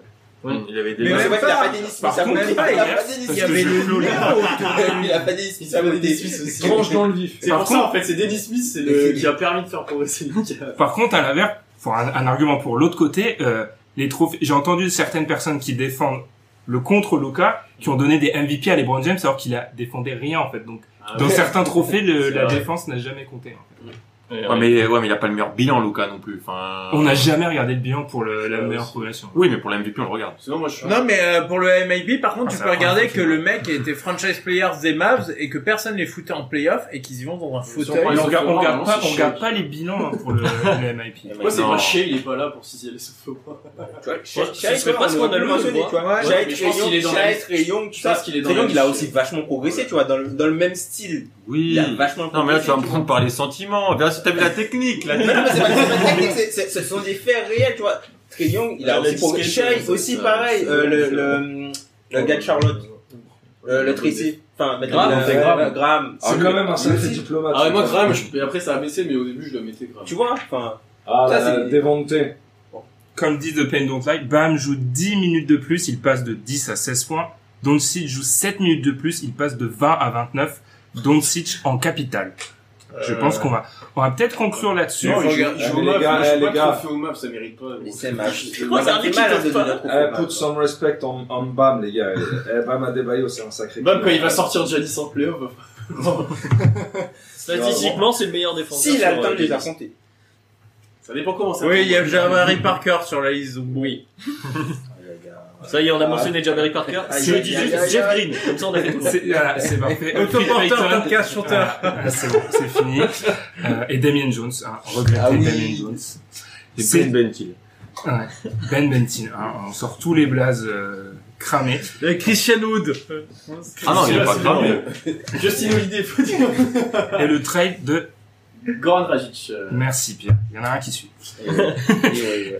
Speaker 4: Mm. Il avait
Speaker 6: Mais
Speaker 4: des.
Speaker 2: Ouais,
Speaker 6: même
Speaker 2: c'est vrai qu'il a
Speaker 6: pas.
Speaker 2: pas d'hélice, mais
Speaker 1: Par
Speaker 2: ça
Speaker 1: contre,
Speaker 2: montre-
Speaker 6: même
Speaker 2: il
Speaker 6: pas,
Speaker 2: a
Speaker 6: hier,
Speaker 2: pas d'hélice,
Speaker 1: parce
Speaker 2: il a
Speaker 1: que
Speaker 2: fait
Speaker 1: je
Speaker 2: le
Speaker 1: joue le-
Speaker 2: mien. Il a pas d'hélice, mais ça montre des aussi.
Speaker 5: Tranche dans le vif.
Speaker 8: C'est pour ça, en fait, c'est Dennis Smith c'est le,
Speaker 2: Et-
Speaker 8: qui a permis de faire progresser le mec.
Speaker 1: Par contre, à l'inverse, pour un, un argument pour l'autre côté, euh, les trophées. J'ai entendu certaines personnes qui défendent le contre Luca, qui ont donné des MVP à LeBron James alors qu'il a défendait rien en fait. Donc
Speaker 8: Ah
Speaker 1: dans
Speaker 8: ouais.
Speaker 1: certains trophées, le-
Speaker 8: C'est
Speaker 1: la
Speaker 8: vrai.
Speaker 1: défense n'a jamais compté. hein. en fait.
Speaker 4: Ouais, mais, ouais, mais il a pas le meilleur bilan, Luca, non plus. Enfin.
Speaker 1: On n'a jamais regardé le bilan pour le- la
Speaker 8: Ouais,
Speaker 1: meilleure
Speaker 8: aussi.
Speaker 1: progression.
Speaker 4: Oui, mais pour la MVP, on le regarde.
Speaker 8: Sinon, moi, je suis.
Speaker 6: Non, mais euh, pour le MIP, par contre,
Speaker 1: Ah,
Speaker 6: tu
Speaker 1: ça
Speaker 6: peux
Speaker 1: va,
Speaker 6: regarder
Speaker 1: ça
Speaker 6: que
Speaker 1: va.
Speaker 6: le mec était franchise player des Mavs et que personne les foutait en playoff et qu'ils y vont dans un
Speaker 8: Ils sont
Speaker 6: fauteuil.
Speaker 8: pas-
Speaker 1: Mais
Speaker 8: ils
Speaker 1: on
Speaker 8: sont
Speaker 1: regarde, on
Speaker 8: vraiment,
Speaker 1: regarde pas,
Speaker 8: c'est
Speaker 1: on
Speaker 8: chiant.
Speaker 1: regarde pas les bilans hein, pour le, le MIP.
Speaker 8: Moi, c'est
Speaker 4: Non.
Speaker 8: pas Shea, il est pas là pour s'y aller, sauf moi.
Speaker 2: Tu vois,
Speaker 7: Ouais,
Speaker 2: Shai-
Speaker 7: ce
Speaker 2: Shai,
Speaker 7: serait
Speaker 2: tu
Speaker 7: pas
Speaker 2: vois, on aurait pu
Speaker 7: scandaleux,
Speaker 2: le mentionner,
Speaker 7: je
Speaker 2: tu vois.
Speaker 6: vois.
Speaker 2: Shai,
Speaker 8: Ouais, mais je pense
Speaker 2: Trae Young,
Speaker 8: qu'il est dans
Speaker 2: Shai,
Speaker 8: la-
Speaker 2: Trae Young, tout
Speaker 8: je
Speaker 2: ça.
Speaker 8: pense qu'il est dans
Speaker 2: Trae
Speaker 8: la
Speaker 2: Young, il a
Speaker 8: liste.
Speaker 2: aussi vachement progressé, tu vois, dans le, dans le même style.
Speaker 4: Oui.
Speaker 2: Il a vachement progressé.
Speaker 4: Hmm. Non, mais là, tu vas me
Speaker 2: vois.
Speaker 4: prendre par les sentiments. Viens, si t'as vu la technique, la
Speaker 2: Non, non,
Speaker 4: technique.
Speaker 2: mais c'est pas c'est pas une technique, c'est- c'est- ce sont des faits réels, tu vois. Trae Young, il
Speaker 8: Ah, la
Speaker 2: a aussi progressé.
Speaker 8: disquette,
Speaker 2: Shai,
Speaker 8: ça,
Speaker 2: aussi
Speaker 8: ça,
Speaker 2: pareil,
Speaker 8: ça,
Speaker 2: euh, le,
Speaker 8: ça,
Speaker 2: le, le gars de Charlotte, euh, le, le Tracy. Enfin, maintenant,
Speaker 8: Graham,
Speaker 2: le-
Speaker 8: c'est Graham.
Speaker 2: euh, Graham.
Speaker 5: C'est quand même un sacré diplomate.
Speaker 8: Ah, ouais, moi, Graham, je... mais après, ça a baissé, mais au début, je le mettais Graham.
Speaker 2: Tu vois, enfin.
Speaker 5: Ah,
Speaker 2: Ça,
Speaker 5: là,
Speaker 2: c'est-
Speaker 5: déventé.
Speaker 1: Comme dit The Pain Don't Lie, Bam joue 10 minutes de plus, il passe de 10 à 16 points. Doncic joue 7 minutes de plus, il passe de 20 à 29. Doncic en capitale.
Speaker 5: Euh,
Speaker 1: Je pense qu'on va, on va peut-être conclure là-dessus.
Speaker 8: Euh. Non,
Speaker 6: Faut
Speaker 8: il joue-
Speaker 6: regarder-
Speaker 8: il joue
Speaker 5: Ah,
Speaker 8: au
Speaker 5: les
Speaker 8: map,
Speaker 5: gars,
Speaker 8: moi, je suis
Speaker 5: les
Speaker 8: pas
Speaker 5: gars.
Speaker 8: trophée au map, ça mérite pas.
Speaker 2: Mais
Speaker 8: gros.
Speaker 2: c'est ma-
Speaker 8: Je-
Speaker 2: moi, ça me fait mal, hein, de devenir trop
Speaker 5: Eh,
Speaker 2: fan.
Speaker 5: put some respect en, en Bam, les gars. Eh, eh, Bam Adebayo, c'est un sacré.
Speaker 8: hein. Même quand il
Speaker 5: killer.
Speaker 8: va sortir Giannis en playoff.
Speaker 1: Euh,
Speaker 7: hein, Statistiquement, c'est le meilleur défenseur.
Speaker 2: S'il a le
Speaker 7: sur,
Speaker 2: temps
Speaker 7: euh,
Speaker 2: de les
Speaker 7: Dennis.
Speaker 2: affronter.
Speaker 8: Ça dépend comment ça
Speaker 6: Oui, il y a
Speaker 8: tombe.
Speaker 6: Jamari Parker sur la liste. donc bon.
Speaker 7: Oui.
Speaker 2: les gars.
Speaker 7: Ça y est, on a mentionné Jabari Parker.
Speaker 2: Aïe,
Speaker 7: Je
Speaker 2: aïe,
Speaker 7: dis
Speaker 2: aïe,
Speaker 7: juste
Speaker 2: aïe,
Speaker 7: Jeff
Speaker 2: aïe.
Speaker 7: Green. Comme ça, on a fait tout.
Speaker 1: C'est, voilà, c'est parfait. Phil
Speaker 6: Autoporteur,
Speaker 1: Payton.
Speaker 6: podcast, chanteur.
Speaker 1: Voilà, c'est bon, c'est fini. Euh, et Damien Jones, hein, regretter
Speaker 2: Ah oui.
Speaker 1: Damien Jones.
Speaker 4: J'ai
Speaker 1: C'est-
Speaker 4: pris une Bentil.
Speaker 1: Ouais. Ben Bentin, hein, on sort tous les blazes euh, cramés.
Speaker 6: Et Christian Wood.
Speaker 4: Ah non, il est pas
Speaker 8: C'est
Speaker 4: grave.
Speaker 8: Justin Holiday, faut dire.
Speaker 1: Et le trade de...
Speaker 8: Goran Dragic. euh,
Speaker 1: Merci Pierre, il y en a un qui suit.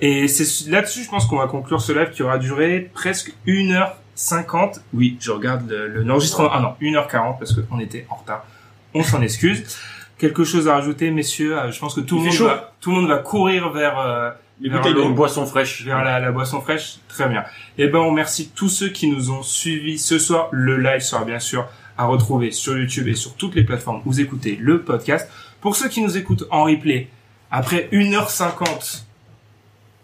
Speaker 1: Et c'est su- là-dessus, je pense qu'on va conclure ce live qui aura duré presque 1h50. Oui, je regarde le- le- l'enregistrement. Ah non, 1h40 parce qu'on était en retard. On s'en excuse. Quelque chose à rajouter, messieurs Euh, Je pense que tout le
Speaker 7: Il
Speaker 1: monde,
Speaker 7: fait chaud.
Speaker 1: va, tout le monde va courir vers, euh,
Speaker 4: Les
Speaker 1: Vers
Speaker 4: bouteilles
Speaker 1: l'eau.
Speaker 4: une boisson fraîche.
Speaker 1: vers la, la boisson fraîche. Très bien. Eh ben, on remercie tous ceux qui nous ont suivis ce soir. Le live sera bien sûr à retrouver sur YouTube et sur toutes les plateformes où vous écoutez le podcast. Pour ceux qui nous écoutent en replay, après 1h50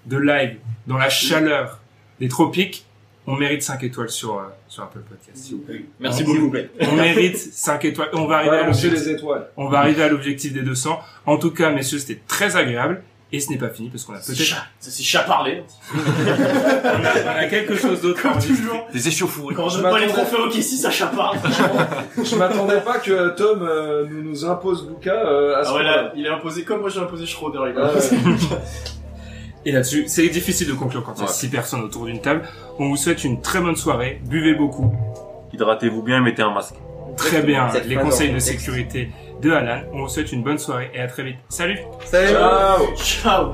Speaker 1: de live dans la chaleur des tropiques, on mérite 5 étoiles sur, euh, sur Apple Podcast. s'il vous plaît.
Speaker 7: Merci
Speaker 2: S'il vous
Speaker 7: beaucoup.
Speaker 2: plaît.
Speaker 1: On mérite 5 étoiles. On va
Speaker 5: On
Speaker 1: arriver
Speaker 5: va
Speaker 1: à
Speaker 5: lancer
Speaker 1: l'objectif.
Speaker 5: les étoiles.
Speaker 1: On va arriver à l'objectif des 200. En tout cas, messieurs, c'était très agréable. Et ce n'est pas fini parce qu'on a
Speaker 8: c'est
Speaker 1: peut-être,
Speaker 8: chat- Ça, c'est chat parlé.
Speaker 1: on a, on a quelque chose d'autre. à
Speaker 8: Comme
Speaker 1: enregistrer.
Speaker 8: toujours.
Speaker 4: Des échauffourées.
Speaker 8: Quand
Speaker 5: Je
Speaker 8: je donne pas les
Speaker 5: m'attendais-
Speaker 8: trophées au Kessi, ça chat parle.
Speaker 5: Je m'attendais pas que Tom euh, nous, nous impose Luca euh, à ce
Speaker 8: Ah ouais,
Speaker 5: moment-là.
Speaker 8: là, il est imposé comme moi j'ai imposé Schroeder, les
Speaker 5: Ah
Speaker 8: gars.
Speaker 5: ouais.
Speaker 1: Et là-dessus, c'est difficile de conclure quand il y a
Speaker 4: Ouais.
Speaker 1: six personnes autour d'une table. On vous souhaite une très bonne soirée, buvez beaucoup,
Speaker 4: Hydratez-vous bien et mettez un masque.
Speaker 1: très bien
Speaker 2: Cette
Speaker 1: les
Speaker 2: phrase
Speaker 1: conseils
Speaker 2: en
Speaker 1: de
Speaker 2: contexte.
Speaker 1: sécurité de Alan. On vous souhaite une bonne soirée et à très vite. Salut
Speaker 2: Salut
Speaker 5: Ciao